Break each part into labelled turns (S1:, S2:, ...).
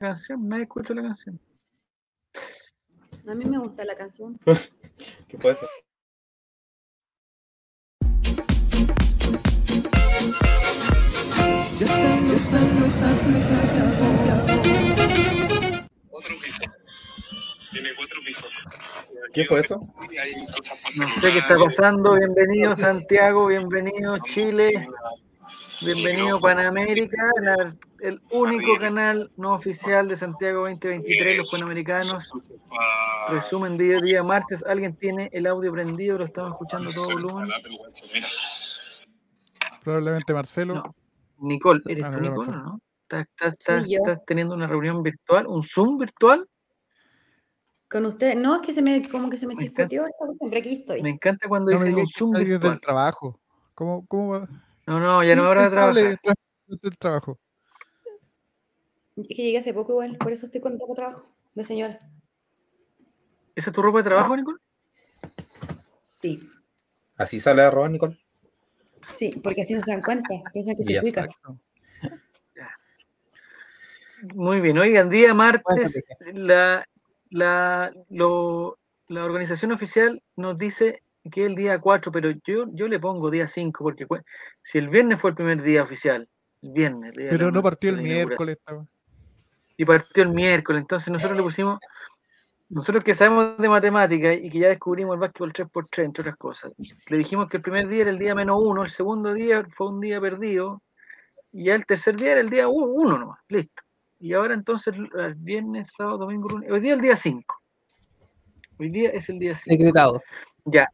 S1: la canción, nadie escuchó la canción.
S2: A mí me gusta la canción.
S3: ¿Qué pasa?
S4: Ya están los años así se
S5: Otro piso. Tiene cuatro pisos.
S3: ¿Qué fue eso?
S5: Hay cosas para
S1: No sé
S5: celular,
S1: qué está pasando. Bienvenido Santiago, bienvenido Chile, bienvenido Panamérica, la- el único canal no oficial de Santiago 2023, los Panamericanos.
S5: para-
S1: Resumen día a día, martes. ¿Alguien tiene el audio prendido? Lo estamos escuchando a todo
S5: Suelta
S1: volumen.
S5: la del guacho, mira.
S6: Probablemente Marcelo.
S1: No. Nicole, ¿eres
S6: Ah,
S1: tú
S6: no, no,
S1: Nicole o
S6: no.
S1: no? ¿Estás, estás- estás-
S2: yo.
S1: estás teniendo una reunión virtual? ¿Un Zoom virtual?
S2: Con usted, no, es que se me, como que se me
S1: Ahí está.
S2: chispoteó esta cosa, pero aquí estoy.
S1: Me encanta cuando
S6: No me
S1: dicen un
S6: digas que
S1: Zoom
S6: estáis desde el
S1: virtual.
S6: trabajo. ¿Cómo, cómo va?
S1: No, no, ya no habrá
S6: Impensable
S1: trabajar.
S6: estar Desde el trabajo.
S2: Es que llegué hace poco igual, por eso estoy con poco trabajo de señora.
S1: ¿Esa es tu ropa de trabajo, Nicole?
S2: Sí,
S3: ¿Así sale a robar, Nicole?
S2: sí, porque así no se dan cuenta, piensan que soy
S3: Ya
S2: cuica.
S3: está.
S1: Muy bien, oigan, día martes,
S3: Bueno,
S1: la, la, lo- la organización oficial nos dice que el día 4, pero yo, yo le pongo día 5, porque cue- si el viernes fue el primer día oficial, el viernes. día de
S6: Pero
S1: la-
S6: no partió
S1: de la
S6: el
S1: inauguración
S6: miércoles. esta wea.
S1: y partió el miércoles. Entonces nosotros le pusimos, nosotros que sabemos de matemáticas y que ya descubrimos el básquetbol 3x3, entre otras cosas, le dijimos que el primer día era el día menos uno, el segundo día fue un día perdido, y ya el tercer día era el día u- uno nomás, listo. Y ahora entonces, el viernes, sábado, domingo, lunes, hoy día es el día 5. Hoy día es el día 5.
S7: Decretado.
S1: Ya.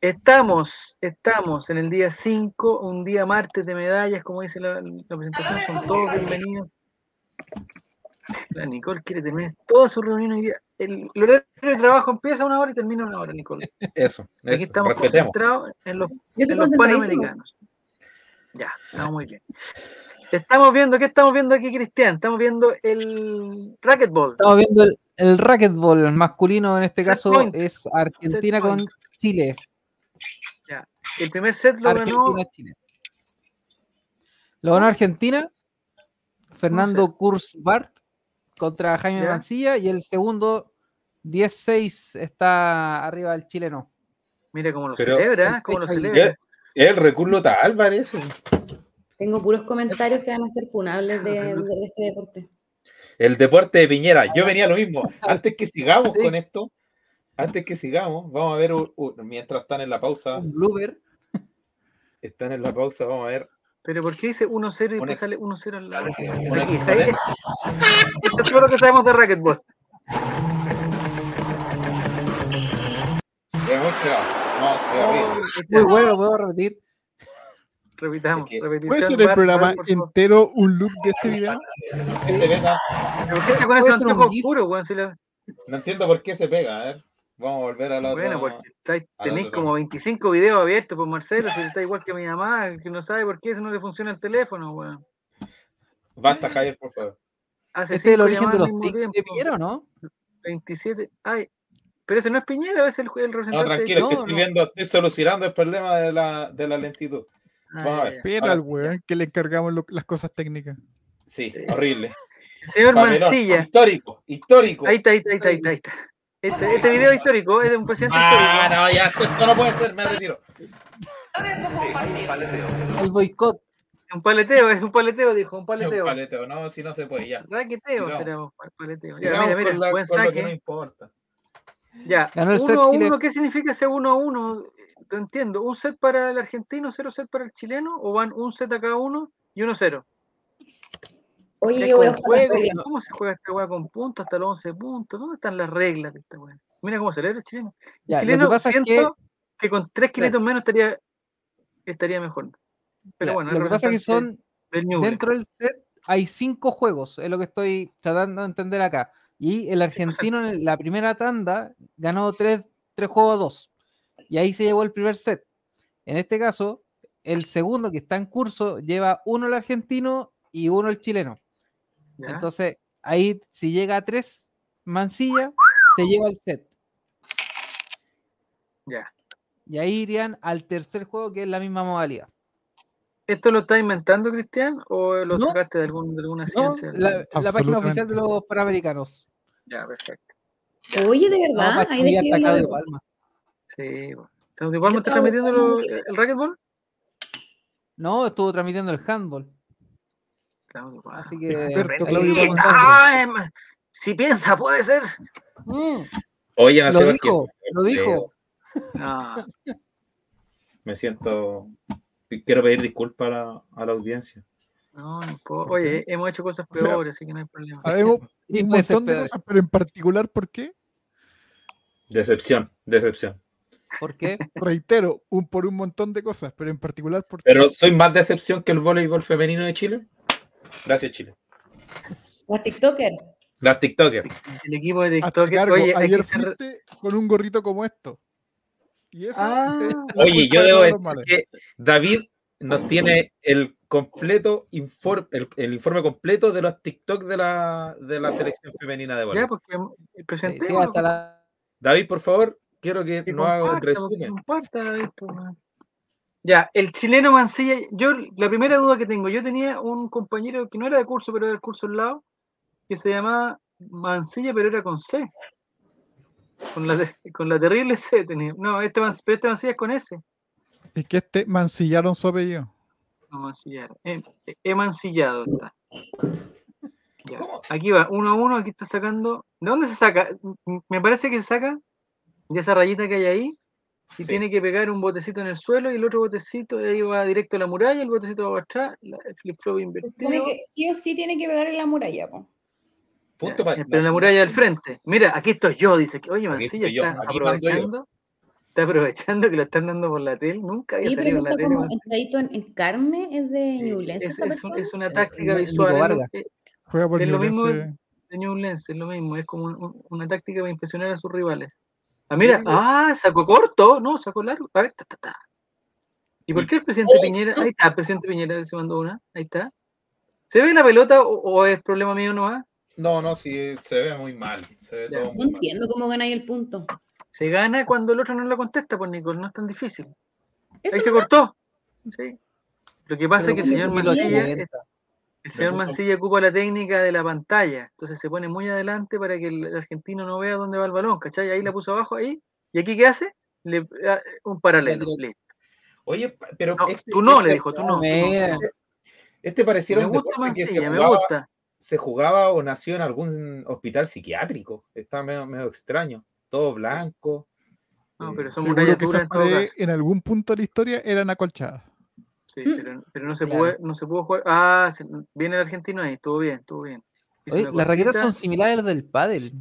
S1: Estamos, estamos en el día 5, un día martes de medallas, como dice la, la presentación, son todos bienvenidos. La Nicole quiere terminar toda su reunión hoy día. El, el horario de trabajo empieza a una hora y termina a una hora, Nicole.
S3: Eso,
S1: Aquí
S3: eso,
S1: estamos
S3: respetemos.
S1: concentrados en los,
S2: Yo
S1: en
S2: estoy
S1: los
S2: contenta.
S1: panamericanos. Ya, estamos muy bien. Estamos viendo, ¿qué estamos viendo aquí, Cristian? Estamos viendo el racquetball.
S7: Estamos viendo el, el racquetball masculino, en este
S1: Set
S7: caso
S1: point.
S7: es Argentina
S1: Set
S7: con
S1: point.
S7: Chile.
S1: El primer set lo ganó
S7: Argentina-Chile. Lo ganó Argentina, Fernando Kurzbart contra Jaime
S1: Ya.
S7: Mancilla y el segundo 10-6 está arriba el chileno.
S1: Mira cómo lo
S3: Pero-
S1: celebra, ¿eh? cómo lo
S7: Ahí.
S1: celebra.
S3: El recluta Álvarez.
S2: Tengo puros comentarios que van a ser funables de,
S1: Ah,
S2: de este deporte.
S3: El deporte de Piñera. Yo venía lo mismo. Antes que sigamos
S7: Sí.
S3: con esto, antes que sigamos, vamos a ver, un- un- mientras están en la pausa,
S7: Un blooper.
S3: están en la pausa, vamos a ver.
S1: Pero ¿por qué dice 1-0 y
S3: Una
S1: después
S3: ex-
S1: sale 1-0 al lado?
S3: una
S1: Aquí, está
S3: exponente.
S1: Esto es todo lo que sabemos de racquetball.
S3: Hemos quedado, vamos a quedar bien.
S1: Oh,
S7: Muy bueno, puedo repetir.
S1: Repitamos,
S3: Es que-
S1: repetición.
S6: ¿Puede ser el
S1: bar,
S6: programa
S1: bar, por favor.
S6: entero un loop de este video?
S3: ¿Por qué se pega?
S1: ¿Por qué está con
S7: puede
S1: esos
S7: ser un
S1: anteojos
S7: gif?
S1: oscuros, weón? Si la-
S3: No entiendo por qué se pega. A ver, vamos a volver a la
S1: Bueno,
S3: otra.
S1: porque estáis-
S3: al
S1: tenéis
S3: otro
S1: como 25 videos abiertos por Marcelo, si está igual que mi mamá, que no sabe por qué eso no le funciona el teléfono, weón.
S3: Basta, Javier, por favor.
S1: Hace
S7: Este es el
S1: cinco
S7: origen
S1: llamadas
S7: de
S1: al
S7: los
S1: mismo
S7: tics de
S1: tiempo,
S7: Piñero, ¿no?
S1: 27. Ay, pero ese no es Piñera, es el, el representante.
S3: No,
S1: de
S3: tranquilo, que
S1: Chile.
S3: estoy
S7: no.
S3: viendo, estoy solucionando el problema de la, de la lentitud.
S1: Ah,
S3: Vamos a
S1: ya,
S3: ver.
S1: ya.
S6: Pero
S3: Ahora
S6: al
S3: sí.
S6: weón que le encargamos lo- las cosas técnicas.
S3: Sí,
S1: Sí.
S3: horrible.
S1: Señor
S3: Papelón,
S1: Mancilla.
S3: Histórico, histórico.
S1: Ahí está, ahí está, ahí está, ahí está. ahí está. Este, este video histórico es de un presidente
S3: Ah,
S1: histórico.
S3: no, ya, esto, esto no puede ser, me retiro.
S7: El boicot.
S1: Un paleteo, es un paleteo, dijo, un
S3: Es
S1: paleteo.
S3: Un paleteo, no, si no se puede, ya.
S1: Raqueteo
S3: Sigamos.
S1: será pa- paleteo. Ya,
S3: Sigamos
S1: mira, mira,
S3: con, la-
S1: buen
S3: con lo que no
S1: saque.
S3: importa.
S1: Ya,
S7: Ganó el
S1: 1
S7: set
S1: a
S7: Chile.
S1: 1, ¿qué significa ese 1 a 1? No entiendo. ¿Un set para el argentino, 0 set para el chileno? ¿O van un set a cada uno y 1 0?
S2: Oye,
S1: ¿Es
S2: yo voy a
S1: con
S2: buscar la
S1: juego?
S2: previa.
S1: ¿Cómo se juega esta weá con puntos hasta los 11 puntos? ¿Dónde están las reglas de esta weá? Mira cómo celebra el chileno. El
S7: Ya, lo
S1: chileno
S7: que pasa es
S1: siento
S7: que
S1: que con 3 kilitos menos estaría, estaría mejor. Pero
S7: Ya,
S1: bueno,
S7: lo que pasa es que
S1: representante
S7: son
S1: del Ñuble.
S7: dentro del set hay cinco juegos, es lo que estoy tratando de entender acá. Y el argentino en la primera tanda ganó tres, tres juegos a dos. Y ahí se llevó el primer set. En este caso, el segundo que está en curso lleva uno el argentino y uno el chileno.
S1: Ya.
S7: Entonces, ahí si llega a tres, Mancilla se lleva el set.
S1: Ya.
S7: Y ahí irían al tercer juego que es la misma modalidad.
S1: ¿Esto lo estás inventando, Cristian? ¿O lo
S7: No.
S1: sacaste de, algún, de alguna
S7: No,
S1: ciencia?
S7: la, la página oficial de
S6: Absolutamente.
S7: los Panamericanos.
S1: Ya, perfecto.
S2: Oye, de
S7: No,
S2: verdad,
S7: para
S2: Ah, ahí
S7: estudiar
S2: describe
S7: hasta acá
S2: lo
S7: de
S2: veo.
S7: Palma.
S1: Sí, bueno. Entonces, ¿Palma te está
S2: estaba
S1: metiendo
S2: buscando
S1: lo-
S2: un libro.
S1: el racquetball?
S7: No, estuvo transmitiendo el handball.
S1: Claudio Palma.
S7: Así que.
S6: Experto,
S7: ahí
S6: Claudio
S7: está
S1: Sí,
S6: Palma.
S7: contando.
S1: ah, em, si piensa, puede ser. Ah,
S7: Mm,
S8: Oye, no sé por
S7: lo
S8: qué.
S7: dijo, lo dijo.
S1: No,
S8: Me siento. Quiero pedir disculpas a la, a la audiencia.
S1: no, no puedo. Oye, hemos hecho cosas
S6: O sea,
S1: peores, así que no hay problema.
S6: Sabemos
S7: Y
S6: un
S7: pues,
S6: montón de
S7: espera,
S6: cosas, pero en particular, ¿por qué?
S8: Decepción, decepción.
S7: ¿Por qué?
S6: Reitero, un, por un montón de cosas, pero en particular, ¿por qué?
S8: Pero soy más decepción que el voleibol femenino de Chile. Gracias, Chile.
S2: Las TikToker.
S8: Las TikTokers.
S1: El equipo de
S6: Hazte
S1: TikTok.
S6: cargo,
S1: Oye, hay que
S6: ayer
S1: ser-
S6: fuiste con un gorrito como esto. Y eso
S1: Ah.
S6: es la
S8: Oye,
S6: culpa
S8: yo
S6: de
S8: debo
S6: todos los
S8: decir
S6: males.
S8: que David nos tiene el completo informe, el, el informe completo de los TikTok de la, de la selección femenina de
S1: Ya,
S8: voleibol.
S1: porque
S7: Sí,
S1: presenté.
S7: tío, hasta la-
S8: David, por favor, quiero que
S1: Que
S8: nos haga un
S1: comparta, porque
S8: resumen.
S1: comparta, David, po, man. Ya, el chileno Mancilla, yo la primera duda que tengo, yo tenía un compañero que no era de curso, pero era del curso al lado, que se llamaba Mancilla, pero era con C. Con la, te- con la terrible C tenía. No, este, Man- pero este Mancilla es con S.
S6: Y que este mancillaron su apellido.
S1: No, Mancillar. He, Eh, he mancillado está. Ya,
S8: ¿Cómo?
S1: Aquí va, uno a uno, aquí está sacando. ¿De dónde se saca? M- m- Me parece que se saca de esa rayita que hay ahí y
S8: Sí.
S1: tiene que pegar un botecito en el suelo y el otro botecito de ahí va directo a la muralla, el botecito va para atrás, la- el flip-flop
S2: Se supone
S1: invertido.
S2: que sí o sí tiene que pegar en la muralla, po.
S8: Punto
S1: Ya,
S8: para
S1: Eh, Pero en la muralla del frente. Mira, aquí estoy yo, dice que, oye,
S8: Aquí
S1: Mancilla
S8: estoy yo,
S1: está
S8: aquí mando yo.
S1: aprovechando. Está aprovechando que lo están dando por la tele. Nunca había
S2: Oye, pero
S1: salido en
S2: no
S1: la
S2: está
S1: tele.
S2: como
S1: Mancilla.
S2: entradito en, en carne, es de
S1: Sí,
S2: Ñublense
S1: Es,
S2: esta
S1: es un-
S2: persona.
S1: es una
S8: Eh,
S1: táctica
S7: Nico
S1: visual. es lo
S7: Vargas.
S1: que-
S6: Juega por
S1: Es lo
S6: Ñublense.
S1: mismo- de Newlands, es lo mismo, es como un- un- una táctica para impresionar a sus rivales. Ah, mira, ah, sacó corto, no, sacó largo. A ver, ta, ta, ta. ¿Y por qué el presidente
S8: Oh,
S1: Piñera?
S8: sí.
S1: Ahí está, el presidente Piñera se mandó una, ahí está. ¿Se ve la pelota o, o es problema mío nomás?
S8: No, no, sí, se ve muy mal. Se ve
S1: Ya.
S8: todo
S2: No
S8: muy mal.
S2: entiendo cómo gana ahí el punto.
S1: Se gana cuando el otro no la contesta, pues Nicole, no es tan difícil.
S2: Eso
S1: Ahí se
S2: nomás.
S1: cortó. Sí. Lo que pasa
S7: Pero
S1: es que el señor
S7: como que
S2: Mancilla-
S1: Mancilla,
S7: 1980.
S1: el señor
S8: puso-
S1: Mancilla ocupa la técnica de la pantalla, entonces se pone muy adelante para que el argentino no vea dónde va el balón, ¿cachai? Ahí la puso abajo, ahí, y aquí ¿qué hace? Le, da un paralelo,
S7: La
S1: listo.
S8: Oye, pa- pero.
S1: No,
S8: este-
S1: tú no, le
S8: este-
S1: dijo, tú no. tú no,
S7: Mira.
S1: tú
S8: Este
S1: no.
S8: pareciera
S1: Me
S8: un
S1: gusta
S8: deporte que se
S1: Mancilla, me
S8: jugaba-
S1: gusta.
S8: se jugaba o nació en algún hospital psiquiátrico. Está medio, medio extraño. Todo blanco.
S1: No,
S8: Eh,
S1: pero son
S6: Seguro
S1: murallas
S6: que
S1: duras
S6: esas
S1: en todo
S6: paredes
S1: caso.
S6: en algún punto de la historia eran acolchadas.
S1: Sí,
S2: Mm.
S1: pero, pero no, se
S7: Claro.
S1: pudo, no se pudo jugar. Ah, se- viene el argentino ahí, estuvo bien, estuvo bien. Hizo
S7: Oye,
S1: una
S7: las raquetas
S1: cortita.
S7: son similares a las del pádel.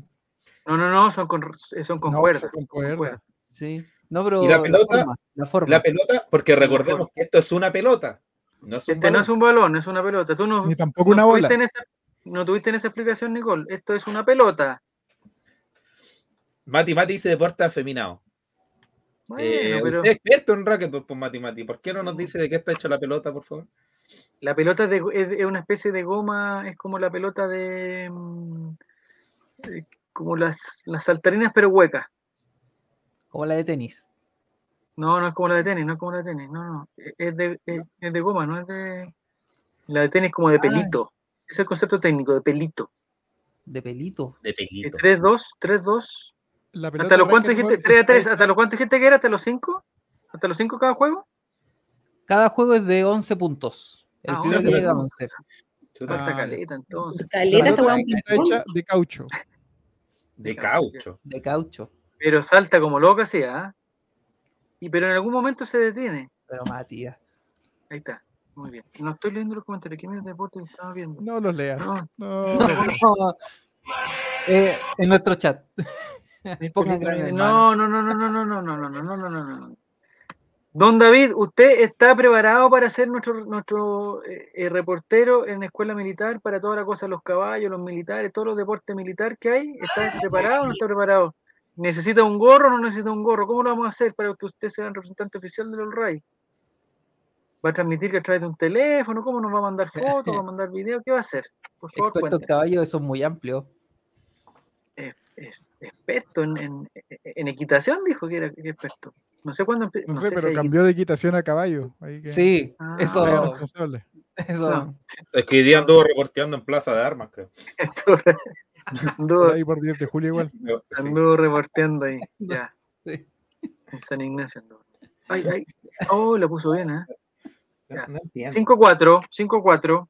S1: No, no, no, son con, son con
S6: No,
S1: cuerdas.
S6: son con
S1: son con
S6: cuerdas.
S1: cuerdas.
S7: Sí. No, pero
S8: Y la pelota-
S7: forma, la forma.
S8: La pelota, porque recordemos
S1: forma.
S8: que esto es una pelota. No es un
S1: Este no
S8: balón.
S1: es un balón, es una pelota. Tú no,
S6: Ni tampoco una
S1: no
S6: bola.
S1: tuviste en esa- no tuviste en esa explicación, Nicole. Esto es una pelota.
S8: Mati Mati dice deporte afeminado.
S1: Bueno,
S8: Eh,
S1: pero
S8: Usted es experto en racquetball, pues, Mati Mati. ¿Por qué no nos dice de qué está hecha la pelota, por favor?
S1: la pelota es, de- es- es una especie de goma, es como la pelota de. mm, eh, como las, las saltarinas, pero huecas.
S7: Como la de tenis.
S1: No, no es como la de tenis, no es como la de tenis. No, no. Eh, Es de, es, es de goma, no es de. La de tenis es como de pelito. Ese es el concepto técnico, de pelito.
S7: De pelito.
S8: De
S1: Eh,
S8: pelito.
S1: 3-2, 3-2.
S6: La pelota
S1: ¿Hasta los cuántos
S6: racquetball
S1: dijiste? 3 a 3.
S6: está-
S1: ¿Hasta los cuántos dijiste que era? ¿Hasta los 5? ¿Hasta los 5 cada juego?
S7: Cada juego es de 11 puntos. El
S1: Ah,
S7: primero que
S8: 11
S7: llega a 11.
S8: Chuta,
S1: Falta
S6: Ah,
S1: caleta, entonces.
S2: Caleta,
S6: la
S2: esta weá
S6: pelota
S2: es un
S6: está
S2: ping-pong.
S6: hecha de caucho.
S8: de caucho.
S7: De caucho.
S1: Pero salta como loca, sí, ¿ah? Y pero en algún momento se detiene.
S7: Pero Matías.
S1: Ahí está. Muy bien. No estoy leyendo los comentarios. ¿Qué mierda de deporte que estaba viendo?
S6: No los leas.
S1: No.
S6: No,
S7: Eh, en nuestro chat.
S1: Mis películas-
S7: Pongan Gran Hermano.
S1: no, no, no, no, no, no, no, no, no, no, no, no, no, no, no. Don David, usted está preparado para ser nuestro nuestro eh, eh, reportero en la escuela militar para toda la cosa, los caballos, los militares, todos los deportes militares que hay. ¿Está preparado o no está preparado? ¿Necesita un gorro o no necesita un gorro? ¿Cómo lo vamos a hacer para que usted sea el representante oficial del Olray? ¿Va a transmitir que a través de un teléfono? ¿Cómo nos va a mandar fotos? ¿Va a mandar videos? ¿Qué va a hacer? Por favor,
S7: Experto en
S1: cuénteme.
S7: caballos, eso es muy amplio.
S1: es- es- experto en, en- en equitación, dijo que era que experto. No sé cuándo. empe-
S6: No sé,
S1: si
S6: pero
S1: hay-
S6: cambió de equitación a caballo. Ahí que-
S7: Sí,
S1: Ah.
S7: eso,
S6: se hagan responsables.
S7: eso.
S1: No.
S8: Es que hoy día anduvo reporteando en Plaza de Armas, creo.
S6: Por
S1: Anduvo,
S6: ahí por 10 de julio igual.
S8: Sí.
S1: anduvo reporteando ahí. Ya.
S7: Sí.
S1: En San Ignacio anduvo. Ay, ay. Oh, la puso bien, ¿eh?
S8: No entiendo.
S1: 5-4, 5-4.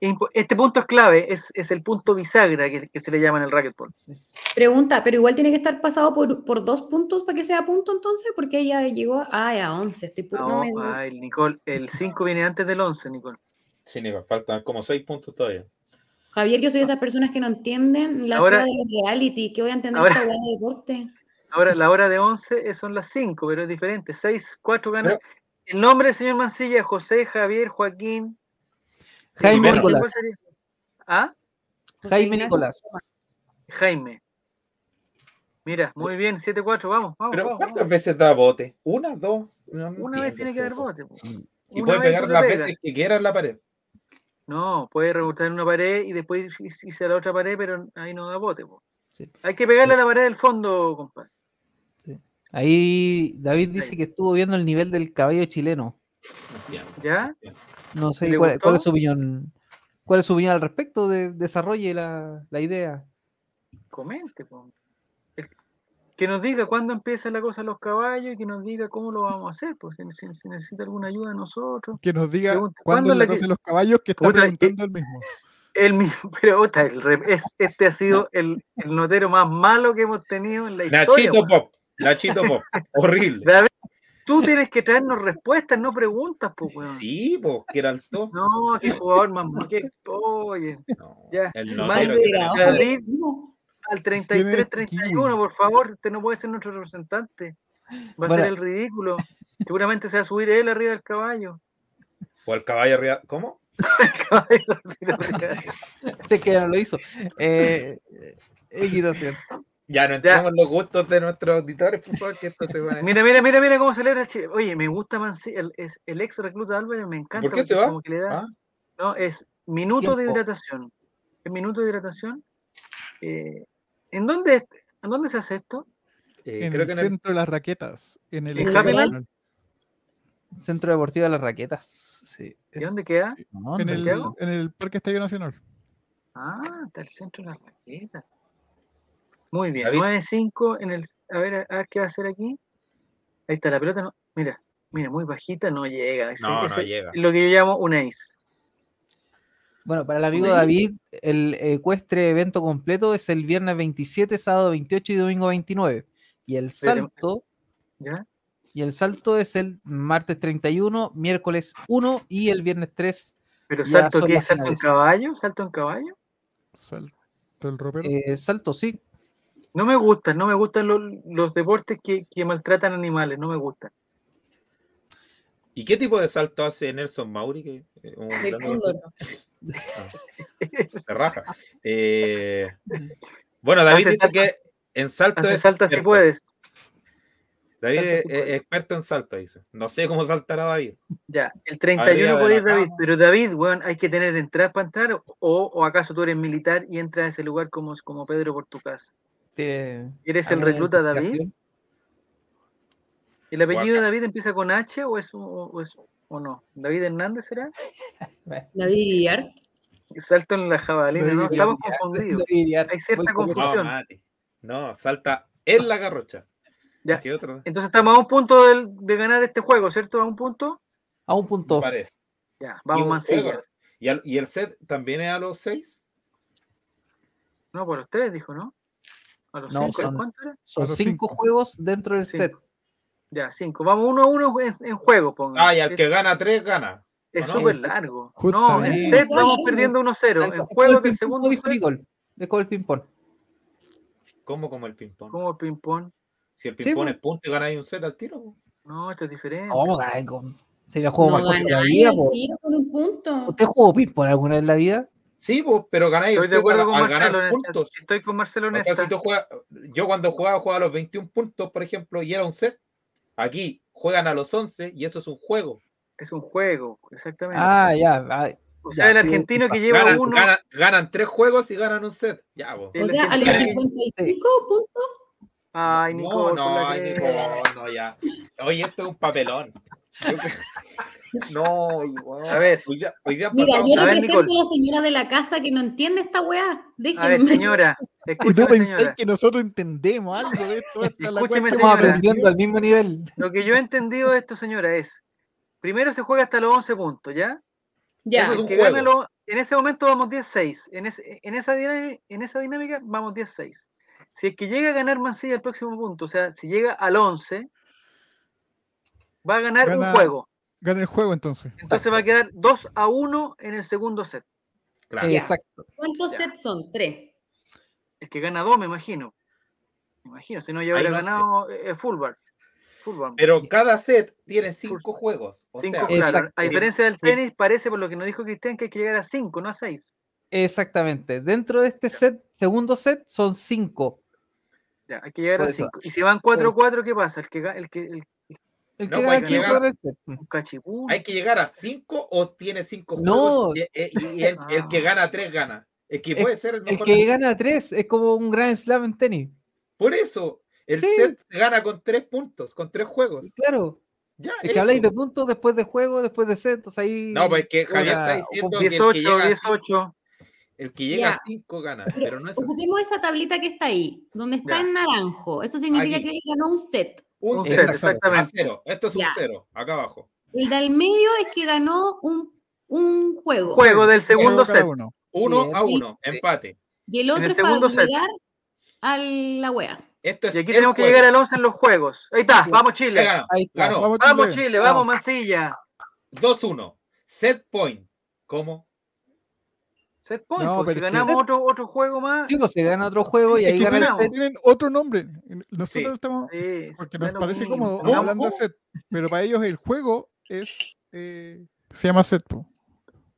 S1: Impo- Este punto es clave, es, es el punto bisagra que, que se le llama en el racquetball.
S2: Pregunta, pero igual tiene que estar pasado por, por dos puntos para que sea punto entonces, porque ella llegó ay, a 11. Estoy puro- no
S1: No,
S2: me-
S1: ay, Nicole, el 5 viene antes del 11, Nicole.
S8: Sí, Nico, faltan como seis puntos todavía.
S2: Javier, yo soy de esas personas que no entienden la
S1: Ahora-
S2: hora de los reality, que voy a entender
S1: ahora-
S2: esta weá de deporte.
S1: Ahora, la hora de 11 es- son las 5, pero es diferente. 6, 4 ganas. El nombre del señor Mancilla es José, Javier, Joaquín.
S7: Jaime
S1: Ignacio,
S7: Nicolás.
S1: ¿cuál sería? ¿Ah?
S2: José
S7: Jaime
S2: Ignacio.
S7: Nicolás.
S1: Jaime. Mira, muy bien, 7-4, vamos, vamos,
S8: Pero
S1: vamos,
S8: ¿cuántas
S1: vamos.
S8: veces da bote? ¿Una, dos? No
S1: Una vez
S8: entiendo,
S1: tiene que dar
S8: loco.
S1: bote. po.
S8: Y
S1: Una
S8: puede
S1: vez
S8: pegar
S1: tú le
S8: las
S1: pegas.
S8: veces que quiera en la pared.
S1: No, puede rebotar en una pared y después ir- irse a la otra pared, pero ahí no da bote. po.
S7: Sí.
S1: Hay que pegarle a la pared del fondo, compadre.
S7: Ahí David dice
S1: Ahí.
S7: que estuvo viendo el nivel del caballo chileno.
S8: No entiendo,
S1: ¿Ya?
S8: no entiendo.
S7: No sé
S1: ¿Le
S7: cuál, cuál es
S1: gustó?
S7: su opinión. ¿Cuál es su opinión al respecto? De, desarrolle la, la idea.
S1: Comente. po. El- Que nos diga cuándo empieza la cosa de los caballos y que nos diga cómo lo vamos a hacer. Pues, si, si- si necesita alguna ayuda de nosotros.
S6: Que nos diga
S1: Pregunta, ¿cuándo
S6: cuándo es
S1: la
S6: la
S1: que-
S6: cosa de los caballos que está
S1: Puta, eh,
S6: preguntando el mismo.
S1: El mismo, pero puta, el re- es- este ha sido el, el notero más malo que hemos tenido en la historia.
S8: Nachito
S1: po.
S8: Pop. Nachito Pop. Horrible.
S1: David, tú tienes que traernos respuestas, no preguntas, pues, weón.
S8: Sí, pues, que era el top.
S1: No, qué jugador más. ma- qué- oye.
S8: No,
S1: Ya.
S8: El
S1: Más
S8: notero
S1: de-
S8: que tenemos.
S2: Ojalá.
S1: David, al
S6: Tiene
S1: 33-31,
S6: kiwi.
S1: por favor, usted no puede ser nuestro representante. Va a
S7: Bueno.
S1: ser el ridículo. Seguramente se va a subir él arriba del caballo.
S8: O el caballo arriba. ¿Cómo?
S1: El caballo se va a subir arriba.
S7: Sé que ya no lo hizo. Eh, equitación.
S8: Ya no entremos en los gustos de nuestros auditores, por favor, que esto se va a-
S1: mira, mira, mira, mira cómo celebra Chile. Oye, me gusta Manci- el, es- el ex recluta Álvarez, me encanta.
S8: ¿Por qué
S1: porque
S8: se va?
S1: como que le da-
S8: Ah,
S1: no, es minuto de
S7: Tiempo.
S1: hidratación. Es minuto de hidratación. Eh, ¿en, dónde, ¿En dónde se hace esto?
S8: eh,
S6: En
S8: creo
S6: el
S8: que en el-
S6: centro de las raquetas. En el
S1: ¿En
S6: Estadio
S2: Capital?
S6: Nacional.
S7: Centro Deportivo de las Raquetas. Sí.
S1: ¿Y dónde queda?
S7: No,
S6: En
S7: no
S6: el,
S7: entiendo.
S1: Santiago?
S6: en el Parque Estadio Nacional.
S1: Ah, está el centro de la raqueta. Muy bien,
S8: David.
S1: 9-5 en el. A ver, a- a ver qué va a hacer aquí. Ahí está, la pelota no. Mira, mira, muy bajita, no llega. Ese-
S8: No, no
S1: ese
S8: llega.
S1: es lo que yo llamo un ace.
S7: Bueno, para el amigo David, el ecuestre evento completo es el viernes 27, sábado 28 y domingo 29. Y el
S1: Pero-
S7: salto,
S1: ¿Ya?
S7: y el salto es el martes 31, miércoles 1 y el viernes 3.
S1: Pero
S7: Ya
S1: salto
S7: son
S1: qué?
S7: las
S1: salto en
S7: finales.
S1: caballo, salto en caballo.
S6: Salto el ropero.
S7: Eh, salto, sí.
S1: No me gustan, no me gustan los, los deportes que, que maltratan animales, no me gustan.
S8: ¿Y qué tipo de salto hace Nelson Mauri? Que, eh, un
S2: Del
S8: grande
S2: cóndor.
S8: golfista? Se raja. Eh, bueno, David
S1: Hace
S8: dice
S1: salto-
S8: que en salto
S1: Hace
S8: es
S1: salta si
S8: experto.
S1: puedes.
S8: David
S1: Salto
S8: es,
S1: sí puede.
S8: es experto en salto, dice. No sé cómo saltará David.
S1: Ya, el
S8: Arriba
S1: 31
S8: de
S1: puede
S8: la
S1: ir David,
S8: cama.
S1: pero David, weón, hay que tener entrada para entrar, o, o acaso tú eres militar y entras a ese lugar como, como Pedro por tu casa.
S7: Tiene
S1: ¿Eres el
S7: alguna
S1: recluta David?
S7: identificación.
S1: ¿El apellido de David empieza con H o es, un- o, o es- o no? ¿David Hernández será?
S7: Bueno,
S2: David Villar.
S1: Salto en la jabalina,
S6: David
S1: ¿no? Estamos
S7: Villar.
S1: confundidos.
S7: David Villar.
S1: Hay cierta
S7: Voy con eso.
S1: Opción.
S8: No, mate. No, salta en la garrocha.
S1: Ya.
S8: ¿Qué otro?
S1: Entonces estamos a un punto del- de, ganar este juego, ¿cierto? A un punto.
S7: A un punto.
S8: Parece.
S1: Ya,
S8: Y
S1: vamos
S8: un
S1: Mancilla.
S8: juego. ¿Y, al- y el set también es a los seis?
S1: No, por los tres, dijo, ¿no? A los
S7: No,
S1: cinco,
S7: son-
S1: ¿cuánto era?
S7: Son
S6: Cuatro,
S7: cinco
S6: cinco.
S7: juegos dentro del set.
S1: Cinco. Ya, cinco. Vamos uno a uno en, en juego, pongan.
S8: Ah, y al que gana tres, gana.
S1: Es
S8: ¿o no?
S1: súper largo. No, en
S6: Justamente.
S1: set
S2: Sí,
S1: vamos
S2: largo.
S1: perdiendo 1-0.
S7: Tal
S1: En juego
S7: cual, como
S1: del
S7: el ping-pong,
S1: segundo
S7: dijo
S1: set,
S7: Nicole. Es como el ping-pong.
S8: ¿Cómo como el ping-pong?
S1: como el ping-pong.
S8: Si el
S7: Sí,
S8: ping-pong
S7: po.
S8: es punto y ganáis un set al tiro. po.
S1: No, esto es diferente.
S8: Ah,
S7: No, vamos a ganar con- Sería el juego
S2: No
S7: más corto de la
S2: ganáis
S7: vida.
S2: el
S7: po.
S2: tiro con un punto.
S7: ¿Usted jugó ping-pong alguna vez en la vida?
S8: Sí, po, pero ganáis
S1: Estoy
S8: el
S1: de
S8: set
S1: acuerdo
S8: al,
S1: con
S8: al
S1: Marcelo.
S8: ganar
S1: en esta.
S8: puntos.
S1: Estoy con Marcelo en
S8: O sea,
S1: esta.
S8: si tú juegas- yo cuando jugaba jugaba a los 21 puntos, por ejemplo, y era un set. Aquí juegan a los 11 y eso es un juego.
S1: Es un juego, exactamente.
S7: Ah, ya. ah,
S1: O
S7: Ya,
S1: sea, el
S7: sí,
S1: argentino que lleva
S8: Ganan,
S1: uno.
S8: ganan- ganan tres juegos y ganan un set. Ya, po.
S1: Sí.
S2: O sea, a los
S1: Sí.
S2: 55 puntos
S1: Ay,
S8: no,
S1: Nico.
S8: no, ay, Nicole, no, ya. Oye, esto es un papelón. Yo- No, weón.
S1: A ver.
S8: Hoy día, hoy día han
S2: Mira,
S8: pasado-
S2: yo
S1: A ver,
S2: represento
S1: Nicole.
S2: a la señora de la casa que no entiende esta weá.
S1: A ver,
S2: Déjenme.
S1: señora.
S6: Y tú
S1: Escúchame,
S6: pensás
S1: señora.
S6: que nosotros entendemos algo de esto. Esta es
S1: Escúcheme,
S6: la cuestión.
S7: Estamos
S1: señora.
S7: aprendiendo al mismo nivel.
S1: Lo que yo he entendido de esto, señora, es. Primero se juega hasta los 11 puntos, ¿ya?
S2: Ya.
S8: Eso es un
S1: Que gane
S8: juego.
S1: los- en ese momento vamos 10-6. En, ese- en, esa dinámica, en esa dinámica vamos 10-6. Si es que llega a ganar Mancilla el próximo punto, o sea, si llega al 11, va a ganar
S6: Gana-
S1: un juego.
S6: Gana el juego entonces.
S1: Entonces va a quedar 2 a 1 en el segundo set.
S8: Claro.
S2: Ya.
S7: Exacto.
S2: ¿Cuántos
S1: Ya.
S2: sets son? Tres.
S1: El que gana 2, me imagino. Me imagino, si no, ya
S8: Ahí
S1: hubiera
S8: no sé.
S1: ganado eh, Fulbar. Fulbar.
S8: Pero cada set tiene cinco juegos. O
S1: Cinco,
S8: sea,
S1: claro.
S7: Exacto.
S1: A diferencia del
S7: Sí.
S1: tenis, parece, por lo que nos dijo Cristian, que hay que llegar a 5, no a 6.
S7: Exactamente. Dentro de este set, segundo set, son cinco.
S1: Ya, hay que llegar
S7: Por
S1: a
S7: eso.
S1: 5. Y si van 4-4, ¿qué pasa? El que, ga- el que, el
S7: El
S8: No, pues
S7: que gana
S8: hay
S7: el
S1: que
S7: quinto
S8: llegar-
S7: gana el set.
S1: cachipún.
S8: hay que llegar a cinco o tiene cinco
S7: No.
S8: juegos. Y, y- y el,
S1: Ah.
S8: el que gana tres gana. El que
S7: Es-
S8: puede ser el
S7: El
S8: mejor.
S7: que
S8: de-
S7: gana tres es como un gran slam en tenis.
S8: Por eso, el
S7: Sí.
S8: set se gana con tres puntos, con tres juegos.
S7: Claro.
S8: Ya,
S7: Es que
S8: eso.
S7: habláis de puntos después de juego, después de set. Entonces ahí.
S8: No, pues es que Javier
S7: Una-
S8: está diciendo que el que
S1: 18,
S8: llega a
S1: 18.
S8: El que
S2: Ya.
S8: llega a 5 gana, pero no es así.
S2: Ocupemos esa tablita que está ahí, donde está
S1: Ya.
S2: en naranjo. Eso significa
S8: Aquí.
S2: que él ganó un set.
S8: Un
S1: Un
S8: cero,
S1: set,
S7: Exacto.
S8: a
S1: exactamente.
S8: cero. Esto es un
S2: Ya.
S8: cero, acá abajo.
S2: El del medio es que ganó un, un juego.
S1: Juego del segundo
S6: Juego cada
S1: set.
S6: uno.
S8: 1
S7: Bien.
S8: a 1 empate.
S2: Y el
S1: En
S2: otro
S1: el
S2: es para
S1: segundo set.
S2: llegar a la wea.
S8: Esto es
S1: Y aquí
S8: el
S1: tenemos que
S8: juego.
S1: llegar al 11 en los juegos. Ahí está,
S7: Ya.
S1: vamos
S8: Ya
S1: Chile.
S8: ganó.
S7: Ahí está.
S8: Ganó.
S6: Vamos,
S1: Vamos
S6: Chile.
S1: Chile, vamos Mancilla.
S8: 2-1. Set point. ¿Cómo?
S1: Set point,
S6: No,
S1: pues, si
S6: pero es que-
S1: ganamos otro, otro juego más.
S7: Sí, pues se gana otro juego y
S6: Es
S7: ahí
S6: que
S7: gana el
S1: ganamos.
S6: tienen,
S7: set.
S6: tienen otro nombre. Nosotros
S8: Sí.
S6: estamos.
S1: Sí,
S6: Porque
S1: da
S6: nos
S1: lo
S6: parece
S1: mismo.
S6: cómodo
S8: ¿no?
S6: hablando de set. Pero para ellos el juego es. eh, se llama set. po.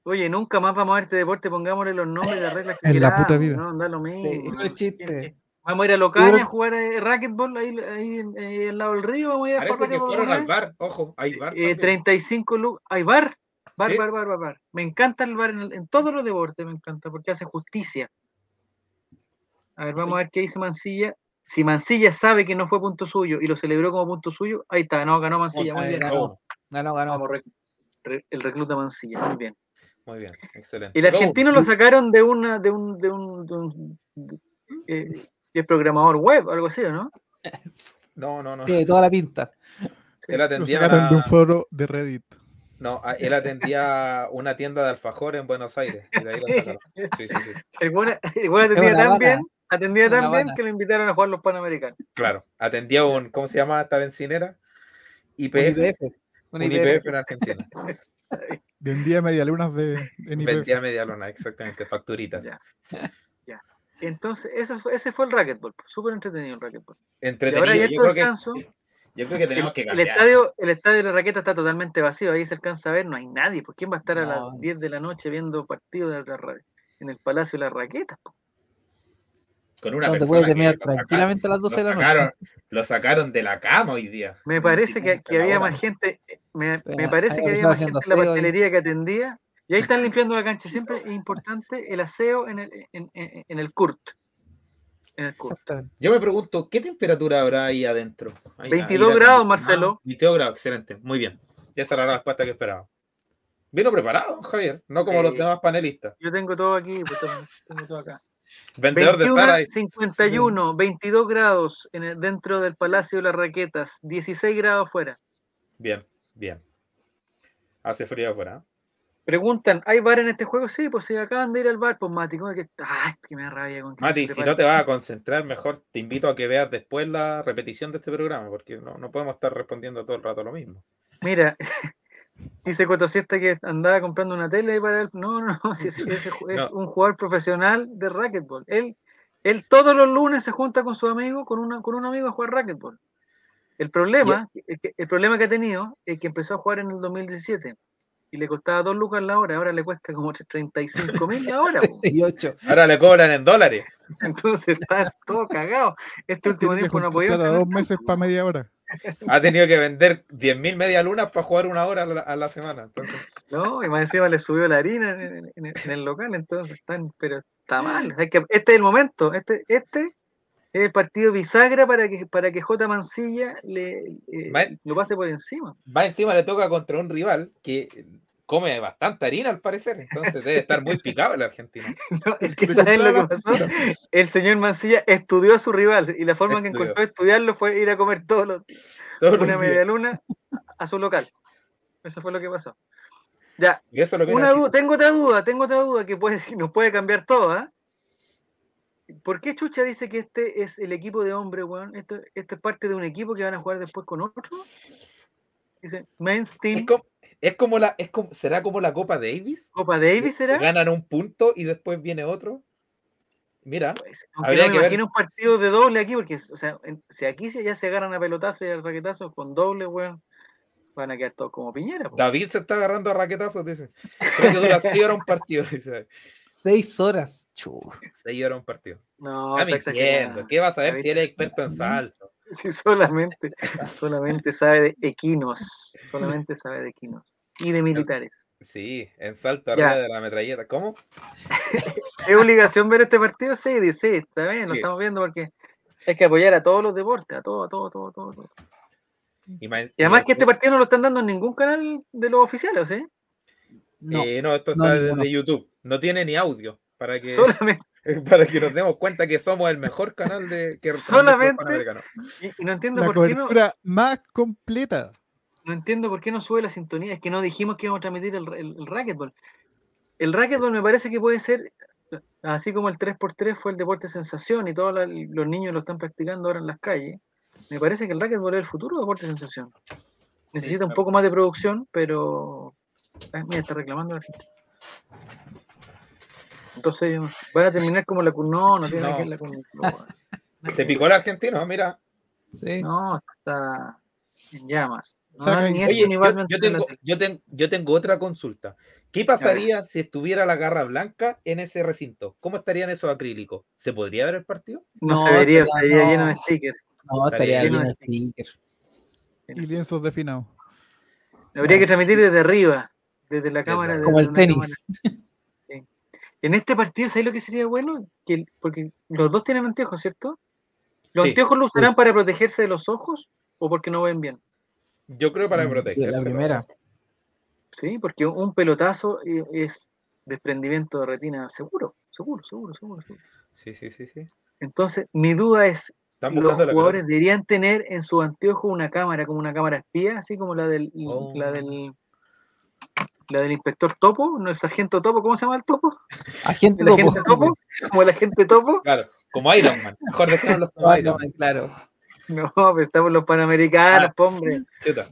S1: Oye, nunca más vamos a ver este deporte, pongámosle los nombres de reglas que
S6: En la puta
S1: queramos,
S6: vida.
S1: No, da lo mismo.
S7: Sí, no es chiste.
S1: Vamos a ir a Locaña
S7: Pero-
S1: a jugar eh, racquetball ahí, ahí, en- ahí al lado del río. Vamos a ir a jugar
S8: Parece que
S1: racquetball,
S8: fueron
S1: ¿verdad?
S8: al bar. Ojo, hay bar.
S1: Eh,
S8: también.
S1: 35 lucas. Hay bar. Bar,
S8: Sí.
S1: bar, bar, bar, bar. Me encanta el bar en, el- en todos los deportes, me encanta, porque hace justicia. A ver, vamos a ver qué dice Mancilla. Si Mancilla sabe que no fue punto suyo y lo celebró como punto suyo, ahí está, no, ganó Mancilla, muy
S7: Ahí
S1: bien.
S7: eh, ganó. Ganó, ganó.
S1: Vamos, rec- re- el recluta Mancilla, muy bien.
S8: Muy bien, excelente.
S1: El
S8: Go.
S1: argentino lo sacaron de una, de un, de un, de un- de- eh, que es programador web, algo así, ¿o ¿no?
S8: No, no, no.
S7: Tiene toda la pinta.
S8: Él
S6: Lo
S8: atendía,
S6: sacaron de un
S8: la-
S6: foro de Reddit.
S8: no, a- él atendía una tienda de alfajor en Buenos Aires. y de ahí lo
S1: Sí.
S8: sacaron. Sí, sí, sí.
S1: El buen, el buen atendía
S7: una
S1: tan
S7: bala.
S1: bien, atendía
S7: Es una
S1: tan bien
S7: bala.
S1: que lo invitaron a jugar los Panamericanos.
S8: Claro, atendía un, ¿cómo se llama esta bencinera?
S7: Un
S8: IPF.
S7: IPF.
S8: Un
S7: Un
S8: IPF
S7: IPF.
S8: en Argentina.
S6: Vendía medialunas de en IPF.
S8: Vendía media luna, exactamente, facturitas.
S1: Ya. Entonces, eso fue- ese fue el racquetball, pues, súper entretenido el racquetball. Y ahora
S8: Entretenido.
S1: ya
S8: Yo
S1: esto
S8: creo, que,
S1: descanso.
S8: yo creo que tenemos
S1: El,
S8: que
S1: el
S8: cambiar.
S1: estadio, el estadio de la raqueta está totalmente vacío, ahí se alcanza a ver, no hay nadie, pues quién va a estar a
S7: No.
S1: las 10 de la noche viendo partido de la ra- en el Palacio de las Raquetas. pues. po?
S8: con una
S7: Donde
S8: persona
S7: puedes
S8: que
S7: terminar
S8: lo sacaron-
S7: tranquilamente a las
S8: lo
S7: 12 de la
S8: sacaron-
S7: noche.
S8: Lo sacaron de la cama hoy día.
S1: Me parece que, que
S8: la
S1: había
S8: hora.
S1: más gente, eh, me, me
S7: Bueno,
S1: parece
S7: ahí
S1: que había
S7: estaba
S1: más gente
S7: haciendo
S1: en la
S7: aseo ahí.
S1: pastelería que atendía, y ahí están limpiando la cancha. Siempre es importante el aseo en el, en, en- en el court. En el court.
S7: Exactamente.
S8: Yo me pregunto, ¿qué temperatura habrá ahí adentro? Ahí-
S1: 22
S8: ahí
S1: grados,
S8: adentro.
S1: Marcelo.
S8: Ah, 22 grados, excelente. Muy bien. Esa era la respuesta que esperaba. Vino preparado, Javier, no como los
S1: Sí.
S8: demás panelistas.
S1: Yo tengo todo aquí, pues, tengo- tengo todo acá.
S8: Vendedor de
S1: 21,
S8: Sara.
S1: 51, 22 grados en el- dentro del Palacio de las Raquetas, 16 grados fuera.
S8: Bien, bien. Hace frío afuera. ¿eh?
S1: Preguntan, ¿hay bar en este juego? Sí, pues si acaban de ir al bar, pues Mati, ¿cómo es que, ay, que me da rabia con que no
S8: Mati,
S1: se
S8: si
S1: prepara.
S8: no te vas a concentrar, mejor te invito a que veas después la repetición de este programa, porque no, no podemos estar respondiendo todo el rato lo mismo.
S1: Mira, dice Cotosiesta que andaba comprando una tele ahí para él. No, no, no, si es, es- es
S8: No.
S1: un jugador profesional de racquetball. Él, él todos los lunes se junta con su amigo, con, una, con un amigo a jugar racquetball. El problema, el, que- el problema que ha tenido es que empezó a jugar en el 2017 y le costaba dos lucas la hora, ahora le cuesta como 35 mil la hora. po.
S7: 38.
S8: Ahora le cobran en dólares.
S1: Entonces está todo cagado. Este último
S6: Tiene que
S1: tiempo no ha podido.
S6: juntar a
S1: hacer
S6: dos
S1: nada,
S6: meses
S1: po.
S6: para media hora.
S8: Ha tenido que vender 10.000 media lunas para jugar una hora a la, a la semana. Entonces,
S1: No, y más encima le subió la harina en, en- en el- en el local, entonces están, pero está mal. o sea, que este es el momento, este, este Es el partido bisagra para que, para que J. Mancilla le, eh,
S8: Vale.
S1: lo pase por encima.
S8: Va encima le toca contra un rival que eh, come bastante harina al parecer, entonces debe estar muy picado el argentino.
S1: No, es que
S6: Le
S1: ¿sabes lo
S6: compraba
S1: que pasó? El señor Mancilla estudió a su rival y la forma en que
S8: Estudió.
S1: encontró de estudiarlo fue ir a comer todos los días
S8: Todos los
S1: una media
S8: días.
S1: luna a su local. Eso fue lo que pasó. Ya,
S8: Y eso es lo que
S1: una
S8: nació.
S1: duda, tengo otra duda, tengo otra duda que puede, nos puede cambiar todo, ¿ah? ¿Por qué Chucha dice que este es el equipo de hombre, weón? Esto, esto es parte de un equipo que van a jugar después con otro. Dice, Men's Team,
S8: Es como, es como la, es como, será como la Copa Davis.
S1: Copa Davis será.
S8: Ganan un punto y después viene otro. Mira,
S1: Pues, Aunque
S8: Habría
S1: no
S8: que
S1: me
S8: ver.
S1: imagino un partido de doble aquí, porque o sea, en- si aquí se- ya se agarran a pelotazo y a raquetazo con doble, weón, van a quedar todos como piñera. po.
S8: David se está agarrando a raquetazos, dice. Creo que dura seis horas un partido, dice.
S7: Seis horas. chu.
S8: Seis horas un partido.
S1: No,
S8: Está
S1: está
S8: mintiendo.
S1: exagerando.
S8: ¿Qué vas a ver
S1: David-
S8: si eres experto en salto?
S1: Si solamente, solamente sabe de equinos, solamente sabe de equinos y de militares.
S8: Sí, en salto
S1: Ya.
S8: arriba de la metralleta. ¿Cómo?
S1: ¿Es obligación ver este partido? Sí, dice, sí, está bien, lo
S8: Sí.
S1: estamos viendo porque hay que apoyar a todos los deportes, a todo, a todo, a todo, a todo, a todo.
S8: Y, más-
S1: Y además que este
S8: encima-
S1: partido no lo están dando en ningún canal de los oficiales, ¿eh?
S7: No.
S8: Eh, no, esto
S7: no,
S8: está desde
S7: ninguno.
S8: YouTube. No tiene ni audio. Para que,
S1: Solamente,
S8: para que nos demos cuenta que somos el mejor canal de que transmite el
S1: Solamente-
S8: Panamericano.
S1: y, y no entiendo
S6: La
S1: por qué no.
S6: cobertura más completa.
S1: No entiendo por qué no sube la sintonía. Es que no dijimos que íbamos a transmitir el, el, el racquetball. El racquetball me parece que puede ser, así como el 3x3 fue el deporte sensación y todos la- los niños lo están practicando ahora en las calles, me parece que el racquetball es el futuro deporte sensación. Necesita un
S8: me-
S1: poco más de producción, pero... Ay, mira, está reclamando la gente. Entonces van a terminar como la CUN. No, no tiene nada que ver la CUN. No,
S8: Se picó el argentino, ah, mira.
S7: Sí.
S1: No, está en llamas. No,
S6: Saca-
S1: ni
S8: Oye,
S1: esto ni
S8: yo,
S1: Batman
S8: yo
S1: está en la
S8: tengo,
S1: tele.
S8: yo, ten- yo tengo otra consulta. ¿Qué pasaría si estuviera la garra blanca en ese recinto? ¿Cómo estarían esos acrílicos? ¿Se podría ver el partido?
S1: No,
S7: No,
S1: se vería,
S7: pero
S1: estaría
S7: no.
S1: lleno de stickers.
S7: No, estaría
S8: Estaría
S1: lleno
S7: bien
S1: de
S7: el sticker.
S6: Y lienzos definados.
S1: Habría que transmitir desde arriba, desde la
S8: Desde
S1: cámara.
S8: arriba.
S1: desde
S7: Como el
S1: una cámara.
S7: tenis.
S1: En este partido, ¿sabes lo que sería bueno? Que, el- porque los dos tienen anteojos, ¿cierto? ¿Los
S8: Sí,
S1: anteojos lo usarán para protegerse de los ojos o porque no ven bien?
S8: Yo creo para
S7: Mm,
S8: proteger.
S7: La primera.
S1: Sí, porque un pelotazo eh, es desprendimiento de retina seguro, seguro, seguro, seguro. seguro.
S8: Sí, sí, sí, sí.
S1: Entonces, mi duda es,
S8: Están
S1: los
S8: buscando la
S1: jugadores
S8: pelota.
S1: deberían tener en su anteojo una cámara, como una cámara espía, así como la del
S8: Oh.
S1: la del la del inspector Topo, no el sargento Topo, ¿cómo se llama el Topo?
S7: Agente
S1: El agente Topo, como el agente Topo.
S8: Claro, como Iron Man. Mejor dejarlos como
S7: Ah,
S8: Iron
S7: no,
S8: Man.
S7: claro.
S1: No, pero estamos los panamericanos,
S8: Ah.
S1: po, hombre.
S8: Chuta.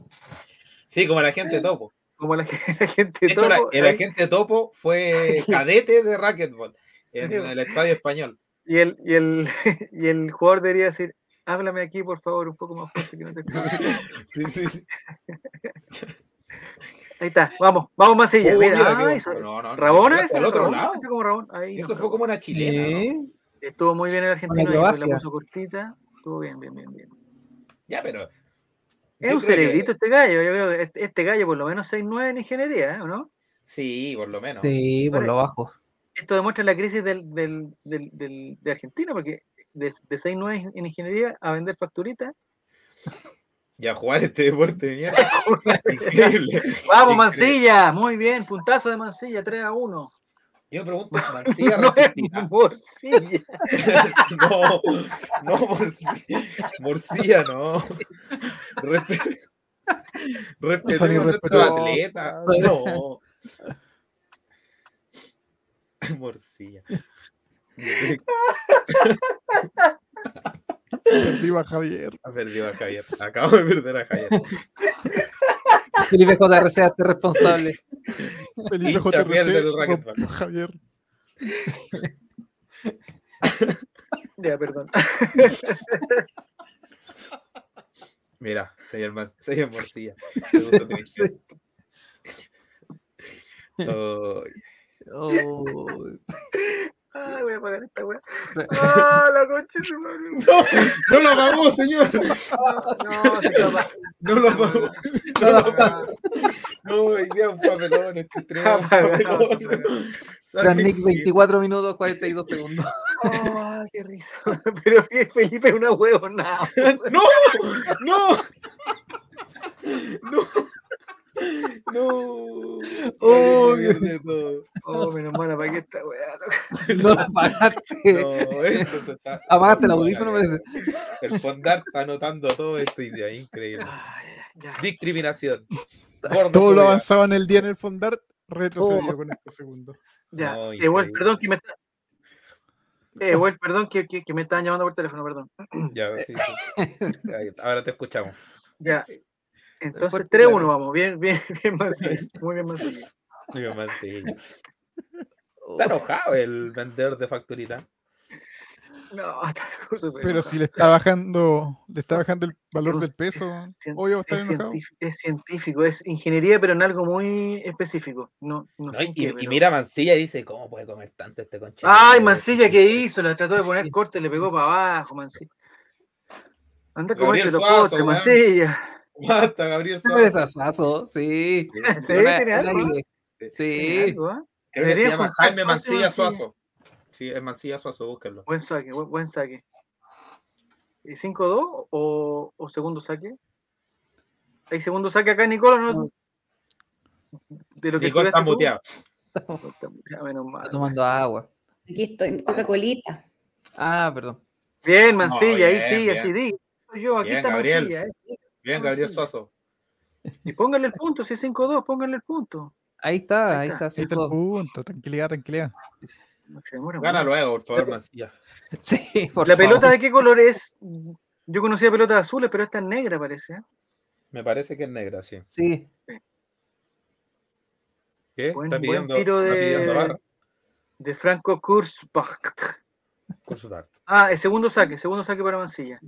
S8: Sí, como la gente topo.
S1: Como la, gente- la gente
S8: De hecho, la-
S1: Topo.
S8: el
S1: ahí,
S8: agente topo fue cadete de racquetball en
S1: Sí.
S8: el estadio español.
S1: y, el, y, el, y el jugador debería decir, háblame aquí, por favor, un poco más fuerte que no te escucho".
S8: Sí, sí, sí.
S1: Ahí está, vamos, vamos más allá.
S8: Oh,
S1: Mira,
S8: mira, qué
S1: ay,
S8: bueno.
S1: eso-
S8: No, no, no,
S1: Rabona
S8: fue
S1: esa,
S8: al otro
S1: Rabona,
S8: lado.
S1: esa como Rabona. Ahí,
S8: Eso
S1: no,
S8: fue como una chilena. ¿no?
S7: ¿Eh?
S1: Estuvo muy bien el argentino, ahí, pues, la
S7: acrobacia.
S1: puso cortita. Estuvo bien, bien, bien, bien.
S8: Ya, pero.
S1: Es
S8: yo
S1: un
S8: creo que-
S1: cerebrito este gallo. Yo creo que este, este gallo por lo menos 6'9 en ingeniería, ¿eh? ¿o no?
S8: Sí, por lo menos.
S7: Sí, por lo bajo.
S1: Esto demuestra la crisis del, del, del, del- de Argentina, porque de, de 6'9 en ingeniería a vender facturitas.
S8: Y a jugar este deporte de mierda. Increíble.
S1: ¡Vamos,
S8: Increíble.
S1: Mancilla! Muy bien, puntazo de Mancilla, 3 a 1.
S8: Yo me pregunto, ¿Mancilla
S1: no es
S8: resistirá?
S1: Morcilla.
S8: No, no, Morcilla, Morcilla no. Respe- Respetemos a nuestro
S6: irrespetuosos,
S8: atleta.
S6: padre.
S8: No. Morcilla.
S6: Viva Javier.
S8: Ha perdido a Javier. Acabo de perder a Javier.
S7: Felipe JRC, hazte responsable.
S6: Felipe
S8: Hincha fiel del
S6: JRC.
S8: racquetball.
S6: rompió a Javier.
S1: Ya, perdón.
S8: Mira, señor, Man- señor Morcilla. Segundo triste. Oh,
S7: Oh.
S1: Ay, voy a apagar esta weá. ¡Ah, la concha de su madre!
S8: No, no lo pagó, señor.
S1: No, se quedó pa-
S8: No lo pagó. No lo pagó. No, hoy día un papelón. Este estrella, un papelón.
S7: Ah, Nick, 24 minutos 42 segundos.
S1: ¡Ah, qué risa! Pero que Felipe es una huevonada.
S8: ¡No! ¡No! ¡No! ¡No!
S1: Oh,
S8: Pierde todo.
S1: Oh, menos mal, ¿para qué esta weá? loco.
S7: No lo pagaste.
S8: No, esto se está.
S7: Apagaste el audífono, parece.
S8: El Fondar está anotando todo esto y de ahí, increíble.
S1: Ay, ya.
S8: Discriminación.
S6: Todo lo
S8: Gordofobia.
S6: avanzado en el día en el fondar retrocedió
S1: Oh.
S6: con este estos segundos.
S1: Ya,
S8: No,
S1: eh, Wolf,
S8: increíble.
S1: perdón que me está... Eh, Wolf, perdón que, que, que me están llamando por teléfono, perdón.
S8: Ya, sí, sí. Ahí, Ahora te escuchamos.
S1: Ya. Entonces,
S7: fuerte
S1: 3-1 vamos, bien, bien, bien Mancilla, muy bien Mancilla.
S8: Mi mamá, sí.
S7: Oh.
S8: Está enojado el vendedor de facturita.
S1: No, está súper
S6: Pero
S1: enojado.
S6: si le está bajando, le está bajando el valor
S1: Pero
S6: del
S1: es-
S6: peso,
S1: es cien-
S6: obvio va a estar
S1: es
S6: enojado.
S1: científ- es científico, es ingeniería, pero en algo muy específico. No, no
S8: No,
S1: sé
S8: y,
S1: en qué,
S8: y
S1: pero-
S8: mira Mancilla y dice, ¿cómo puede comer tanto este concha?
S1: Ay, Mancilla, ¿qué hizo? La trató de poner corte, le pegó para abajo, Mancilla. Anda a comer
S8: Gabriel
S1: los
S8: Suazo,
S1: cortes,
S8: weón.
S1: Mancilla.
S8: Basta, Gabriel
S7: ¿Qué
S8: Suárez.
S7: desazazo? Sí.
S1: Sí,
S7: Una-
S1: tiene
S7: una-
S1: algo. ¿eh? Tiene
S7: Sí.
S1: algo, ¿eh?
S8: Creo que se
S1: Debería
S8: llama
S1: juntar
S8: Jaime
S1: Suazo y
S8: Mancilla
S1: Mancilla.
S8: Suazo. Sí, es Mancilla Suazo, búsquenlo.
S1: Buen saque, buen, buen saque. ¿Y 5-2 o, o segundo saque? ¿Hay segundo saque acá, Nicola? No?
S7: No.
S1: De lo que
S8: Nicole está
S1: jugaste tú.
S8: muteado.
S1: Está muteado, menos mal.
S7: Está tomando agua.
S2: Aquí estoy, Coca-Colita.
S7: Ah, perdón.
S1: Bien, Mancilla, ahí
S8: bien,
S1: sí,
S8: bien.
S1: así di. Soy Yo, aquí
S8: Bien,
S1: está
S8: Gabriel.
S1: Mancilla. eh, sí.
S8: Bien, Gabriel Suazo.
S1: Y póngale el punto, si es 5-2, póngale el punto.
S7: Ahí está,
S1: Ahí
S7: ahí
S1: está.
S7: está.
S6: Ahí está el punto, tranquilidad, tranquilidad.
S1: No se demora
S8: Gana
S1: mucho.
S8: luego, por favor, Mancilla.
S7: Sí, por
S1: ¿La
S7: favor.
S1: pelota de qué color es? Yo conocía pelotas azules, pero esta es negra, parece. ¿eh?
S8: Me parece que es negra, sí.
S7: Sí.
S8: ¿Qué?
S1: Buen-
S8: está
S1: buen
S8: pidiendo,
S1: tiro
S8: está
S1: de-
S8: pidiendo barra.
S1: De Franco Kurzbach.
S8: Curso de arte.
S1: Ah, el segundo saque, segundo saque para Mancilla.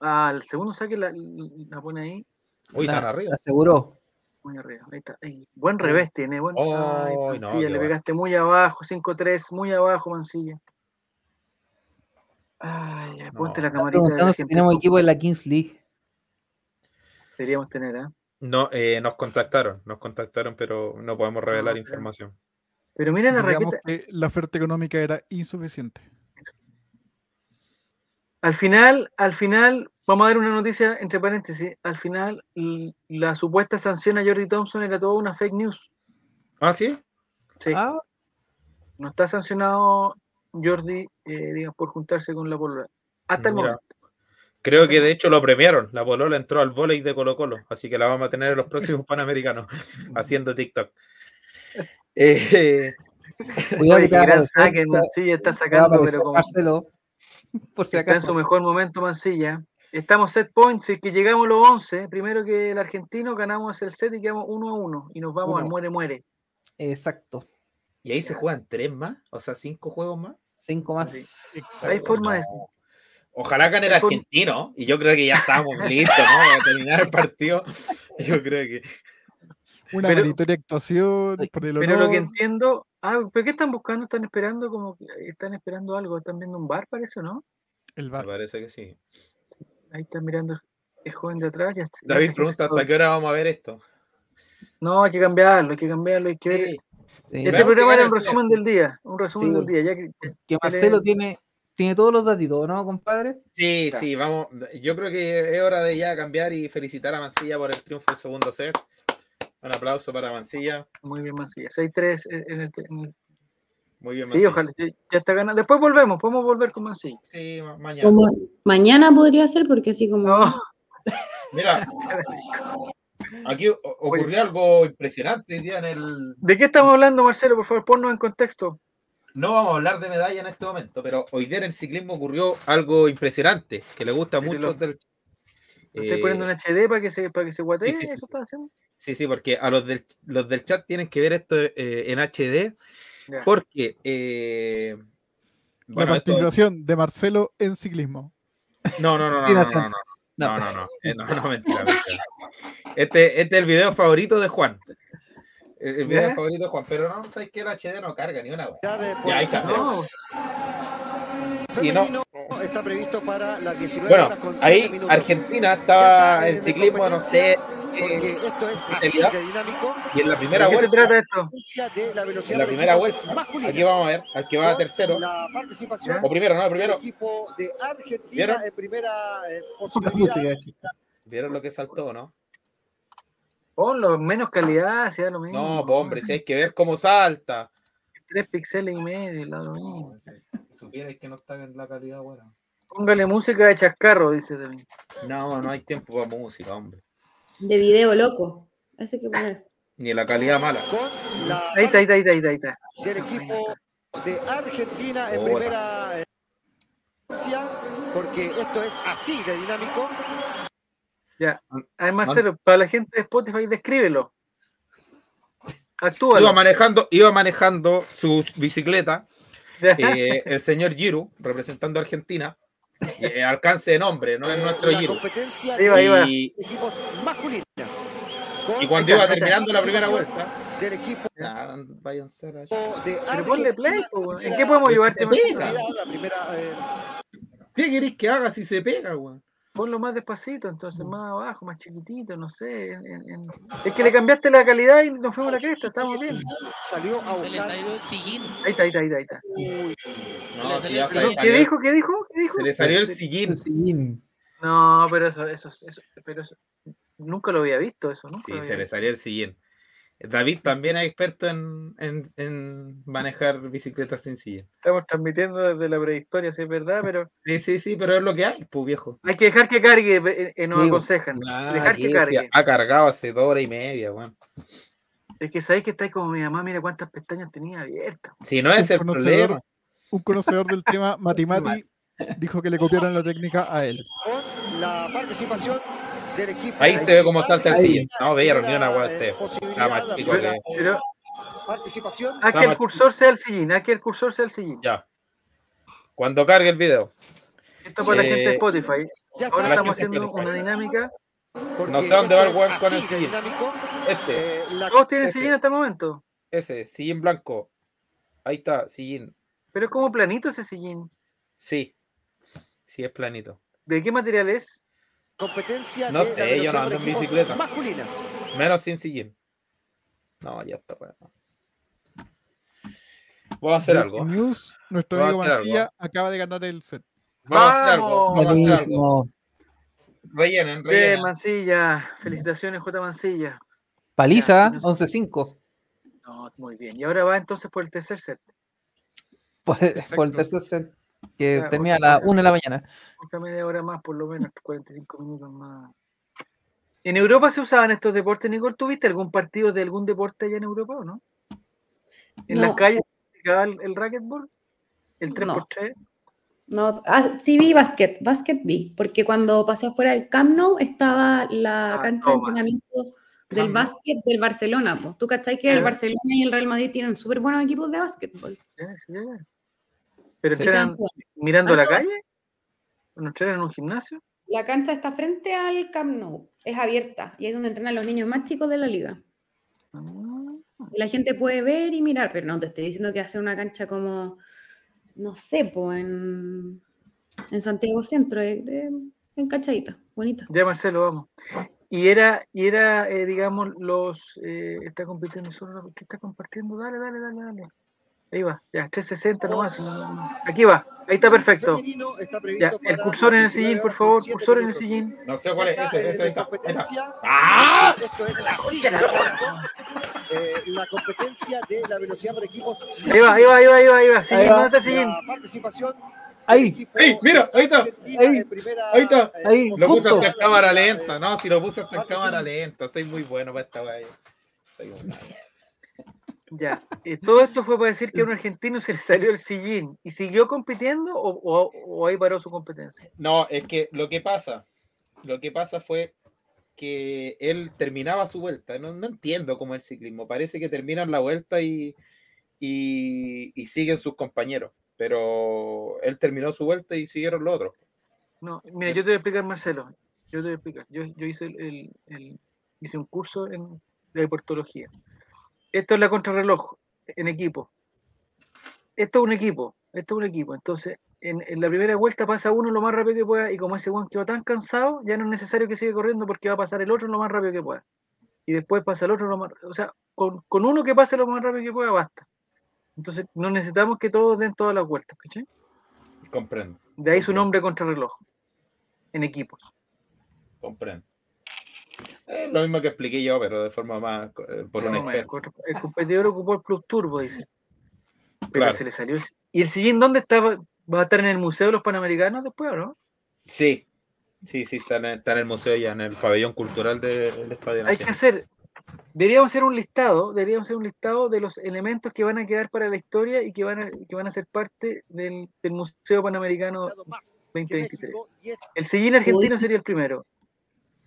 S1: Ah, el segundo saque la, la pone ahí,
S8: Uy,
S7: La-
S8: están arriba.
S7: la Aseguró.
S1: muy arriba. Ahí está. Ay, buen revés tiene. Buen, ay,
S8: Ay, no,
S1: Mancilla,
S8: qué
S1: le
S8: va.
S1: pegaste muy abajo, 5-3, muy abajo, Mancilla. Ay, ay, ponte
S8: No.
S1: la
S7: Está
S1: camarita. de
S7: preguntando
S1: la
S7: si
S1: gente.
S7: tenemos equipo en la Kings League.
S1: Deberíamos tener, ¿ah?
S8: No, eh, nos contactaron, nos contactaron, pero no podemos revelar
S1: Ah, ok.
S8: información.
S1: Pero mira la
S6: Digamos
S1: raqueta.
S6: que la oferta económica era insuficiente.
S1: Al final, al final, vamos a dar una noticia entre paréntesis. Al final, l- la supuesta sanción a Jordi Thompson era toda una fake news.
S8: ¿Ah, sí?
S1: Sí.
S7: Ah,
S1: No está sancionado Jordi, eh, digamos, por juntarse con la polola. Hasta el
S8: Mira.
S1: momento.
S8: Creo que de hecho lo premiaron. La Polola entró al volei de Colo Colo, así que la vamos a tener en los próximos Panamericanos haciendo TikTok. Eh,
S1: Oye,
S7: cuidado que
S1: qué
S7: te va a
S1: gran
S7: aparecer-
S1: saque,
S7: te va-
S1: Mancilla está
S7: te va a
S1: sacando,
S7: aparecer
S1: pero como
S7: Marcelo, por si
S1: está en su
S7: acaso.
S1: mejor momento Mancilla. Estamos set points, si es que llegamos los 11, primero que el argentino, ganamos el set y quedamos uno a uno y nos vamos
S7: Uno.
S1: al muere-muere.
S7: Exacto.
S8: y ahí se juegan tres más, o sea, cinco juegos más.
S7: Cinco más.
S1: Sí. Hay
S6: Exacto.
S1: forma de...
S8: No. Ojalá gane el
S1: Hay forma-
S8: argentino, y yo creo que ya estamos listos, ¿no? Para terminar el partido. Yo creo que.
S6: Una
S1: Pero-
S6: meritoria actuación
S7: Oye,
S6: por el honor.
S1: Pero lo que entiendo... Ah, ¿pero qué están buscando? ¿Están esperando como que- eh, están esperando algo? ¿Están viendo un bar, parece, o no?
S6: El
S8: Me
S6: bar.
S8: parece que sí.
S1: Ahí están mirando el joven de atrás. ya- ya
S8: David
S1: se
S8: pregunta:
S1: cansó.
S8: ¿hasta qué hora vamos a ver esto?
S1: No, hay que cambiarlo, hay que cambiarlo, hay que ver...
S8: Sí.
S7: Sí.
S1: Este
S8: Veamos qué
S1: programa
S8: gana
S1: era un
S8: el Celeste.
S1: resumen del día, un resumen
S7: Sí.
S1: del día. Ya que, ya-
S7: Que Marcelo tiene, tiene todos los datitos, ¿no, compadre?
S8: Sí,
S1: Ya.
S8: sí, vamos. Yo creo que es hora de ya cambiar y felicitar a Mancilla por el triunfo del segundo set. Un aplauso para Mancilla.
S1: muy bien, Mancilla. 6-3 en el- en el
S8: Muy bien,
S1: Sí,
S8: Mancilla.
S1: ojalá. sí, Ya está ganando. Después volvemos, podemos volver con Mancilla.
S8: Sí, ma- mañana.
S2: Como mañana podría ser, porque así como.
S1: No,
S8: Mira, aquí o- ocurrió algo impresionante hoy día en el.
S1: ¿De qué estamos hablando, Marcelo? Por favor, ponnos en contexto.
S8: No vamos a hablar de medalla en este momento, pero hoy día en el ciclismo ocurrió algo impresionante que le gusta
S1: Pero
S8: mucho.
S1: lo-
S8: del-
S1: ¿Me ¿Estáis
S8: Eh,
S1: poniendo un HD para que se, para que se guatee?
S8: sí, sí, sí.
S1: ¿Eso estás haciendo?
S8: Sí, sí, porque a los del, los del chat tienen que ver esto eh, en HD,
S1: Ya.
S8: porque. eh,
S6: La
S8: bueno, esto-
S6: participación de Marcelo en ciclismo.
S8: No, no, no, no,
S7: Sin
S8: no, no,
S7: acento.
S8: no. No,
S7: No.
S8: no, no. Eh, no, no, mentira, mentira. Este, este es el video favorito de Juan. El, el video
S1: ¿Ya?
S8: favorito de Juan, pero no sabes que el HD no carga ni una wea. Ya, ahí está.
S1: No.
S8: y no.
S9: femenino está previsto para las 19
S8: Bueno,
S9: horas con siete
S8: ahí
S9: minutos.
S8: Argentina
S9: Ya
S8: estaba
S9: está, eh,
S8: en
S9: de
S8: ciclismo, no sé,
S9: Porque
S8: eh,
S9: esto es así
S8: especialidad.
S9: de dinámico.
S8: y en la
S1: ¿De
S8: primera
S1: qué se
S8: vuelta,
S1: trata esto?
S9: noticia de la velocidad
S8: en la primera
S9: por equipos
S8: vuelta,
S9: masculina.
S8: aquí vamos a ver, al que va
S9: Con
S8: tercero,
S9: La participación
S8: o primero, no,
S9: del
S8: primero,
S9: equipo de Argentina
S8: ¿Vieron?
S9: en primera eh, posibilidad.
S7: Yo
S8: vieron lo que saltó, ¿no?
S1: Ponlo, Oh, menos calidad, sea lo mismo.
S8: No, pues, hombre, si hay que ver cómo salta.
S1: Tres píxeles y medio, la lo mismo.
S8: Supierais que no está en la calidad buena.
S1: Póngale música de chascarro, dice también.
S8: No, no hay tiempo para música, hombre.
S2: De video loco. Ese que poner.
S8: Ni la calidad mala.
S9: Con la
S1: Ahí está, ahí está, ahí está, ahí está. ahí está.
S9: del equipo de Argentina en
S8: Hola.
S9: primera eh, instancia, porque esto es así de dinámico.
S1: Además,
S8: Man-
S1: Marcelo, para la gente de Spotify, descríbelo. Actúalo.
S8: Iba manejando, iba manejando su bicicleta eh, el señor Giru, representando a Argentina. Eh, alcance de nombre, no es nuestro
S9: la
S8: Giru.
S9: competencia
S1: Ahí va, ahí va.
S8: Y,
S9: de equipos masculinos. Con
S8: y cuando iba terminando la primera vuelta,
S9: del equipo
S8: ya, váyanse a la-
S9: de
S1: Pero ponle play,
S9: Argentina.
S1: po, weón. ¿en qué podemos ayudarte,
S8: Se
S1: Marcelo?
S8: pega.
S9: La primera, eh,
S8: ¿Qué queréis que haga si se pega, weón?
S1: Ponlo más despacito, entonces, más abajo, más chiquitito, no sé. en- en- en- Es que le cambiaste la calidad y nos fuimos a la cresta, estamos bien.
S9: salió a
S4: Se le
S9: buscar
S4: salió el sillín.
S1: Ahí está, ahí está, ahí está. Ahí está.
S8: No,
S4: Se
S8: si
S4: le
S8: ya se le
S4: salió el sillín.
S1: ¿Qué
S8: salió-
S1: dijo? ¿Qué dijo? ¿Qué dijo?
S8: Se le salió el sillín.
S1: No, pero eso, eso, eso, pero eso- nunca lo había visto eso, nunca
S8: Sí,
S1: lo había
S8: se le
S1: visto.
S8: salió el sillín. David también es experto en, en- en manejar bicicletas sin sillín.
S1: Estamos transmitiendo desde la prehistoria, si es verdad, pero
S8: Sí, sí, sí, pero es lo que hay, pues viejo.
S1: hay que dejar que cargue, eh, eh, nos
S7: Digo,
S1: aconsejan.
S8: Ah,
S1: dejar
S8: sí,
S1: que
S8: sí,
S1: cargue.
S8: ha cargado hace dos horas y media, weón.
S1: Es que sabéis que estáis como mi mamá, mira cuántas pestañas tenía abiertas.
S8: Si no es el
S6: Conocedor.
S8: problema.
S6: Un conocedor del tema, Matimati, dijo que le copiaron la técnica a él.
S9: con la participación del equipo.
S8: Ahí se ve cómo salta el
S9: Ahí.
S8: sillín. No, veía reunión a
S9: Primera,
S8: guante.
S9: eh, posibilidad,
S8: Está más
S9: la
S8: chico
S9: primera,
S8: que-
S9: eh,
S1: Pero
S9: participación
S1: a Ah, que
S8: Está
S1: el cursor sea el sillín, a que el cursor sea el sillín.
S8: Ya. Cuando cargue el video.
S1: Esto para la gente de
S8: Eh,
S1: Spotify.
S9: Ya
S1: Ahora
S8: la
S9: está,
S1: estamos
S8: gente
S1: haciendo
S8: Spotify.
S1: una dinámica.
S9: porque
S8: no sé dónde va el
S9: esto
S8: weón
S9: es
S8: con
S9: así
S8: el
S9: de
S8: sillín.
S9: dinámico.
S8: Este,
S9: Eh, la
S1: Todos tienen
S8: Ese.
S1: sillín hasta el momento,
S8: ese, sillín blanco. Ahí está, sillín.
S1: pero es como planito ese sillín.
S8: Sí. Sí, es planito.
S1: ¿De qué material es?
S9: competencia
S8: No
S9: de
S8: sé,
S9: la
S8: yo
S9: velocidad
S8: no
S9: por
S8: ando en
S9: equipos
S8: bicicleta.
S9: masculina.
S8: Menos sin sillín. No, ya está. weón. Vamos a hacer algo.
S6: Breaking News, nuestro
S8: Voy a
S6: amigo
S8: hacer algo.
S6: Mancilla acaba de ganar el set.
S8: Vamos a hacer algo. Vamos a hacer algo.
S7: Buenísimo.
S8: Rellenen,
S1: Bien,
S8: rellenen.
S1: Mancilla. Eh, Felicitaciones, J. Mancilla.
S7: Paliza,
S1: Ya,
S7: 11-5.
S1: No, muy bien. Y ahora va entonces por el tercer set.
S7: Por, por el tercer set, que
S1: Claro,
S7: termina a las
S1: claro.
S7: 1 de la mañana.
S1: Otra media hora más, por lo menos, 45 minutos más. ¿En Europa se usaban estos deportes, Nicole? ¿Tuviste algún partido de algún deporte allá en Europa o no? ¿En las
S2: No.
S1: calles se practicaba el, el racquetball? ¿El
S2: No.
S1: 3x3?
S2: No, ah, sí vi básquet, básquet vi, porque cuando pasé afuera del Camp Nou estaba la
S1: Ah,
S2: cancha de
S1: toma.
S2: entrenamiento del
S1: Camp Nou.
S2: básquet del Barcelona. po. Tú cachai que
S1: Ya.
S2: el Barcelona y el Real Madrid tienen súper buenos equipos de básquetbol.
S1: Ya, sí, ya, ya. ¿Pero
S2: Y
S1: entrenan
S2: estaban jugando.
S1: mirando
S2: Ah,
S1: la
S2: no.
S1: calle? ¿No entrenan en un gimnasio?
S2: La cancha está frente al Camp Nou, es abierta y ahí es donde entrenan los niños más chicos de la liga.
S1: Ah,
S2: Y La gente puede ver y mirar, pero no te estoy diciendo que hacer una cancha como, no sé, po, en, en Santiago Centro, eh, eh, en canchadita, bonita.
S1: Ya, Marcelo, vamos. Y era, y era eh, digamos, los. eh, está compartiendo solo. ¿Qué está compartiendo? Dale, dale, dale, dale. Ahí va, ya, 360 nomás. no, no. Aquí va, ahí está perfecto.
S9: Femenino está
S1: Ya,
S9: previsto
S1: el
S9: para
S1: cursor en el
S9: las 19
S1: sillín, por
S9: horas con
S1: favor,
S9: siete
S1: cursor en el
S9: minutos.
S1: sillín.
S8: No sé cuál es.
S9: Ya está,
S8: Ese,
S9: eh,
S8: ese,
S9: de
S8: ahí está. Ahí está.
S9: competencia,
S8: ¡Ah!
S9: Esto es así de dinámico. Eh, la competencia de la velocidad por equipos.
S1: Ahí va, ahí va, ahí va, ahí va. Ahí va. Sillín,
S7: va.
S1: ¿dónde está el sillín?
S9: La participación
S7: Ahí,
S8: ¡Ey, mira! Ahí está.
S7: Ahí,
S8: ahí está,
S9: eh,
S7: ahí,
S8: Lo puse
S7: Justo.
S8: hasta en cámara lenta, no, si lo puse hasta en
S9: Marco,
S8: cámara
S9: sí.
S8: lenta, soy muy bueno para esta wey. Soy un gallo.
S1: Ya. Eh, todo esto fue para decir que a un argentino se le salió el sillín. ¿Y siguió compitiendo o, o- o ahí paró su competencia?
S8: No, es que lo que pasa, lo que pasa fue que él terminaba su vuelta, no, no entiendo cómo es el ciclismo, parece que terminan la vuelta y, y, y siguen sus compañeros, pero él terminó su vuelta y siguieron los otros.
S1: No, mira, yo te voy a explicar, Marcelo. Yo te voy a explicar. Yo, yo hice, el, el- el- hice un curso en- de deportología. Esto es la contrarreloj en equipo. Esto es un equipo. Esto es un equipo. Entonces, en, en la primera vuelta pasa uno lo más rápido que pueda y como ese Juan quedó tan cansado, ya no es necesario que siga corriendo porque va a pasar el otro lo más rápido que pueda. Y después pasa el otro lo más O sea, con, con uno que pase lo más rápido que pueda, basta. Entonces, no necesitamos que todos den todas las vueltas, ¿cachai?
S3: Comprendo,
S1: De ahí su nombre contrarreloj. En equipos.
S3: comprendo. Es lo mismo que expliqué yo, pero de forma más eh, por un
S1: Más o menos.
S3: experto.
S1: Contra- El competidor ocupó el Plus Turbo, dice. Pero
S3: Claro.
S1: se le salió el... ¿Y el sillín dónde estaba? ¿Va a estar en el Museo de los Panamericanos después o no?
S3: Sí, sí, sí, está en, el, está en el museo ya, en el pabellón cultural de- del Estadio
S1: Hay que
S3: Nacional.
S1: hacer... Deberíamos hacer un listado, deberíamos hacer un listado de los elementos que van a quedar para la historia y que van a, que van a ser parte del, del Museo Panamericano
S9: Dado más que
S1: 2023.
S9: México y es
S1: El sillín argentino sería el primero.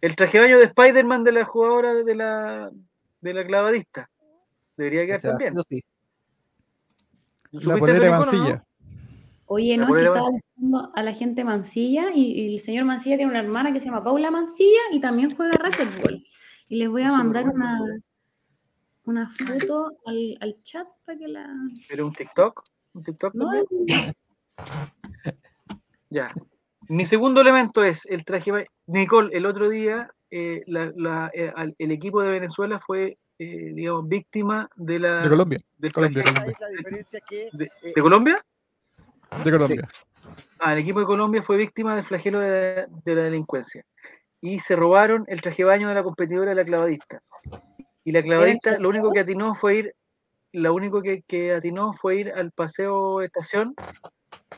S1: El traje de baño de Spider-Man de la jugadora de la, de la clavadista. Debería quedar
S7: Ese
S1: también.
S7: vacío sí.
S6: La
S1: ¿Supiste,
S6: polera de
S1: Felipe, o no?
S6: mancilla.
S1: Me
S2: Oye, no, es que
S1: acuerdo de
S2: estaba buscando a la gente Mancilla y, y el señor Mancilla tiene una hermana que se llama Paula Mancilla y también juega racquetball. Y les voy a
S1: Ah, súper
S2: mandar
S1: bueno.
S2: una, una foto al, al chat para que la...
S1: Pero un TikTok. Un TikTok
S2: No,
S1: también. Ya. Mi segundo elemento es el traje. ba- Nicole, el otro día eh, la- la- eh, al- el equipo de Venezuela fue, eh, digamos, víctima de la.
S6: De Colombia,
S1: del
S6: Colombia,
S1: traje-
S9: esa es la diferencia que
S1: de-
S9: eh,
S1: ¿De Colombia?
S6: de Colombia.
S1: Ah, el equipo de Colombia fue víctima del flagelo de, de la delincuencia. Y se robaron el traje de baño de la competidora de la clavadista. Y la clavadista lo único que atinó fue ir, lo único que, que atinó fue ir al paseo estación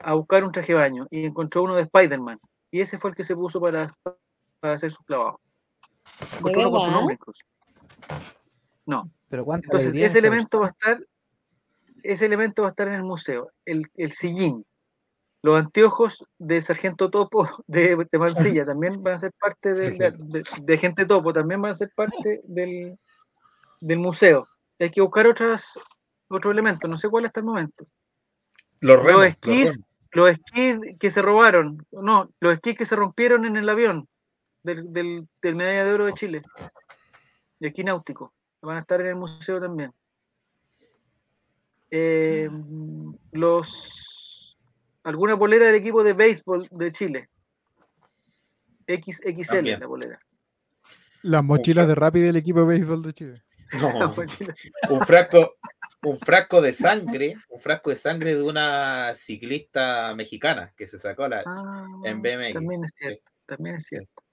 S1: a buscar un traje de baño. Y encontró uno de Spider-Man. Y ese fue el que se puso para, para hacer su clavado. Encontró uno con su
S2: verdad?
S1: nombre incluso.
S7: Pero cuánta
S1: Entonces,
S7: alegría
S1: ese
S7: en Colombia.
S1: elemento va a estar, ese elemento va a estar en el museo, el, el sillín, los anteojos de Sargento Topo de, de Mansilla también van a ser parte de, la- de- de Gente Topo, también van a ser parte del, del museo. Hay que buscar otras, otro elemento, no sé cuál hasta el momento.
S3: Los
S1: Los
S3: remos, los
S1: esquís,
S3: remos.
S1: los esquís que se robaron, no, los esquís que se rompieron en el avión del, del, del medalla de oro de Chile, de aquí náutico, van a estar en el museo también. Eh, los alguna polera del equipo de béisbol de Chile. XXL
S3: También.
S1: la polera.
S6: Las mochilas de Rappi del equipo de béisbol de Chile.
S1: La
S8: Oh.
S3: No,
S1: mochila.
S3: un frasco, un frasco de sangre, un frasco de sangre de una ciclista mexicana que se sacó la.
S1: Ah,
S3: En BMX,
S1: También es cierto, también es cierto.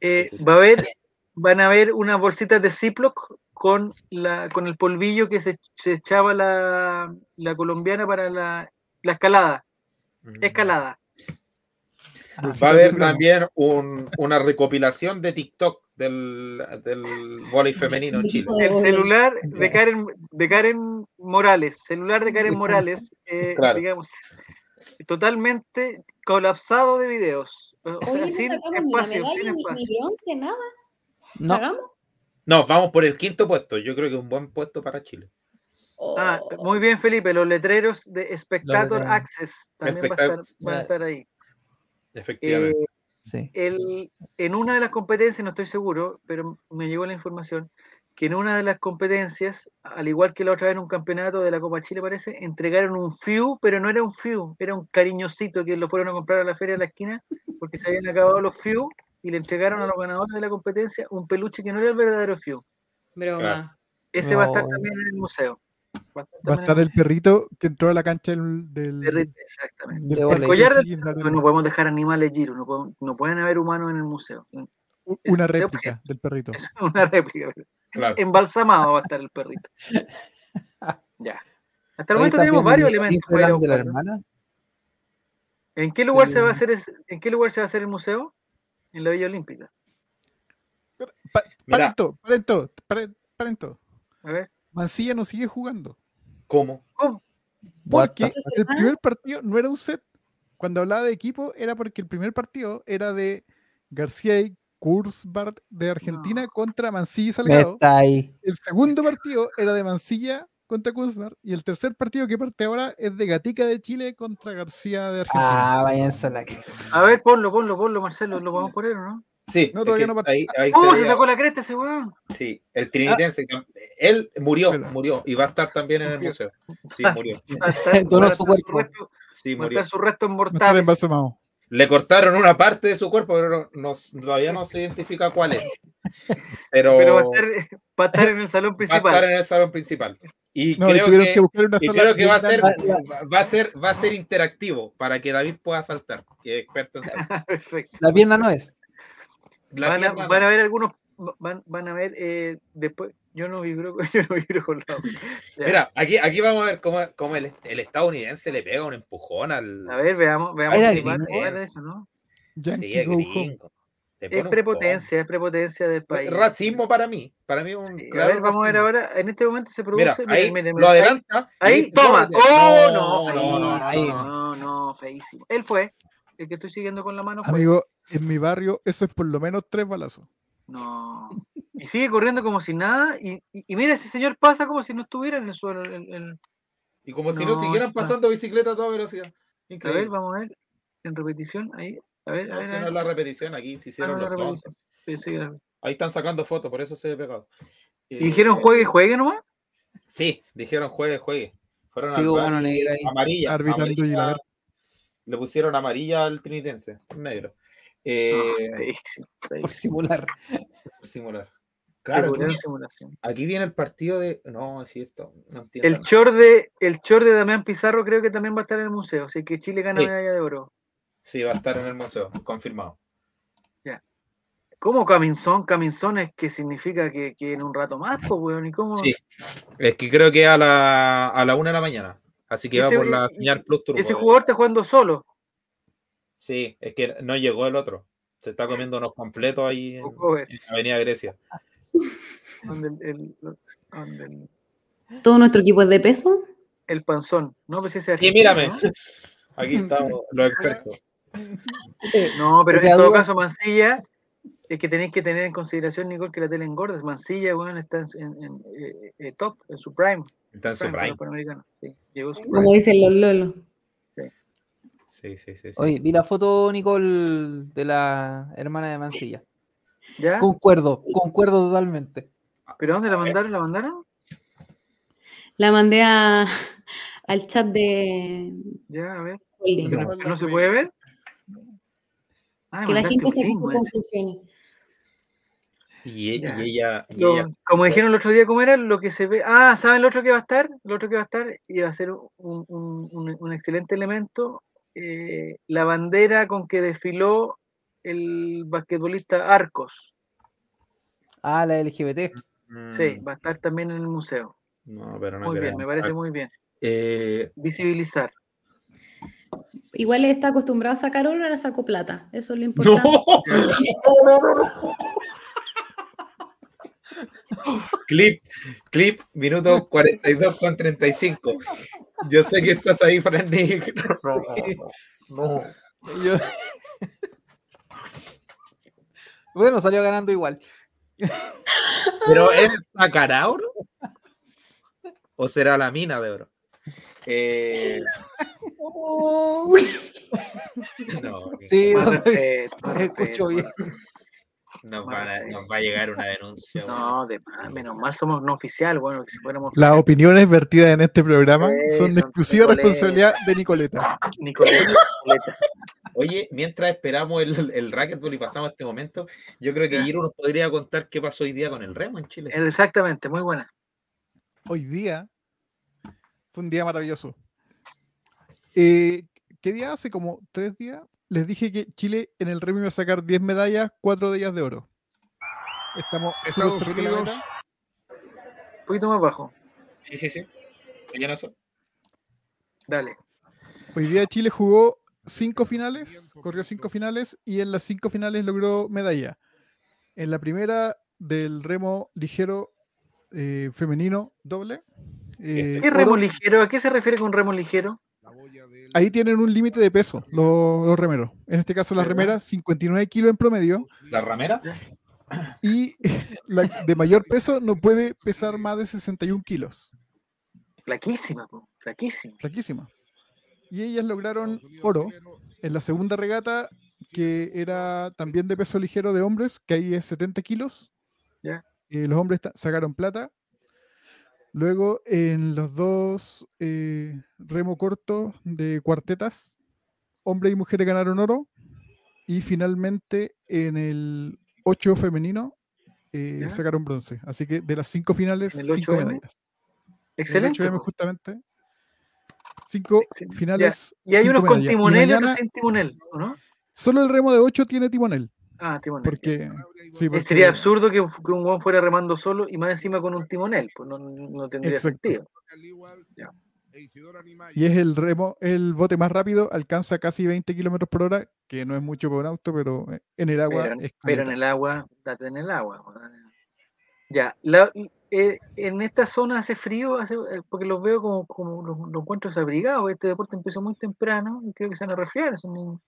S1: Eh,
S3: sí, sí.
S1: Va a haber, van a haber unas bolsitas de Ziploc con la, con el polvillo que se, se echaba la, la colombiana para la, la escalada,
S3: Mm.
S1: escalada. Ah,
S3: Va a haber también un- una recopilación de TikTok del, del vóley femenino en
S2: El
S3: Chile.
S2: equipo de
S1: El
S2: voleibol.
S1: celular de Karen, de Karen Morales, celular de Karen Morales, eh,
S3: Claro.
S1: digamos, totalmente colapsado de videos. O sea,
S2: Oye, no
S1: sin
S2: sacamos ni la
S1: espacio,
S2: medalla,
S1: sin Ah,
S2: ni,
S1: espacio.
S2: ni bronce, nada.
S7: No,
S2: ¿Cagamos?
S3: No, vamos por el quinto puesto. Yo creo que es un buen puesto para Chile.
S1: Ah,
S2: Oh,
S1: muy bien, Felipe. Los letreros de Spectator
S7: letreros.
S1: Access también va a estar-
S3: Espectac-
S1: van a estar ahí.
S3: Efectivamente.
S1: Eh,
S7: sí.
S1: el- en una de las competencias, no estoy seguro, pero me llegó la información, que en una de las competencias, al igual que la otra vez en un campeonato de la Copa Chile, parece, entregaron un FIU, pero no era un FIU, era un cariñosito que lo fueron a comprar a la feria de la esquina porque se habían acabado los FIU y le entregaron a los ganadores de la competencia un peluche que no era el verdadero FIU.
S2: broma.
S1: Ese va a estar
S7: No.
S1: también en el museo. Va a estar,
S6: Va a
S1: también
S6: estar
S1: en
S6: el perrito que entró a la cancha del. del,
S1: el museo. Exactamente.
S6: del
S7: El
S6: parque
S1: collar del-
S6: Higgins, la-
S1: No podemos dejar animales, Giro, no, podemos- no pueden haber humanos en el museo.
S6: Una
S1: de
S6: réplica
S1: objeto.
S6: del perrito.
S1: Es una réplica.
S3: Claro.
S1: eh, Embalsamado va a estar el perrito. Ya. Hasta el momento
S7: Oye, también
S1: tenemos varios
S7: el
S1: elementos para ir a
S7: Instagram de la
S1: buscar, ¿no?
S7: hermana.
S1: ¿En qué lugar se va a
S7: Pero-
S1: hacer es- en qué lugar se va a hacer el museo? En la Villa Olímpica.
S3: Mira.
S6: Paren todo, paren todo, paren- paren todo.
S1: A ver.
S6: Mancilla no sigue jugando.
S3: ¿Cómo?
S1: ¿Cómo?
S6: Porque
S7: What
S6: el primer partido no era un set. Cuando hablaba de equipo, era porque el primer partido era de García y Kurzbart de Argentina contra Mancilla y
S7: the- Me
S6: Salgado.
S7: está ahí.
S6: El segundo partido era de Mancilla contra Kurzbart. Y el tercer partido que parte ahora es de Gatica de Chile contra García de Argentina.
S7: Ah, váyanse a la
S1: A ver, ponlo, ponlo, ponlo, Marcelo, lo podemos poner, ¿o ¿no?
S3: Sí,
S6: No,
S3: es
S6: todavía
S3: que
S6: no part-
S3: ahí, ahí se
S1: ¡Oh, se
S3: veía-
S1: sacó la cresta ese weón!
S3: sí, el
S1: Ah.
S3: trinitense. cam- Él murió,
S6: Espera.
S3: murió y va a estar también en el museo. Sí, murió.
S1: Va a estar-
S7: Donó
S1: va a
S7: su
S1: estar
S7: cuerpo.
S1: resto-
S8: Sí, murió.
S1: marcar sus restos
S6: Matar en
S1: mortales.
S6: vaso mao.
S8: Le cortaron una parte de su cuerpo, pero no, no- todavía no se identifica cuál es. Pero,
S1: Pero va a, estar, va a estar en el salón
S8: va a
S1: principal.
S8: estar en el salón principal. Y
S6: No, y
S8: creo
S6: tuvieron
S8: que,
S6: que, buscar una
S8: y
S6: sala.
S8: creo que va a ser
S6: grande.
S8: va a ser va a ser interactivo para que David pueda saltar, que es experto en saltar.
S1: Perfecto.
S7: La pierna no es.
S8: La
S1: Van a,
S8: pierna
S1: van a
S8: no.
S1: ver algunos. Van, van a ver eh, después. Yo no vibro, yo no vibro con la. Ya.
S8: Mira, aquí, aquí vamos a ver cómo, cómo el, el estadounidense le pega un empujón al.
S1: A ver, veamos, veamos
S7: Era
S1: qué va-
S7: gringo.
S1: va de eso, ¿no?
S6: Yankee
S8: Sí, es
S6: Go Home.
S8: gringo. Le pone
S1: Es
S8: un
S1: prepotencia, es prepotencia del
S8: con.
S1: país.
S8: Racismo para mí. Para mí es un
S1: Sí, a
S8: claro
S1: ver, vamos a ver
S8: racismo.
S1: ahora. En este momento se produce.
S8: Mira,
S1: miren,
S8: ahí
S1: miren,
S8: lo
S1: miren, ahí-
S8: adelanta. y
S1: Ahí,
S8: dice,
S1: toma.
S8: "Gol".
S1: Oh, no, feísimo, no,
S7: ahí.
S1: no, feísimo. Él fue. El que estoy siguiendo con la mano
S8: pues.
S1: fue.
S6: Amigo, en mi barrio eso es por lo menos tres balazos.
S1: No. Y sigue corriendo como si nada. Y, y, y mira, ese señor pasa como si no estuviera en el suelo. el- el-
S8: Y como si no,
S1: No,
S8: siguieran
S1: está.
S8: pasando bicicleta a toda velocidad.
S1: A ver,
S8: Increíble.
S1: vamos a ver. En repetición, ahí. A ver, a
S8: No,
S1: ver.
S8: si
S1: a
S8: no
S1: ver.
S8: es la repetición, aquí se
S1: Ah, no,
S8: hicieron
S1: la
S8: los tontos.
S1: repetición. Sí, sí, la-
S8: Ahí están sacando fotos, por eso se ve pegado. Eh,
S1: Y dijeron juegue, juegue nomás.
S8: Sí, dijeron juegue, juegue. Fueron
S7: Sí,
S8: al bar
S7: bueno,
S8: y-
S7: negra ahí.
S8: amarilla.
S6: Arbitrando y
S8: amarilla-
S6: Gilabert.
S8: le pusieron amarilla al trinitense, un negro. Eh,
S1: No, feísimo,
S7: Por
S1: feísimo.
S7: simular.
S8: simular.
S1: Le
S8: Claro, aquí,
S1: pusieron
S8: viene-
S1: simulación.
S8: aquí viene el partido de. No, es cierto. No entiendo.
S1: El short, de, el short de Damián Pizarro creo que también va a estar en el museo, así que Chile gana
S8: Sí.
S1: medalla de oro.
S8: Sí, va a estar en el museo, confirmado.
S1: ¿Cómo Caminzón? Caminzón es que significa que, que en un rato más, pues, weón. ¿Y cómo?
S8: Sí, es que creo que a la, a la una de la mañana. Así que
S1: Y
S8: va
S1: este-
S8: por la
S1: y-
S8: señal Plus Turbo. eh.
S1: Ese jugador está jugando solo.
S8: Sí, es que no llegó el otro. Se está comiendo unos completos ahí en,
S1: O cover,
S8: en Avenida Grecia.
S1: donde el, el- donde el-
S2: ¿Todo nuestro equipo es de peso?
S1: el panzón. No, pues ese es
S8: Y
S1: argentino,
S8: mírame. Aquí estamos los expertos.
S1: ¿no? No, pero
S7: Porque
S1: en todo
S7: duda-
S1: caso, Mancilla, es que tenéis que tener en consideración, Nicole, que la tele engorda. Mancilla, weón, está en, en- en, eh, eh, top, en su prime.
S8: Está en su
S1: para
S8: prime.
S1: los panamericanos, sí, llegó su prime.
S2: Como dicen los lolos.
S8: Sí, sí, sí. sí.
S7: Oye, vi la foto, Nicole, de la hermana de Mancilla.
S1: ¿Ya?
S7: Concuerdo, concuerdo totalmente.
S1: ¿Pero dónde la mandaron? ¿La mandaron?
S2: La mandé a- al chat de
S1: Ya, a ver.
S2: Holding.
S8: No.
S1: ¿No se puede ver? Ah,
S2: Que la
S1: mandaste
S2: gente
S1: un
S2: se
S1: link,
S2: puso
S1: weón.
S2: confusiones.
S8: Y, e- y
S1: Ya.
S8: ella. y
S1: Lo-
S8: ella-
S1: como dijeron el otro día, ¿cómo era? Lo que se ve. Ah, ¿saben lo otro que va a estar? Lo otro que va a estar y va a ser un, un- un- un excelente elemento. eh, la bandera con que desfiló el basquetbolista Arcos.
S7: Ah, la LGBT.
S1: Sí,
S8: Mm, ah.
S1: va a estar también en el museo.
S8: No, pero no
S1: Muy bien,
S8: creo.
S1: me parece muy bien.
S8: Eh,
S1: Visibilizar.
S2: Igual está acostumbrado a sacar oro, ahora sacó plata. Eso es lo
S8: No,
S2: importante.
S8: clip, clip, minuto 42 con 35. Yo sé que estás ahí, Franny. No, no.
S7: Yo- Bueno, salió ganando igual.
S8: Pero es sacará oro o será la mina de oro. Eh, no,
S7: Sí,
S1: Más
S7: no,
S1: respeto, más respeto,
S7: escucho bien.
S8: nos, van a- nos va a llegar una denuncia. bueno.
S1: No, de más, menos mal somos no oficial. Bueno, que si fuéramos
S6: Las opiniones vertidas en este programa
S1: Sí,
S6: son
S1: son
S6: de exclusiva
S1: Nicoleta.
S6: responsabilidad de Nicoleta.
S1: Nicoleta. Nicoleta.
S8: Oye, mientras esperamos el, el racquetball y pasamos a este momento, yo creo que Giro nos podría contar qué pasó hoy día con el remo en Chile.
S1: Exactamente, muy buena.
S6: Hoy día fue un día maravilloso. Eh, ¿Qué día hace? Como tres días. Les dije que Chile en el remo iba a sacar 10 medallas, 4 de ellas de oro. Estamos súper
S10: Estados
S6: cerca de la
S10: Unidos.
S6: meta.
S1: Un poquito más bajo.
S8: Sí, sí, sí. Ya no son.
S1: Dale.
S6: Hoy día Chile jugó cinco finales, corrió cinco finales y en las cinco finales logró medalla. En la primera del remo ligero eh, femenino doble. eh,
S1: ¿Qué remo
S6: oro.
S1: ligero? ¿A qué se refiere con remo ligero?
S6: Ahí tienen un límite de peso los, los remeros. En este caso las
S1: ¿Verdad?
S6: remeras, 59 kilos en promedio
S8: ¿La ramera?
S6: y la de mayor peso no puede pesar más de 61 kilos.
S1: Flaquísima, po, flaquísima.
S6: Flaquísima. Y ellas lograron oro en la segunda regata, que era también de peso ligero de hombres, que ahí es 70 kilos.
S1: Ya.
S6: Eh, los hombres ta- sacaron plata. Luego, en los dos eh, remo cortos de cuartetas, hombres y mujeres ganaron oro. Y finalmente, en el 8 femenino, eh,
S1: ¿Ya?
S6: sacaron bronce. Así que de las cinco finales,
S1: ¿En el
S6: cinco
S1: 8M?
S6: medallas.
S1: Excelente.
S6: En el 8M, justamente. Cinco
S1: Excelente. Ya,
S6: finales.
S1: Y hay
S6: cinco
S1: unos con
S6: medallas. Y
S1: timonel y otros
S6: mañana
S1: sin timonel, ¿o no?
S6: Solo el remo de 8 tiene timonel.
S1: Ah, timonel. ya.
S6: Porque, sí,
S1: Eh,
S6: porque-
S1: Sería absurdo que, que un guan fuera remando solo y más encima con un timonel, pues no, no tendría
S6: Exacto.
S1: sentido.
S6: Y es el remo, el bote más rápido, alcanza casi 20 kilómetros por hora, que no es mucho para un auto, pero eh, en el agua
S1: Pero,
S6: es
S1: pero en
S6: caleta.
S1: el agua, date en el agua. weón. Ya, la- eh, en esta zona hace frío, hace- eh, porque los veo como, como los, los encuentro desabrigados. Este deporte empezó muy temprano y creo que se van a resfriar. son niños.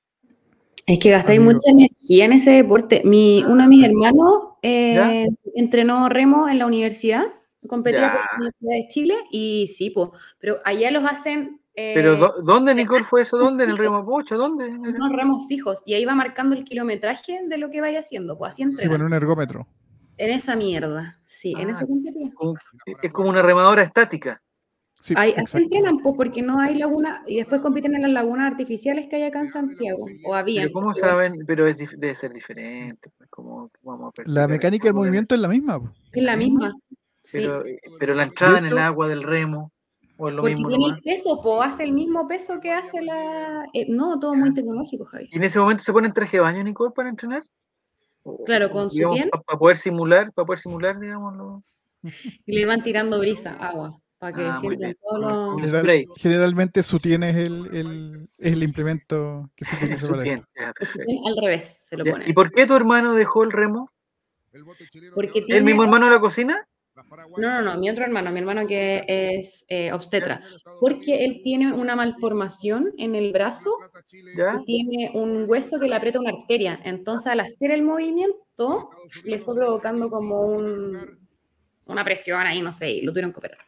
S2: Es que gastáis
S6: Amigo.
S2: mucha energía en ese deporte. Mi, uno de mis hermanos eh, entrenó remo en la universidad, competía por
S1: Ya.
S2: la Universidad de Chile y sí, po, pero allá los hacen eh,
S1: Pero ¿dó- ¿dónde, Nicole, fue eso? ¿Dónde? ¿En el
S2: sí.
S1: río Mapocho? ¿Dónde? Era-
S2: unos remos fijos y ahí va marcando el kilometraje de lo que vaya haciendo, pues así
S6: Sí, con
S2: entrenan.
S6: un ergómetro.
S2: En esa mierda, sí, en
S1: Ah.
S2: eso competía.
S1: como- es como una remadora estática.
S6: Sí,
S2: Ahí, así
S6: exacto.
S2: entrenan, pues, porque no hay laguna y después compiten en las lagunas artificiales que hay acá en Santiago, o habían.
S1: Pero ¿cómo
S2: porque-
S1: saben? Pero es, dif- debe ser diferente. pues, como, vamos a
S6: La
S1: practicar
S6: mecánica del
S1: algo de-
S6: movimiento es la misma. po.
S2: Es la misma. Sí.
S1: Pero, eh, pero la entrada en el
S6: hecho-
S1: agua del remo, o es lo
S2: Porque
S1: mismo
S2: tiene
S1: nomás.
S2: el peso, po, hace el mismo peso que hace la. eh, no, todo muy tecnológico, Javi.
S1: ¿Y en ese momento se ponen traje de baño, Nicole, para entrenar? O-
S2: Claro, con su
S1: digamos,
S2: bien.
S1: Para poder simular, para poder simular, digámoslo.
S2: Y le van tirando brisa, agua, para que
S1: Ah, muy
S2: sientan
S1: bien.
S2: todos
S1: Con-
S2: los.
S1: con-
S6: General-
S1: spray.
S6: generalmente su tiene es el, el- es el implemento que se utiliza
S1: su
S6: para
S1: bien,
S6: esto.
S1: ya, perfecto.
S2: bien Al revés se lo
S1: Ya,
S2: ponen.
S1: ¿Y por qué tu hermano dejó el remo?
S2: Porque
S1: ¿El
S2: tiene.
S1: mismo hermano de la cocina?
S2: No, no, no, mi otro hermano, mi hermano que es eh, obstetra. Porque él tiene una malformación en el brazo
S1: ¿Ya?
S2: y tiene un hueso que le aprieta una arteria. Entonces, al hacer el movimiento, le fue provocando como un, una presión ahí, no sé, y lo tuvieron que operar.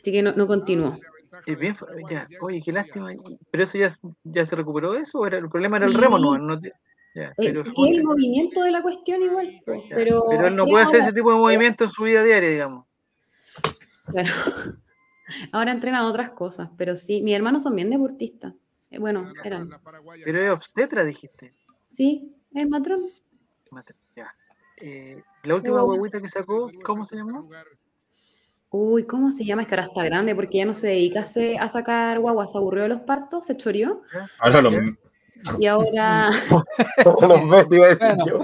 S2: Así que no, no continuó.
S1: Es bien, fa- ya. Oye, qué lástima. y- ¿Pero eso ya, ya se recuperó de eso? ¿O era, el problema era el remo? No,
S2: Sí.
S1: no te- ya,
S2: Eh,
S1: Ah, pero,
S2: es que es el movimiento de la cuestión igual, pues,
S1: ya,
S2: pero,
S1: pero él no
S2: aquí
S1: puede hacer
S2: ahora-
S1: ese tipo de movimiento en su vida diaria, digamos.
S2: Claro. Ahora entrenan otras cosas, pero sí, mis hermanos son bien deportistas. Eh, bueno, eran.
S1: Pero es obstetra, dijiste.
S2: Sí, es matrón.
S1: Mate- ya. Eh, la última
S2: Guagua.
S1: guaguita que sacó, ¿cómo se llamó?
S2: Uy, ¿cómo se llama? Es que ahora está grande porque ya no se dedica a, se- a sacar guaguas, se aburrió de los partos, se choreó
S8: Ahora lo
S2: y ahora
S8: los ves, iba a decir
S7: Bueno,
S8: yo.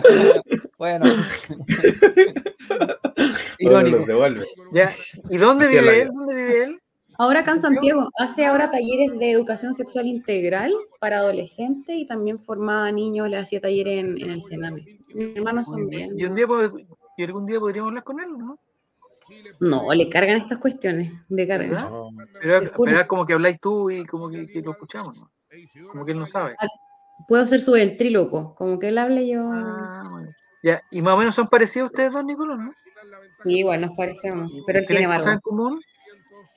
S7: bueno.
S8: Ahora los
S7: Irónico.
S8: devuelve.
S1: Ya. ¿Y dónde
S8: Hacía la
S1: vive
S8: idea.
S1: él? ¿Dónde vive él?
S2: Ahora acá en Santiago hace ahora talleres de educación sexual integral para adolescentes y también formaba a niños, le hacía talleres en, en el Sename. Mis hermanos
S1: Muy
S2: son
S1: bien.
S2: bien.
S1: Y un día pod- y algún día podríamos hablar con él, ¿no?
S2: No, le cargan estas cuestiones, le cargan.
S1: ¿Verdad?
S8: No.
S1: Pero,
S2: Te juro.
S1: pero es como que habláis tú y como que, que lo escuchamos, ¿no? Como que él no sabe.
S2: Ah, Puedo ser su ventríloco, como que él hable yo.
S1: Ah, muy bien. ya. Y más o menos son parecidos ustedes dos, Nicolás, ¿no?
S2: Sí, igual nos parecemos, pero él tiene
S1: ¿Tienen cosas
S2: barba.
S1: en común?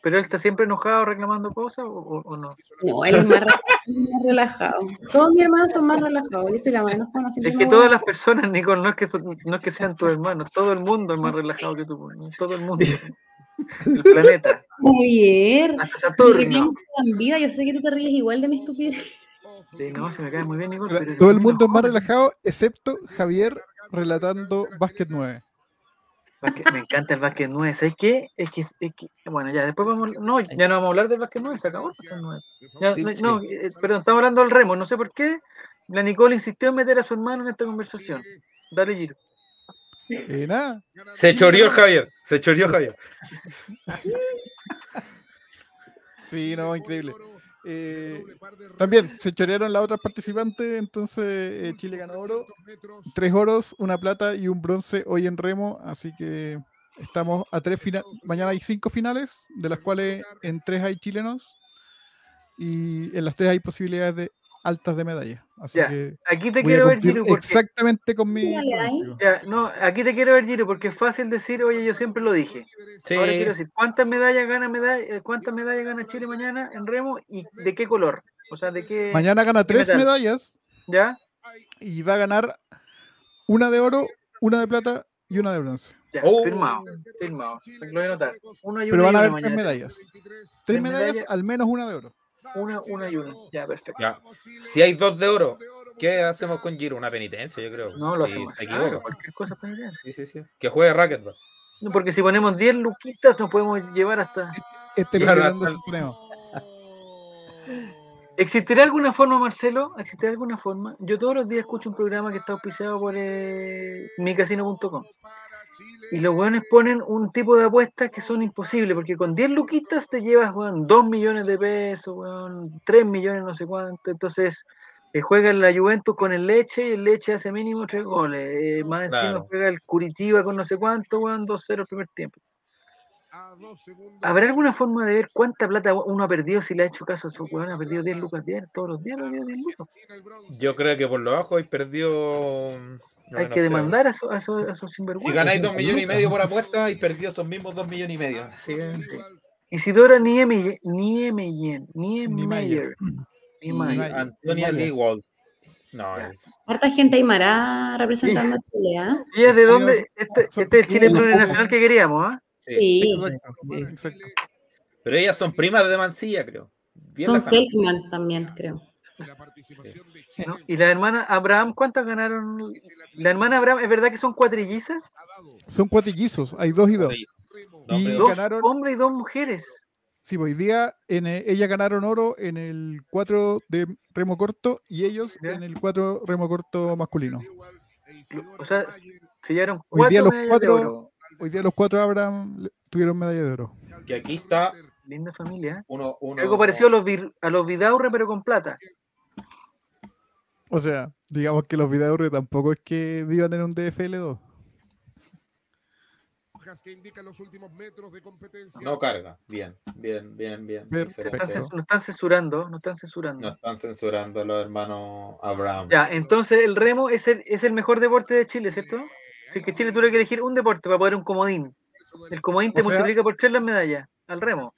S1: ¿Pero él está siempre enojado reclamando cosas o, o- o no?
S2: No, él es más, re- más relajado. Todos mis hermanos son más relajados. Yo soy la más enojona. siempre
S1: Es
S2: me
S1: que
S2: voy a-
S1: todas las personas, Nicole, no es que, son- no es que sean tus hermanos, todo el mundo es más relajado que tú, ¿no? todo el mundo. El planeta,
S2: Javier,
S1: hasta
S2: me
S1: Saturno.
S2: reclamo en vida. Yo sé que tú te ríes igual de mi estupidez.
S1: Sí, no, se me cae muy bien, Nicole.
S6: Pero
S1: pero
S6: Todo
S1: es
S6: el
S1: muy
S6: mundo es más
S1: enojón.
S6: relajado, excepto Javier relatando básquet 9.
S1: Básquet- Me encanta el básquet 9. ¿Sabes qué? Es que, es que- bueno, ya después vamos. No, ya no vamos a hablar del básquet 9, se acabó pues, el básquet 9. Ya,
S7: Sí,
S1: no,
S7: sí.
S1: no, eh, perdón, estamos hablando del remo. No sé por qué la Nicole insistió en meter a su hermano en esta conversación. Dale, Giro.
S6: Eh, nada,
S8: Se choreó el Javier. Se choreó Javier.
S6: sí, no, increíble. Eh, también se chorearon las otras participantes, entonces eh, Chile ganó oro. Tres oros, una plata y un bronce hoy en remo, así que estamos a tres finales. Mañana hay cinco finales, de las cuales en tres hay chilenos y en las tres hay posibilidades de altas de medalla. Así
S1: Ya,
S6: que
S1: Aquí te
S6: voy a
S1: quiero ver,
S6: cumplir
S1: Giro, porque.
S6: exactamente con mi...
S2: Mírale ahí.
S6: pronóstico.
S1: Ya, no, aquí te quiero ver, Giro, porque es fácil decir, oye, yo siempre lo dije.
S8: Sí.
S1: Ahora quiero decir, ¿cuántas medallas gana, medalla, eh, cuántas medallas gana Chile mañana en remo y de qué color? O sea, de qué.
S6: Mañana gana tres
S1: metal.
S6: medallas
S1: ¿Ya?
S6: y va a ganar una de oro, una de plata y una de bronce.
S1: Ya,
S8: Oh.
S1: firmado. Firmado. Lo voy a anotar. Una y
S6: Pero
S1: una
S6: van
S1: y una
S6: a haber
S1: mañana.
S6: tres medallas. Tres
S1: Tres
S6: medallas,
S1: medallas.
S6: al menos una de oro.
S1: Una, una y una. Ya, perfecto.
S8: Ya. Si hay dos de oro, ¿qué hacemos con Giro? Una penitencia, yo creo.
S1: No lo
S8: Sí,
S1: hacemos.
S8: se
S1: Claro,
S8: equivoca.
S1: cualquier cosa puede ser.
S8: Sí, sí, sí. Que juegue racquetball.
S1: No, porque si ponemos 10 luquitas nos podemos llevar hasta...
S6: Este
S8: Claro,
S6: peleando
S8: hasta-
S6: su torneo.
S1: ¿Existirá alguna forma, Marcelo? ¿Existirá alguna forma? Yo todos los días escucho un programa que está auspiciado por eh, micasino.com. Y los weones ponen un tipo de apuestas que son imposibles, porque con 10 luquitas te llevas, weón, 2 millones de pesos, weón, 3 millones no sé cuánto. Entonces, eh, juega la Juventus con el Leche y el Leche hace mínimo 3 goles. Eh, más encima
S8: Claro.
S1: juega el Curitiba con no sé cuánto, weón, 2-0 el primer tiempo. ¿Habrá alguna forma de ver cuánta plata uno ha perdido si le ha hecho caso a su weón? Ha perdido 10 lucas 10 todos los días, ha perdido 10 lucas.
S8: Yo creo que por los ojos y perdió. no,
S1: Hay
S8: no
S1: que
S8: sé.
S1: demandar a esos a esos- a esos
S8: mm, Si
S1: sinvergüenzas.
S8: ganáis dos millones y medio por apuesta y perdió esos mismos dos millones y medio. Así que-
S1: Isidora Niemeyer, Niemeyer, Niemeyer,
S6: Mm.
S8: Y
S1: Niemeyer.
S8: Antonia
S6: Maya.
S8: Lee Wald. No,
S1: Ya.
S8: es-
S2: Harta gente aymara representando a Chile, ¿ah?
S1: Sí, es de
S6: Salió-
S1: dónde? Este,
S6: son-
S1: este es el Chile
S7: Una
S1: plurinacional que queríamos, ¿ah?
S8: sí.
S2: Sí,
S6: Exacto. exacto.
S8: Pero ellas son primas de Mancilla, creo. Bien
S2: son
S8: lejanas.
S2: Selkman también, creo.
S6: Eh.
S1: ¿no? Y la hermana Abraham, ¿cuántas ganaron? La hermana Abraham, ¿es verdad que son cuatrillizas?
S6: Son cuatillizos, hay dos y dos.
S8: No,
S6: Y-
S8: pero-
S1: Dos
S6: ganaron-
S1: hombres y dos mujeres.
S6: Sí, pues, hoy día en, eh, ellas ganaron oro en el 4 de remo corto y ellos
S1: Ya.
S6: en el 4 remo corto masculino.
S1: O sea, sellaron
S6: Hoy día
S1: cuatro
S6: los
S1: medallas de oro.
S6: cuatro, hoy día los cuatro Abraham le- tuvieron medalla de oro.
S8: que aquí está
S1: Linda familia, ¿eh?
S8: uno. uno
S1: Algo parecido a los, vir- a los Vidaurre, pero con plata.
S6: O sea, digamos que los Vidaurre tampoco es que vivan en un DFL2.
S8: No carga. Bien, bien, bien, bien.
S1: No están,
S6: Perfecto.
S1: cens- no están censurando, no están censurando.
S8: No están censurando a los hermanos Abraham.
S1: Ya, entonces el remo es el, es el mejor deporte de Chile,
S4: eh,
S1: ¿cierto? Si es que Chile tuviera que elegir un deporte para poder un comodín. El comodín te
S6: O sea-
S1: multiplica por tres las medallas al remo.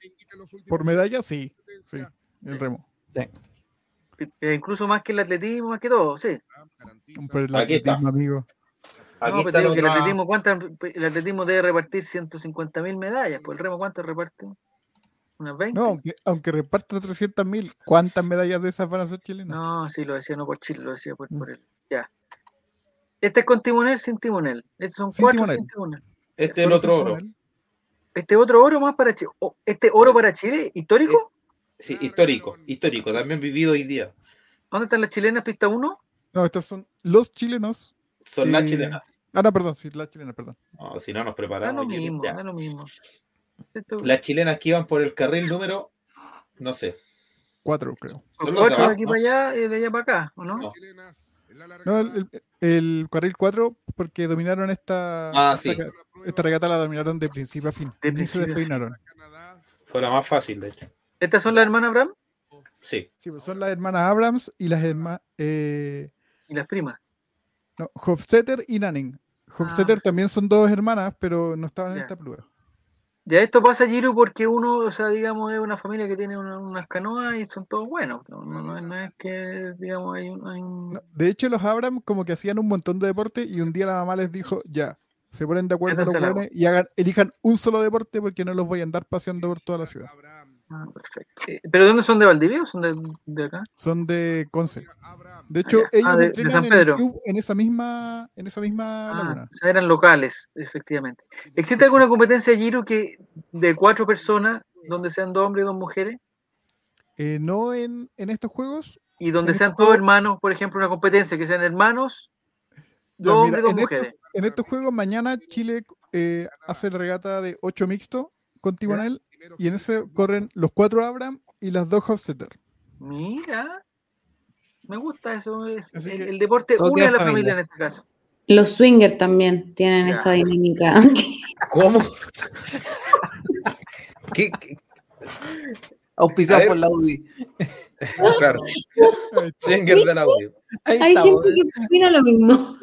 S6: Por medalla, sí. Sí, el remo.
S1: Eh, incluso más que el atletismo, más que todo, sí.
S6: Pero el
S8: Aquí está.
S6: atletismo, amigo.
S8: Aquí
S1: No, pero
S8: está
S1: digo que el
S8: otra-
S1: atletismo, ¿cuántas- el atletismo debe repartir 150 mil medallas. Pues el remo, ¿cuántas reparte? ¿Unas 20?
S6: No, aunque, aunque reparta 300.000, ¿cuántas medallas de esas van a ser chilenas?
S1: No, sí, lo decía no por Chile, lo decía
S6: Mm.
S1: por, por él. Ya. Este es con timonel, sin timonel. Estos son
S6: Sin
S1: cuatro
S6: timonel.
S1: sin timonel.
S8: Este es el otro oro.
S1: Este otro oro más para Chile. Oh, ¿Este oro para Chile? ¿Histórico?
S8: Sí, histórico, histórico. También vivido hoy día.
S1: ¿Dónde están las chilenas, pista 1?
S6: No, estos son los chilenos.
S8: Son las
S6: Eh,
S8: chilenas.
S6: Ah, no, perdón, sí, las chilenas, perdón.
S8: No, si no nos
S1: Da lo
S8: preparamos. yo-
S1: mismo,
S8: ya.
S1: da lo mismo. Esto-
S8: Las chilenas que iban por el carril número, no sé.
S6: Cuatro, creo.
S8: Son los de
S1: cuatro de
S8: abajo,
S1: aquí
S8: ¿no?
S1: para allá y de allá para acá, ¿o no?
S8: No.
S6: No, el, el- el carril 4 porque dominaron esta,
S8: Ah,
S6: esta,
S8: sí.
S6: ca- esta regata la dominaron de principio a fin.
S1: De
S6: Ni se
S1: principio a fin.
S6: despeinaron.
S8: Fue la más fácil, de hecho.
S1: ¿Estas son las hermanas Abraham
S8: Sí.
S6: Sí, pues son las hermanas Abrams y las hermanas
S1: y las primas?
S6: no, Hofstetter y Nanning. Hofstetter también son dos hermanas, pero no estaban en
S1: Ah. Ya.
S6: esta prueba.
S1: Ya esto pasa, Giro, porque uno, o sea, digamos, es una familia que tiene una- unas canoas y son todos buenos. No, no- no es- no es que, digamos, hay un... hay un-
S6: No, de hecho, los Abrams como que hacían un montón de deporte y un día la mamá les dijo, ya, se ponen de acuerdo los
S1: Métanse al agua.
S6: jóvenes y hagan, elijan un solo deporte porque no los voy a andar paseando por toda la ciudad.
S1: Ah, perfecto. Eh, ¿Pero de dónde son? ¿De Valdivia o son de, de acá?
S6: Son de Conce. De hecho,
S1: ya. Ah,
S6: ellos
S1: de- de
S6: entrenan
S1: San
S6: en el
S1: Pedro.
S6: club en esa misma, en esa misma
S1: Ah,
S6: laguna.
S1: o sea, eran locales, efectivamente. ¿Existe alguna competencia, Giro, que de cuatro personas, donde sean dos hombres y dos mujeres,
S6: Eh, no en, en estos juegos.
S1: y donde
S6: En este
S1: sean todos
S6: juego-
S1: hermanos, por ejemplo, una competencia, que sean hermanos,
S6: Ya,
S1: dos
S6: mira,
S1: hombres y dos
S6: en,
S1: mujeres?
S6: estos, en estos juegos mañana Chile eh, hace la regata de 8 mixto con Timonel y en ese corren los 4 Abram y las 2 Hofstetter.
S1: Mira, me gusta eso. es-
S6: Así
S1: el,
S6: que-
S1: el deporte
S7: Todo
S1: une
S7: queda
S1: a la
S7: familia.
S1: familia en este caso.
S2: Los swingers también tienen
S1: Ya.
S2: esa dinámica.
S8: ¿Cómo? ¿Qué, qué- A
S7: Auspiciado
S8: ver.
S7: por la UDI.
S8: Claro, Singer del audio.
S7: Ahí
S2: Hay
S7: estamos.
S2: gente que opina lo mismo.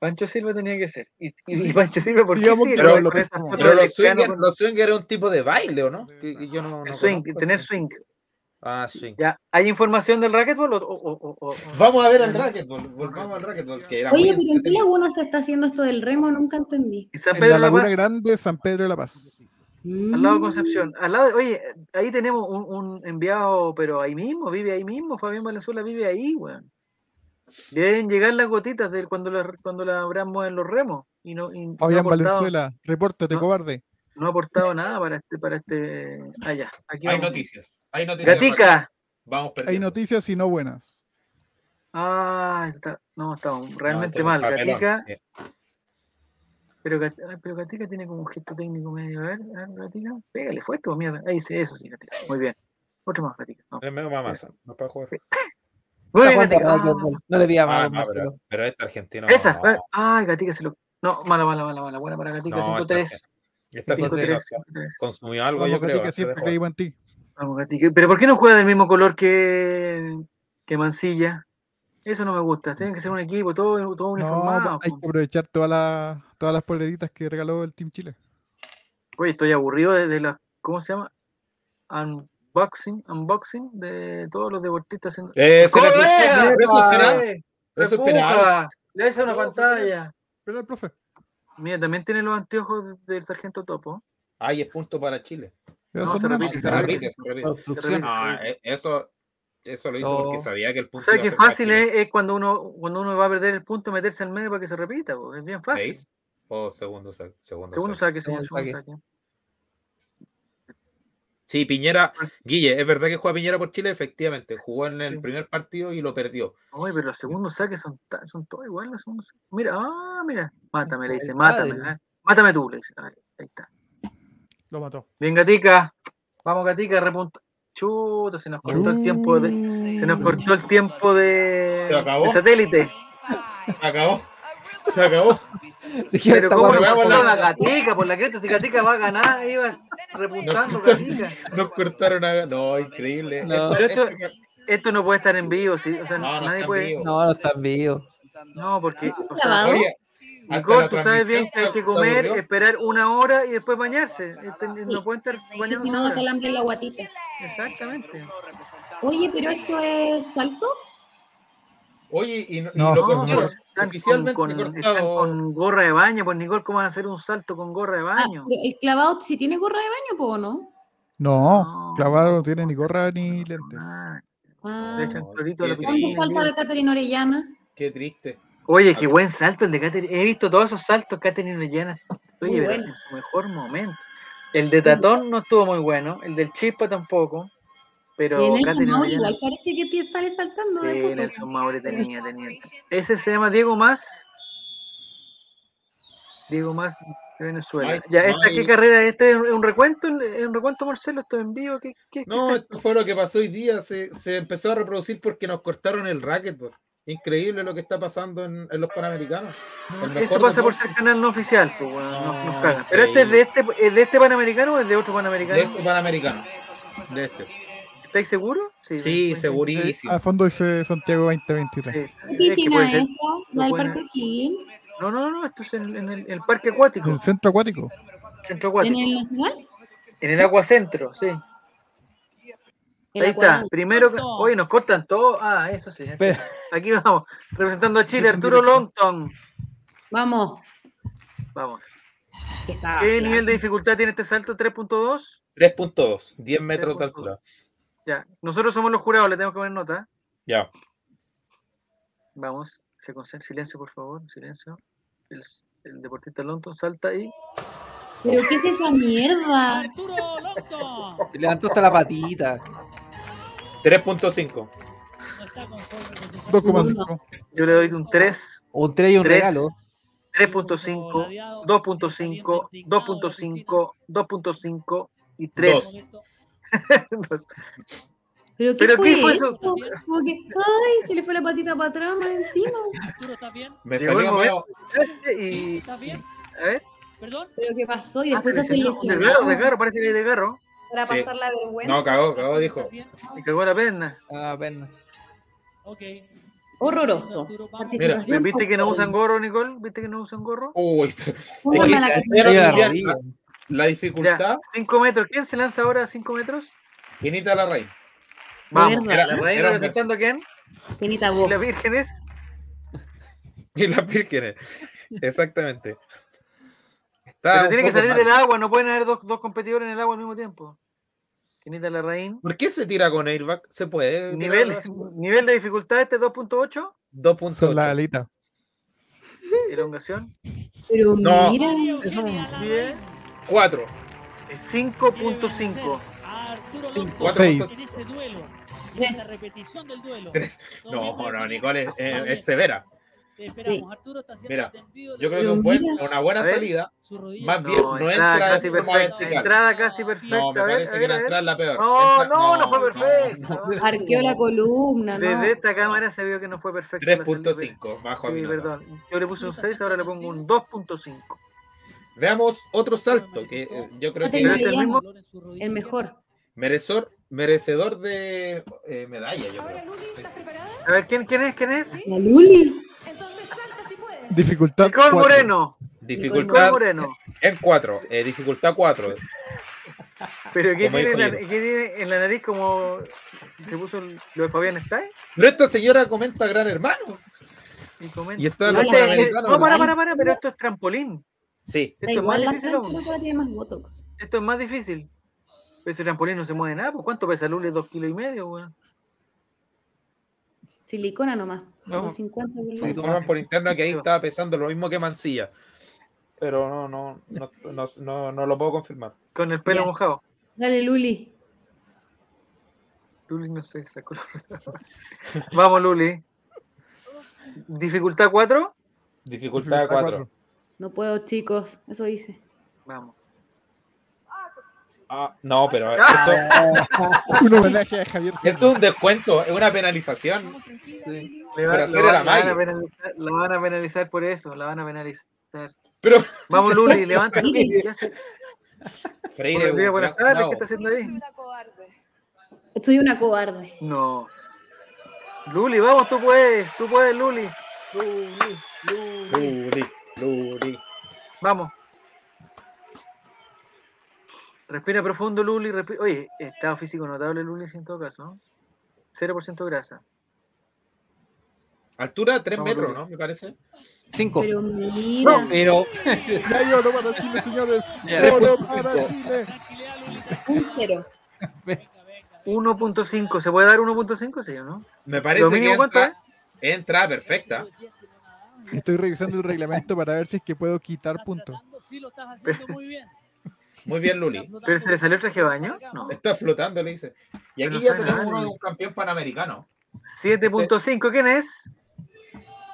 S1: Pancho Silva tenía que ser. Y, y- y Pancho Silva, ¿por qué
S6: Digamos
S1: sí?
S6: que
S1: Pero
S6: lo-
S1: con esas
S6: pero
S1: fotos
S8: Pero
S1: de
S8: los
S1: Lescano
S8: swingers
S1: con-
S8: los swingers era un tipo de baile, ¿o no? Que- que yo no, no
S1: el swing,
S8: conozco.
S1: tener swing.
S8: Ah, sí.
S1: Ya, ¿Hay información del racquetball? O, o- o- o- o-
S3: Vamos a ver al racquetball, volvamos al racquetball, que era
S2: Oye,
S3: muy
S2: pero ¿en qué
S3: entretenido.
S2: laguna se está haciendo esto del remo? Nunca entendí.
S1: y San
S6: En
S1: Pedro
S6: la
S1: de la
S6: Laguna
S1: Paz,
S6: Grande, San Pedro de la Paz.
S1: al lado de
S2: Mm.
S1: Concepción. Al lado, oye, ahí tenemos un, un enviado, pero ahí mismo, vive ahí mismo. Fabián Valenzuela vive ahí, weón. Deben llegar las gotitas de cuando la, cuando la abramos en los remos. Y no, y no ha
S6: Fabián
S1: aportado,
S6: Valenzuela, repórtate,
S1: No.
S6: cobarde.
S1: no ha aportado nada para este, para este. Allá. Aquí
S3: Hay
S1: vamos.
S3: noticias, hay noticias.
S1: Gatica.
S3: Vamos
S6: Hay
S3: perdiendo.
S6: noticias y no buenas.
S1: Ah, está, no, estamos realmente
S8: No,
S1: mal.
S8: este es un papelón.
S1: Gatica,
S8: Sí.
S1: pero, Gat- ay, pero Gatica tiene como un gesto técnico medio. A ver, a ver, Gatica, pégale fuerte o mierda. Ahí sí, eso sí, Gatica. Muy bien. Otro más, Gatica. vamos.
S8: Es medio mamaza, no es para jugar.
S1: Muy bien,
S7: Aguanta,
S1: Gatica.
S7: Racquetball. No le pida
S8: Ah,
S7: más,
S8: no,
S7: Marcelo.
S8: pero, pero este argentino.
S1: Ah, esa.
S8: no.
S1: a ver. Ay, Gatica se lo. No, mala, mala, mala, mala. Buena para Gatica.
S8: No,
S1: 5-3.
S8: está Este
S7: Cinco,
S1: 5-3.
S8: argentino
S1: 5-3.
S8: consumió algo,
S6: Vamos,
S8: yo creo.
S6: Gatica,
S8: antes de
S6: siempre
S8: jugar.
S6: creímos en ti.
S1: Vamos, Gatica. Pero ¿por qué no juega del mismo color que, que Mancilla? Eso no me gusta. Tienen que ser un equipo, todo, todo uniformado.
S6: No, hay que aprovechar todas las, todas las poleritas que regaló el Team Chile.
S1: Oye, estoy aburrido de, de las, ¿cómo se llama? Unboxing, unboxing de todos los deportistas haciendo.
S8: Eh, se la cruzó,
S1: ¡Correa!
S8: pero eso es penal,
S1: ¡Eh!
S8: pero eso es
S1: ¡Empuja!
S8: penal.
S1: Le hace una pantalla.
S6: Pero el profe,
S1: Mira, también tiene los anteojos del sargento Topo.
S8: Ay, es punto para Chile.
S6: ya
S1: No,
S6: son
S1: se
S6: una
S1: repite, se
S6: tirada.
S1: repite.
S8: se repite.
S7: Obstrucción.
S8: No, eh, eso, eso lo hizo
S7: No.
S8: porque sabía que el
S1: Oh. O
S8: punto.
S1: sea
S8: iba a
S1: que
S8: ser para
S1: fácil ¿eh?
S8: Chile.
S1: es, es cuando uno cuando uno va a perder el punto meterse al medio para que se repita, po, es bien fácil.
S8: ¿Veis? O segundo saque. Segundo
S1: Segundo saque,
S8: saque.
S1: señor,
S7: Segundo
S1: segundo saque.
S8: Sí, Piñera. Guille, es verdad que juega Piñera por Chile, efectivamente. Jugó en el
S1: Ah. Sí.
S8: primer partido y lo perdió.
S1: Uy, pero los segundos saques son, ta- son todos iguales. Los segundos saques. Mira, ah, mira. Mátame, le dice,
S7: Ay,
S1: mátame.
S7: padre.
S1: ah, Mátame tú, le dice. Ah, Ahí está.
S6: Lo mató.
S1: Bien, Gatica. Vamos, Gatica, repunta. Chuta, se nos cortó el tiempo de. Se
S2: Mm.
S1: nos cortó el tiempo de.
S3: Se acabó.
S1: de satélite.
S3: Se acabó, se acabó.
S7: Dije,
S1: Pero
S7: esta
S1: cómo
S7: guarda-
S1: nos
S3: vamos a
S1: cortó
S3: la-
S1: la Gatica, por la cresta, si Gatica va a ganar, iba repuntando Gatica.
S3: Nos cortaron a... No, increíble.
S7: No.
S1: Pero esto, esto no puede estar en vivo, sí. O sea,
S3: No, no
S1: nadie
S3: está en
S1: puede.
S3: vivo.
S7: No, no están vivos.
S1: No, porque. O sea,
S2: Grabado.
S3: Oye, hasta
S1: Nicole,
S3: la
S1: tú sabes bien
S3: transmisión
S1: que hay que
S3: se
S1: comer,
S3: aburrió.
S1: esperar una hora y después bañarse. Este, No
S2: Sí.
S1: pueden estar
S2: Mm. Que
S1: bañando.
S2: si no,
S1: una
S2: no te
S1: hora.
S2: alambre la guatita.
S1: Exactamente.
S2: Oye, pero esto es salto.
S3: Oye, y, no- y
S6: No.
S3: lo
S1: No,
S3: cortaron.
S1: pues, están
S3: Oficialmente
S1: con, con- están
S3: cortado.
S1: con gorra de baño, pues Nicole, ¿cómo van a hacer un salto con gorra de
S2: Ah,
S1: baño?
S2: pero el clavado, si tiene gorra de baño, ¿po, o no?
S6: No,
S1: No.
S6: clavado no tiene ni gorra ni lentes.
S1: Ah, le
S2: Ah.
S1: echan clorito a la
S3: ¿Dónde
S1: piscina,
S2: ¿Dónde
S1: y
S2: salta
S1: listo.
S2: la Caterina Orellana?
S3: Qué triste.
S1: Oye, qué buen salto el de Catherine. He visto todos esos saltos Catherine Orellana. Oye,
S2: Muy
S1: pero
S2: bueno.
S1: en su mejor momento. El de Tatón no estuvo muy bueno, el del Chispa tampoco,
S2: Y en
S1: pero
S2: el
S1: Catherine
S2: Mauri,
S1: Orellana.
S2: igual parece que te sale saltando. ¿eh, de
S1: Sí,
S2: foto.
S1: Nelson Mauri tenía, Eh, tenía. Ese se llama Diego Más. Diego Más de Venezuela.
S3: Ay,
S1: ya, esta,
S3: ay.
S1: ¿qué carrera? ¿Este es un es un recuento? ¿Es un recuento, Marcelo? ¿Esto es en vivo? ¿Qué, qué, qué
S3: No,
S1: es
S3: esto fue lo que pasó hoy día. Se, se empezó a reproducir porque nos cortaron el racquetball. Increíble lo que está pasando en, en los Panamericanos. El mejor
S1: Eso pasa por
S3: deporte
S1: ser canal no oficial, pues, bueno, nos, nos
S3: Ah,
S1: cagan. Pero este es de este, es de este Panamericano o es de otro
S3: de
S1: Panamericano.
S3: este Panamericano. De este.
S1: ¿Estáis seguros?
S8: Sí,
S1: pues,
S8: segurísimo.
S6: Al fondo dice Santiago
S1: sí.
S6: 2023.
S2: ¿Qué
S1: Es que
S2: piscina
S1: puede
S2: es
S1: ser.
S2: esa? La del Parque O'Higgins.
S1: No, no, no, esto es en, en el, el parque acuático,
S6: El centro acuático.
S1: centro
S2: ¿En
S1: acuático.
S2: el Nacional?
S1: En el aguacentro, sí.
S2: El
S1: Ahí está,
S2: Acuadón.
S1: primero. Oye, nos cortan todo. Ah, eso sí.
S7: Pero-
S1: Aquí vamos, representando a Chile, Arturo Longton.
S2: Vamos.
S1: Vamos.
S2: Que está
S1: ¿Qué nivel de dificultad tiene este salto? 3.2.
S8: 3.2, 10 metros de altura.
S1: Ya. Nosotros somos los jurados, le tengo que poner nota.
S8: Ya.
S1: Vamos, se concentra. Silencio, por favor. Silencio. El, el deportista Longton salta y.
S2: ¿Pero qué es esa mierda?
S7: Levantó hasta la patita.
S8: 3.5.
S6: 2,5.
S1: Yo le doy un 3,
S7: Un tres y un
S1: Tres.
S7: regalo.
S1: 3.5, 2.5, 2.5, 2.5 y 3.
S3: Dos.
S2: ¿Pero qué
S1: ¿Pero
S2: fue,
S1: qué fue
S2: eso?
S1: eso?
S2: Como que, ay, se le fue la patita para atrás, más encima.
S8: Me
S1: Llegó el
S8: salió medio.
S1: eh, Y, a ver,
S2: ¿Pero qué pasó? Y
S1: ah,
S2: después
S1: pero
S2: se
S1: si no, de garro, de
S2: lesionó
S1: garro, parece que hay de garro.
S2: para
S8: Sí.
S2: pasar la vergüenza.
S8: No, cagó, cagó, dijo.
S1: Me cagó la pena.
S7: Ah, pena.
S2: Horroroso. Participación
S1: Pero ¿Viste que no
S2: pobre.
S1: usan gorro, Nicole? ¿Viste que no usan gorro?
S8: Uy, pero-
S2: Pongan
S8: es que
S2: a la
S8: era
S2: Caterina
S8: hoy
S7: Llega la
S8: día
S7: rodilla.
S8: la- la dificultad,
S1: 5 metros. ¿Quién se lanza ahora a 5 metros?
S8: Quinita la raíz.
S1: Vamos,
S2: Era-
S1: la reina
S8: era- Ah,
S1: representando a quién?
S2: Tenita
S1: ¿Y
S2: vos.
S1: las vírgenes?
S8: Y las vírgenes. Exactamente. Está
S1: Pero
S8: un
S1: tiene que
S8: poco
S1: salir
S8: mal.
S1: del agua, no pueden haber dos, dos competidores en el agua al mismo tiempo. Kenita Larraín.
S8: ¿Por qué se tira con airbag? ¿Se puede? tirar
S1: Nivel,
S8: así?
S1: nivel de dificultad este 2.8,
S6: Son las
S8: 2.8.
S6: alitas.
S1: elongación.
S2: Pero
S8: No.
S2: mira,
S1: Bien.
S8: 4.
S1: Eh, 5.5.
S8: 4.
S6: Seis.
S2: es-
S8: No, no, Nicole es, es- es severa. Mira, Yo creo que
S2: Pero
S8: un buen-
S2: mira.
S8: una buena
S1: A ver.
S8: salida. Más bien,
S1: No,
S8: no,
S1: entrada
S8: entra
S1: casi
S8: de forma
S1: perfecta.
S8: vertical.
S1: Entrada casi perfecta.
S8: No, me
S1: a ver,
S8: parece
S1: a
S8: que
S1: ver,
S8: la
S1: a ver.
S8: entrada es la peor.
S1: No,
S8: Entra-
S1: no, no fue
S8: no,
S1: perfecta.
S8: no.
S2: arqueó la columna, ¿no?
S1: Desde esta cámara se vio que no fue perfecta. la salida.
S8: 3.5, bajo a mi
S1: Sí,
S8: nota.
S1: perdón. Yo le puse un 6, ahora le pongo un 2.5.
S8: Veamos otro salto que eh, yo creo
S2: Está
S1: Pero
S8: que
S1: este es el
S2: Brillante.
S1: mismo.
S2: El mejor.
S8: merecedor, merecedor de eh, medalla, yo creo.
S1: A ver, ¿quién, quién es? ¿Quién es?
S2: La Luli.
S6: Dificultad.
S1: Nicole
S6: cuatro.
S1: Moreno. Nicole
S8: Dificultad
S1: Moreno.
S8: en 4, dificultad 4.
S1: Pero ¿qué
S8: Como
S1: tiene,
S8: dijo
S1: en la,
S8: Lino.
S1: qué tiene en la nariz como se puso el- lo de Fabián está
S8: Pero esta señora comenta Gran Hermano.
S1: Y comenta.
S8: Y está
S2: No,
S8: la
S2: este-
S8: Panamericana,
S1: no, para,
S8: ¿verdad?
S1: para, para, pero esto es trampolín.
S8: Sí,
S1: Esto es
S2: Da
S1: más
S2: igual, la
S1: difícil
S2: Fran
S1: aún.
S2: solo tiene más botox.
S1: Esto es más difícil. Pero ese trampolín no se mueve nada, pues ¿cuánto pesa Lule? Dos kilos y medio, weón.
S2: Silicona nomás.
S8: No.
S2: Unos 50 por
S8: me
S2: lo menos.
S8: informan por interno que ahí estaba pesando lo mismo que Mancilla. Pero no, no, no, no, no, no lo puedo confirmar.
S1: Con el pelo
S2: Ya.
S1: mojado.
S2: Dale, Luli.
S1: Luli no sé, sacó. Vamos, Luli. Dificultad 4.
S8: Dificultad 4.
S2: No puedo, chicos. Eso dice.
S1: Vamos.
S8: Ah, no, pero eso
S7: Ah.
S6: Un homenaje a Javier
S8: eso es
S6: Serra.
S8: un descuento, es una penalización.
S1: Le
S8: Por
S1: va-
S8: hacer
S1: la, van- la
S8: el
S1: van a
S8: amague.
S1: penalizar, la van a penalizar por eso, la van a penalizar.
S8: Pero
S1: Vamos, Luli,
S2: Sí,
S1: levanta.
S2: sí.
S1: ¿Qué hace?
S8: Freire,
S1: Buenos días,
S8: un
S1: buenas
S8: gran
S1: tardes,
S8: jurado.
S1: ¿qué está haciendo ahí?
S2: Soy una cobarde.
S1: No. Luli, vamos, tú puedes, tú puedes, Luli.
S8: Luli, Luli.
S1: Vamos. Respira profundo, Luli. respi- Oye, estado físico notable, Luli, en todo caso. ¿no? 0% grasa.
S8: Altura 3
S1: Vamos,
S8: metros,
S1: Luli.
S8: ¿no? Me parece.
S7: 5.
S2: Pero mira.
S7: Pero
S6: Ya yo no para Chile, señores.
S7: Ya.
S6: Oro para Chile.
S2: Un cero.
S1: 1.5, ¿se puede dar 1.5? Sí, o ¿no?
S8: Me parece que
S1: mínimo cuánto
S8: entra, entra perfecta.
S6: Estoy revisando el reglamento para ver si es que puedo quitar puntos.
S8: Muy bien, Luli.
S1: ¿Pero se le salió el traje de baño? No.
S8: Está flotando, le dice. Y aquí
S1: Pero
S8: ya
S1: suena
S8: tenemos
S1: algo.
S8: uno de un campeón panamericano.
S1: 7.5, ¿quién es?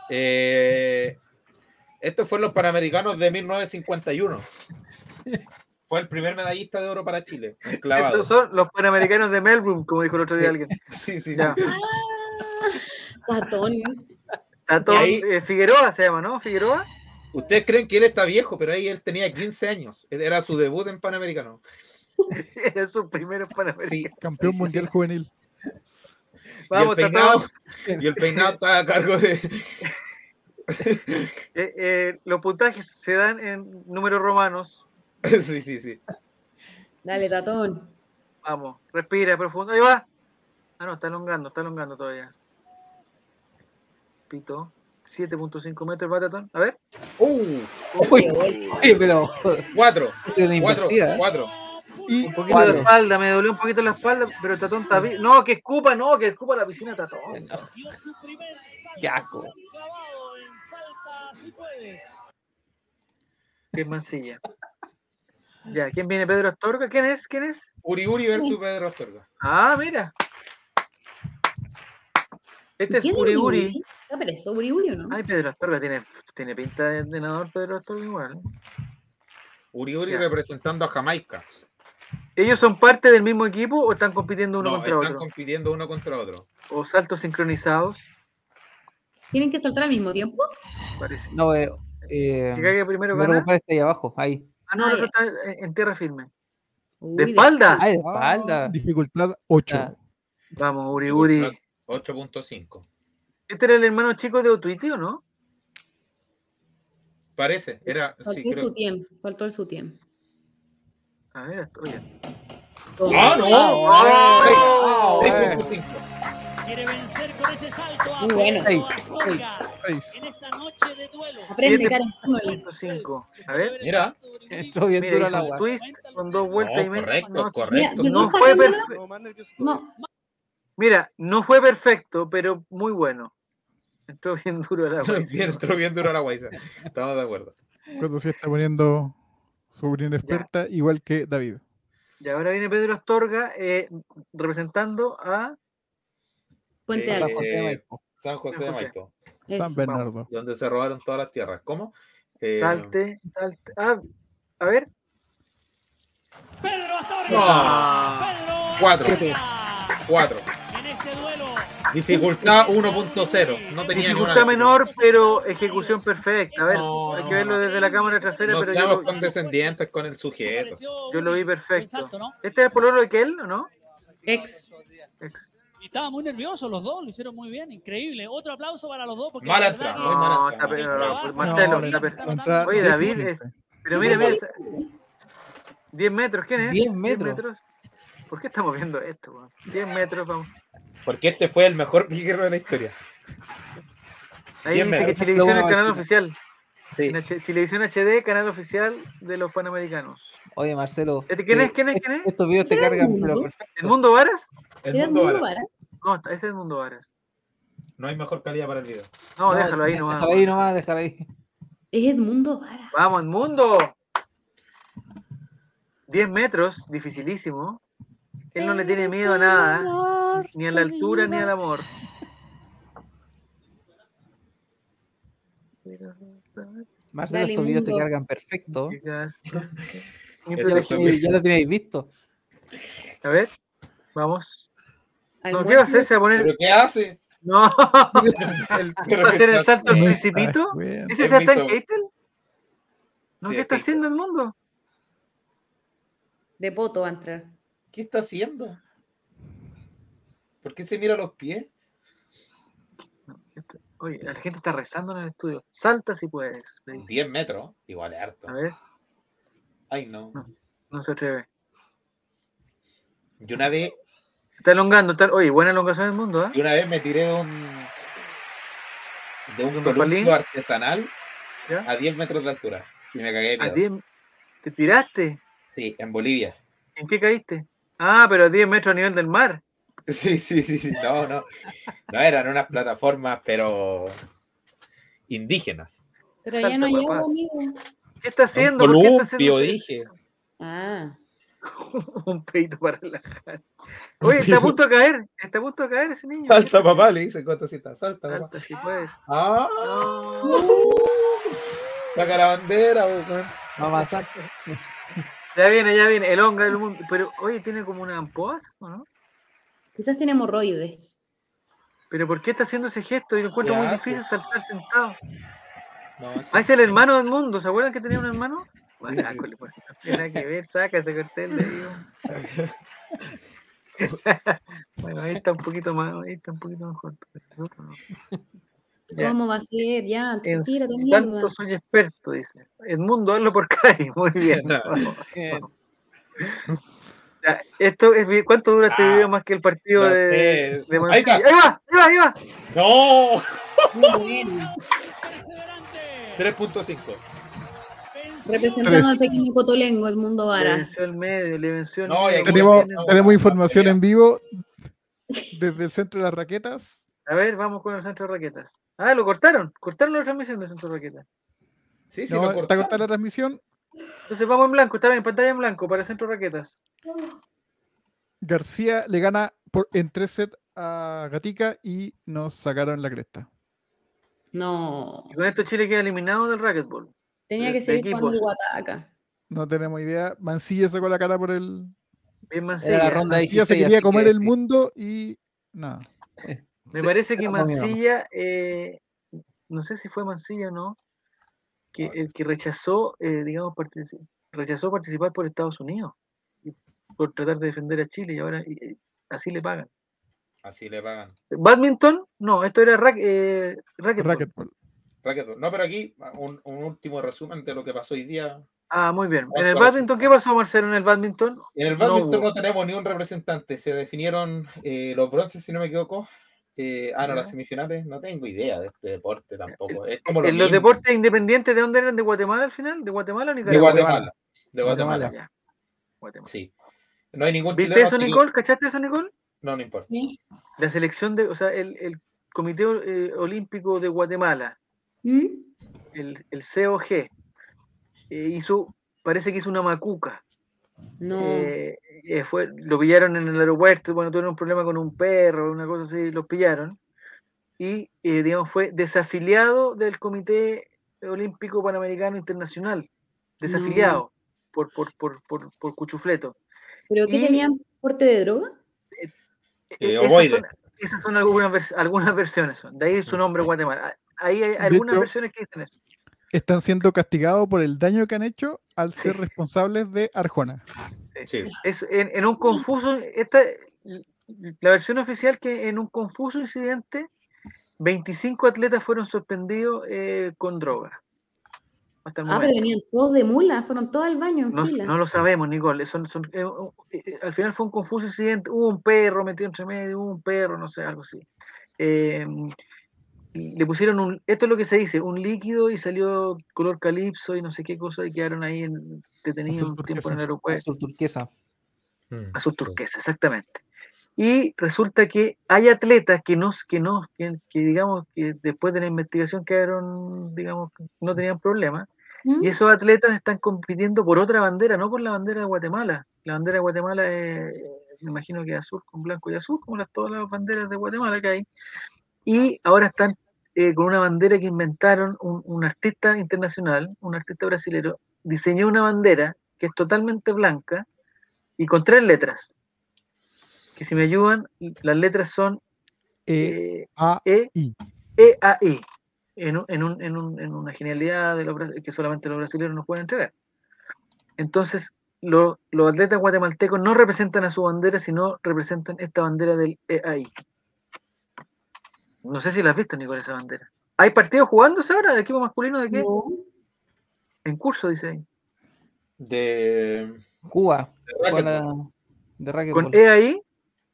S8: Eh, estos fueron los panamericanos de 1951. Fue el primer medallista de oro para Chile. en clavado.
S1: Estos son los panamericanos de Melbourne, como dijo el otro día
S8: Sí.
S1: alguien.
S8: Sí, sí, sí.
S1: Ya.
S2: Tatón.
S1: Tatón,
S8: Y ahí-
S1: eh, Figueroa se llama, ¿no? Figueroa.
S8: Ustedes creen que él está viejo, pero ahí él tenía 15 años. Era su debut en Panamericano.
S1: Era su primer panamericano.
S8: Sí,
S6: Campeón
S8: Sí, sí,
S6: mundial juvenil.
S1: Vamos,
S8: y, el peinado,
S1: Tatón.
S8: y el peinado estaba a cargo de.
S1: Eh, eh, los puntajes se dan en números romanos.
S8: Sí, sí, sí.
S2: Dale, tatón.
S1: Vamos, respira profundo. Ahí va. Ah, no, está elongando, está elongando todavía. Pito. 7.5 metros el batatón. A ver.
S8: ¡Uh!
S1: Oh,
S7: Uy, oye, pero
S8: Cuatro.
S7: es una
S8: Cuatro.
S1: ¿eh?
S7: invertida. ¿eh?
S8: Cuatro.
S6: Y
S1: Un poquito de espalda, me dolió un poquito la espalda, pero el tatón está bien. No, que escupa, no, que escupa la piscina tatón.
S7: Qué asco.
S1: Qué mancilla. Ya, ¿quién viene? Pedro Astorga. ¿Quién es? ¿Quién es?
S8: Uri Uri versus Pedro Astorga.
S1: Ah, mira. Este es
S2: ¿Quién es
S1: Uri
S2: Uri?
S1: Uri.
S2: ¿Está preso Uri Uri o no?
S1: Ay, Pedro Astorga tiene, tiene pinta de entrenador, Pedro Astorga igual.
S8: Uri Uri
S1: Ya.
S8: representando a Jamaica.
S1: ¿Ellos son parte del mismo equipo o están compitiendo uno
S8: No,
S1: contra
S8: están
S1: otro?
S8: compitiendo uno contra otro.
S1: o saltos sincronizados,
S2: ¿Tienen que saltar al mismo tiempo?
S1: parece.
S7: No veo. Eh,
S1: Que caiga primero
S7: voy a
S1: gana.
S7: recuperar este ahí abajo. Ahí.
S1: Ah, no,
S2: Ah,
S1: el otro
S2: ya.
S1: está en- en tierra firme.
S2: Uy,
S1: ¡De espalda!
S7: Ah, de
S6: Ah,
S7: espalda.
S6: dificultad 8.
S7: Ah.
S1: Vamos, Uri Uri.
S8: 8.5.
S1: Este era el hermano chico de Otuiti, ¿o no?
S8: Parece. Era.
S2: Faltó
S8: Sí,
S2: el
S8: creo.
S2: sutien. Faltó el sutien.
S1: A ver, esto- oye.
S8: ¡Ah,
S1: Oh,
S8: no!
S7: Ah,
S8: Seis
S7: bueno.
S8: punto cinco.
S11: Quiere vencer con ese salto a
S2: Muy
S11: Pedro
S2: bueno.
S7: Seis,
S11: Astorga
S6: Seis.
S11: En esta noche de duelo.
S2: Aprende,
S1: Siete.
S2: Karen. Súmale.
S1: 5. A ver,
S8: Mira.
S7: Entró bien
S1: mira,
S7: duro al
S1: hizo un
S7: agua.
S1: twist con dos vueltas y
S8: No,
S1: media.
S8: correcto,
S1: No,
S2: Mira,
S8: correcto.
S2: ¿y
S1: no
S2: vos
S1: fue
S2: sacándolo?
S1: perfecto.
S9: No, más nervioso.
S2: No,
S1: Mira, no fue perfecto, pero muy bueno. Estuvo bien duro el agua.
S8: Bien, entró bien duro la guaysa. Estamos de acuerdo.
S6: Cuando se está poniendo su opinión experta, igual que David.
S1: Y ahora viene Pedro Astorga eh, representando a
S2: Puente
S8: Eh,
S2: Alto.
S8: San José de
S1: San José.
S8: Maipo,
S6: San
S2: Eso.
S6: Bernardo.
S8: donde se robaron todas las tierras. ¿Cómo? Eh,
S1: Salte, salte. Ah, a ver,
S11: Pedro Astorga.
S1: Ah.
S8: No.
S11: Pedro
S8: Cuatro.
S11: Astorga.
S8: Cuatro.
S11: En este duelo.
S8: Dificultad 1.0. No tenía ninguna.
S1: dificultad
S8: dificultad.
S1: menor, pero ejecución perfecta. A ver,
S8: No,
S1: hay
S8: no,
S1: que verlo
S8: no.
S1: desde la cámara trasera,
S8: No
S1: pero yo
S8: seamos
S1: lo,
S8: condescendientes con el sujeto.
S11: Pareció
S1: yo lo vi
S11: un buen
S1: perfecto.
S11: salto, ¿no?
S1: ¿Este es el pololo de Kel, o no?
S2: Ex.
S1: Ex.
S11: Y Estaban muy nerviosos los dos, lo hicieron muy bien, increíble. Otro aplauso para los dos. Porque la
S8: Mala
S11: verdad
S8: entrada,
S11: que-
S8: muy mala
S1: No,
S8: entrada.
S1: está
S11: el
S1: pero-
S11: trabajo-
S1: Marcelo,
S11: la
S1: está
S11: per-
S1: pero-
S11: está
S6: Entrada
S1: Oye, David,
S6: deficiente.
S1: Pero mira, mira,
S2: Igual hizo.
S1: 10 metros, ¿quién es?
S7: 10 metros.
S1: ¿Por qué estamos viendo esto? weón? 10 metros, vamos.
S8: Porque este fue el mejor piquero de la historia.
S1: Ahí dice
S8: 10
S1: que
S8: metros.
S1: Chilevisión es
S7: Lo
S1: canal
S7: vamos a
S1: oficial.
S8: Sí.
S1: En H- Chilevisión HD, canal oficial de los Panamericanos.
S7: Oye, Marcelo.
S1: Este, ¿Quién es?
S7: eh,
S1: ¿Quién es? ¿Quién es?
S7: Estos videos se
S2: Era el
S7: cargan,
S2: mundo.
S7: pero perfecto.
S1: ¿El Mundo Varas?
S8: El
S2: Era
S8: mundo
S2: muy
S8: ahora.
S2: barato.
S1: No, está- ese es el Mundo Varas.
S8: No hay mejor calidad para el video.
S1: No,
S7: No,
S1: déjalo ahí nomás.
S7: Déjalo ahí nomás, déjalo ahí.
S2: Es Edmundo Vara.
S1: Vamos, mundo. 10 metros, dificilísimo. Él no le tiene miedo a nada, ¿eh? ni a la altura ni al amor.
S7: Marcelo,
S2: Dale,
S7: estos videos te
S2: mundo.
S7: cargan perfecto.
S1: Chicas.
S8: Este
S7: Ya lo,
S8: está bien.
S7: ya lo teníais visto.
S1: A ver, vamos. No,
S2: Almuerzo.
S1: ¿Qué va a hacer? ¿Se va a
S8: ¿Pero
S1: poner.?
S8: qué hace?
S1: No, ¿va
S8: El-
S1: a hacer el salto al
S6: Ay,
S8: Ah,
S1: principito?
S6: Ah, bueno.
S1: ¿Ese
S8: Es
S1: es Satan
S8: mi sobre-
S1: Keitel? ¿No?
S8: Sí,
S1: ¿Qué está
S8: es Keitel.
S1: haciendo el mundo?
S2: De poto va a entrar.
S8: ¿Qué está haciendo? ¿Por qué se mira los pies?
S1: Oye, la gente está rezando en el estudio. Salta si puedes. le dice.
S8: 10 metros. Igual es harto.
S1: A ver,
S8: Ay, no.
S1: no se atreve.
S8: Yo una vez,
S1: Está elongando, está- oye, buena elongación del mundo, ¿eh?
S8: yo una vez me tiré de un. de un
S1: ¿De un palín?
S8: producto artesanal
S1: ¿Ya?
S8: a 10 metros de altura. Y me cagué de
S1: A
S8: miedo.
S1: 10 ¿Te tiraste?
S8: Sí, en Bolivia.
S1: ¿En qué caíste? Ah, pero a 10 metros a nivel del mar.
S8: Sí, sí, sí, sí. No, no. No eran unas plataformas, pero indígenas.
S2: Pero
S1: Salta,
S2: ya no
S1: papá.
S2: llego, amigo.
S1: ¿Qué está haciendo?
S8: Un
S1: ¿Por qué está
S8: columpio,
S1: haciendo-
S8: dije.
S2: Ah.
S1: Un peito para relajar. Oye, está a punto de caer. Está a punto de caer ese niño.
S8: Salta, papá, le dicen cosita. Salta, papá.
S1: Salta si puedes.
S8: Ah,
S1: No.
S8: saca la bandera, weón.
S7: Vamos a pasar.
S1: Ya viene, ya viene. El honga del mundo. Pero, oye, tiene como una ampoas, ¿o no?
S2: Quizás tiene hemorroides.
S1: Pero ¿por qué está haciendo ese gesto? Yo lo encuentro
S8: ¿Qué
S1: muy
S8: hace?
S1: difícil saltar sentado.
S8: No,
S1: Ah, es el hermano del mundo. ¿Se acuerdan que tenía un hermano? Guácale, pues, no tiene nada que ver, saca ese cartel de ahí, weón. bueno, ahí está un poquito más, ahí está un poquito mejor. pero el otro no. Ya.
S2: ¿Cómo va a ser? Ya,
S1: En
S2: tírate mierda.
S1: tanto soy experto, dice. Edmundo, hazlo por Cari. Muy bien. vamos.
S7: Eh,
S1: Ya, esto es, vi- ¿Cuánto dura este
S8: Ah,
S1: video más que el partido
S8: no
S1: de,
S8: sé.
S1: de
S8: Ahí
S1: Mancilla?
S8: está.
S1: Ahí va, ahí va, ahí va.
S8: no.
S2: Muy bueno.
S11: Perseverante.
S8: 3.5.
S11: Venció
S2: Representando al pequeño Cotolengo, el mundo
S1: Le
S2: varas.
S1: venció el medio, le venció el
S8: No, y
S1: medio.
S8: aquí-
S6: Tenemos,
S8: Bueno,
S6: tenemos
S8: bueno,
S6: información
S8: mira.
S6: en vivo desde el centro de las raquetas.
S1: A ver, vamos con el centro de raquetas. Ah, lo cortaron. Cortaron la transmisión del centro de raquetas.
S8: Sí, sí,
S6: No,
S8: lo
S6: está
S8: cortaron.
S6: cortada la transmisión.
S1: Entonces vamos en blanco, está bien, pantalla en blanco para Centro Raquetas.
S6: García le gana por, en tres sets a Gatica y nos sacaron la cresta.
S2: No.
S1: Y con esto Chile queda eliminado del racquetball.
S2: Tenía
S1: De-
S2: que
S1: de
S2: seguir con el
S1: equipos.
S2: Guataca.
S6: No tenemos idea. Mancilla sacó la cara por el.
S1: Bien
S7: Era la
S1: Mancilla.
S7: ronda
S6: Mancilla
S7: 16.
S6: se quería
S7: así
S6: comer
S7: que
S6: el
S7: sí.
S6: mundo y. Nada.
S1: Me parece
S7: se
S1: que
S7: la comió.
S1: Mancilla, eh, no sé si fue Mancilla o no, que, el que rechazó, eh, digamos, partici- rechazó participar por Estados Unidos, y por tratar de defender a Chile y ahora y- y así le pagan.
S8: Así le pagan.
S1: Badminton, no, esto era rac- eh, racquetball.
S6: Racquetball.
S8: Raquel, No, pero aquí un, un último resumen de lo que pasó hoy día
S1: Ah, muy bien.
S8: Ah,
S1: ¿En el
S8: claro, sí.
S1: badminton qué pasó, Marcelo, en el badminton?
S8: En el
S1: No
S8: badminton
S1: hubo.
S8: no, tenemos ni un representante. Se definieron eh, los bronces, si no me equivoco. Eh, ah, no, las
S1: Ya.
S8: semifinales. No tengo idea de este deporte tampoco. Es como lo
S1: ¿En los
S8: mismo.
S1: deportes independientes de dónde eran? ¿De Guatemala al final? ¿De Guatemala o
S8: de
S1: Nicaragua?
S8: Guatemala. De Guatemala,
S7: Guatemala.
S1: Ya. Guatemala.
S8: sí. No hay ningún
S1: ¿Viste
S8: chileno
S1: eso,
S8: que-
S1: Nicole? ¿Cachaste eso, Nicole?
S8: No, no importa.
S2: ¿Sí?
S1: La selección de, o sea, el, el Comité eh, Olímpico de Guatemala,
S2: ¿Mm?
S1: el, el COG, eh, hizo, parece que hizo una macuca.
S2: No.
S1: Eh, eh, fue, lo pillaron en el aeropuerto, bueno, tuvieron un problema con un perro, una cosa así, los pillaron. Y, eh, digamos, fue desafiliado del Comité Olímpico Panamericano Internacional, desafiliado por, por, por, por, por cuchufleto.
S2: ¿Pero qué
S1: y-
S2: tenían porte de droga?
S8: Eh,
S1: E-, esas,
S8: ovoide. Mm.
S1: son, esas son algunas, vers- algunas versiones, son. de ahí su nombre Guatemala. Ahí hay algunas
S6: hecho-
S1: versiones que dicen eso.
S6: Están siendo castigados por el daño que han hecho al
S1: Sí.
S6: ser responsables de Arjona.
S8: Sí.
S1: Es, en, en un confuso, esta, la versión oficial que en un confuso incidente, 25 atletas fueron sorprendidos eh, con droga. Hasta el
S2: Ah, pero
S1: momento.
S2: venían todos de mula, fueron todos al baño en
S1: No,
S2: fila.
S1: no lo sabemos, Nicole. son- son- eh, eh, eh, al final fue un confuso incidente. Hubo un perro metido entre medio, hubo un perro, no sé, algo así. Eh, le pusieron un, esto es lo que se dice, un líquido y salió color calipso y no sé qué cosa y quedaron ahí en- detenidos
S6: Azul
S1: un tiempo
S6: turquesa.
S1: en el aeropuerto.
S7: Azul turquesa.
S1: azul turquesa, exactamente. Y resulta que hay atletas que no, que no, que, que digamos que después de la investigación quedaron, digamos, que no tenían problema.
S2: ¿Mm?
S1: Y esos atletas están compitiendo por otra bandera, no por la bandera de Guatemala. La bandera de Guatemala es, me imagino que azul con blanco y azul, como las, todas las banderas de Guatemala que hay. Y ahora están eh, con una bandera que inventaron un, un artista internacional, un artista brasilero, diseñó una bandera que es totalmente blanca y con tres letras. Que si me ayudan, las letras son
S6: Eh,
S1: eh,
S6: ah,
S1: E,
S6: I.
S1: E, A, I. En, un- en un- en un- en una genialidad de los bra- que solamente los brasileños nos pueden entregar. Entonces, lo- los atletas guatemaltecos no representan a su bandera, sino representan esta bandera del EAI. No sé si la has visto, Nicolás, esa bandera. ¿Hay partidos jugándose ahora de equipo masculino de qué?
S2: No.
S1: En curso, dice ahí.
S8: De.
S7: Cuba.
S8: de
S7: con
S8: racquetball.
S7: la- de racquetball.
S1: Con E. EAI.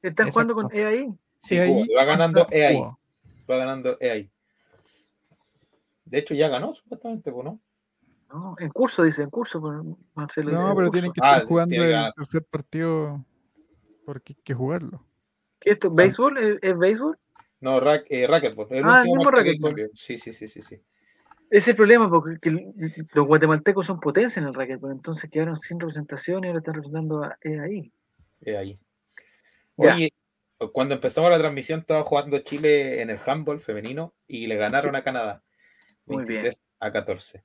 S1: Están
S7: Exacto.
S1: jugando con EAI.
S8: Sí,
S6: E ahí
S8: Cuba, y va ganando
S6: contra
S8: E ahí.
S6: Cuba.
S8: Va ganando E ahí. De hecho, ya ganó, supuestamente, pues, ¿no?
S1: No, en curso, dice, en curso. por- Marcelo dice,
S6: No,
S1: en
S6: pero
S1: curso.
S6: tienen que
S8: Ah,
S6: estar jugando
S8: tiene que
S6: el
S8: ganar.
S6: tercer partido porque hay que jugarlo.
S1: ¿Qué esto? ¿Béisbol? ¿Es, es béisbol?
S8: No, rack, eh, racquetball. El
S1: Ah, el
S8: último
S1: mismo
S8: racquetball que
S1: racquetball.
S8: cambió. Sí, sí, sí, sí, sí.
S1: Ese es el problema, porque que l- los guatemaltecos son potencia en el racquetball, entonces quedaron sin representación y ahora están representando a eh, ahí.
S8: Eh, ahí.
S1: Ya.
S8: Oye, cuando empezamos la transmisión estaba jugando Chile en el handball femenino y le ganaron a Canadá.
S1: Muy bien.
S8: 23 a 14.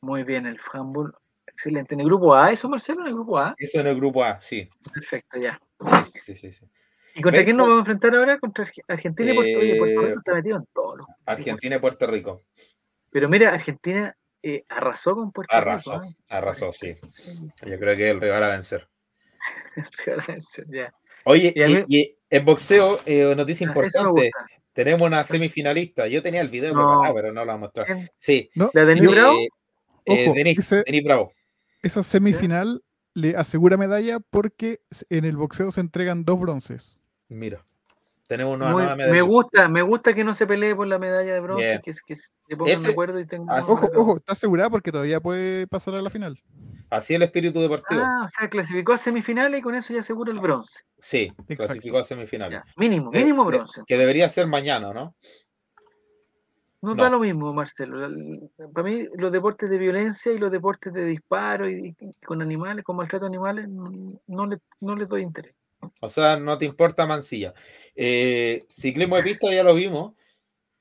S1: Muy bien, el handball. Excelente. ¿En el grupo A eso, Marcelo? ¿En el grupo A?
S8: Eso en el grupo A, sí.
S1: Perfecto, ya.
S8: sí, sí, sí.
S1: ¿Y contra quién nos vamos
S8: México.
S1: a enfrentar ahora? Contra Arge- Argentina y Puerto Rico. Oye, Puerto
S8: Eh,
S1: Rico está metido en todo. lo-
S8: Argentina y Puerto Rico.
S1: Pero mira, Argentina eh, arrasó con Puerto
S8: Arrasó,
S1: Rico.
S8: arrasó, Ah, sí. Yo creo que es el rival a vencer.
S1: ¿eh? ya.
S8: Oye,
S1: Y a mí- Ah,
S8: y, y en boxeo, eh, noticia
S1: Eso me
S8: importante,
S1: gusta.
S8: tenemos una semifinalista. Yo tenía el video
S1: No.
S8: preparado, pero no lo voy a mostrar.
S1: ¿Quién?
S8: Sí.
S6: No,
S1: ¿La de Denis
S6: yo-
S1: Bravo?
S8: eh, eh,
S6: Ojo,
S8: Denis-
S6: ese-
S8: Denis Bravo.
S6: Esa semifinal le asegura medalla porque s- en el boxeo se entregan dos bronces.
S8: Mira, tenemos una
S1: Muy-
S8: nueva
S1: me
S8: medalla.
S1: gusta, me gusta que no se pelee por la medalla de bronce,
S8: Bien.
S1: que, se- que se pongan
S8: Ese-
S1: de acuerdo y tengan.
S8: así-
S6: Ojo, ojo, está asegurada porque todavía puede pasar a la final.
S8: Así el espíritu deportivo.
S1: Ah, o sea, clasificó a semifinales y con eso ya asegura el bronce.
S8: Sí,
S6: Exacto.
S8: clasificó a semifinales.
S1: Ya, Mínimo,
S8: Que-
S1: mínimo
S8: que-
S1: bronce.
S8: Que debería ser mañana, ¿no?
S1: No,
S8: no.
S1: da lo mismo, Marcelo. El- Para mí, los deportes de violencia y los deportes de disparo y, y con animales, con maltrato a animales, no, no le, no les doy interés.
S8: O sea, no te importa Mancilla. Eh, ciclismo de pista ya lo vimos.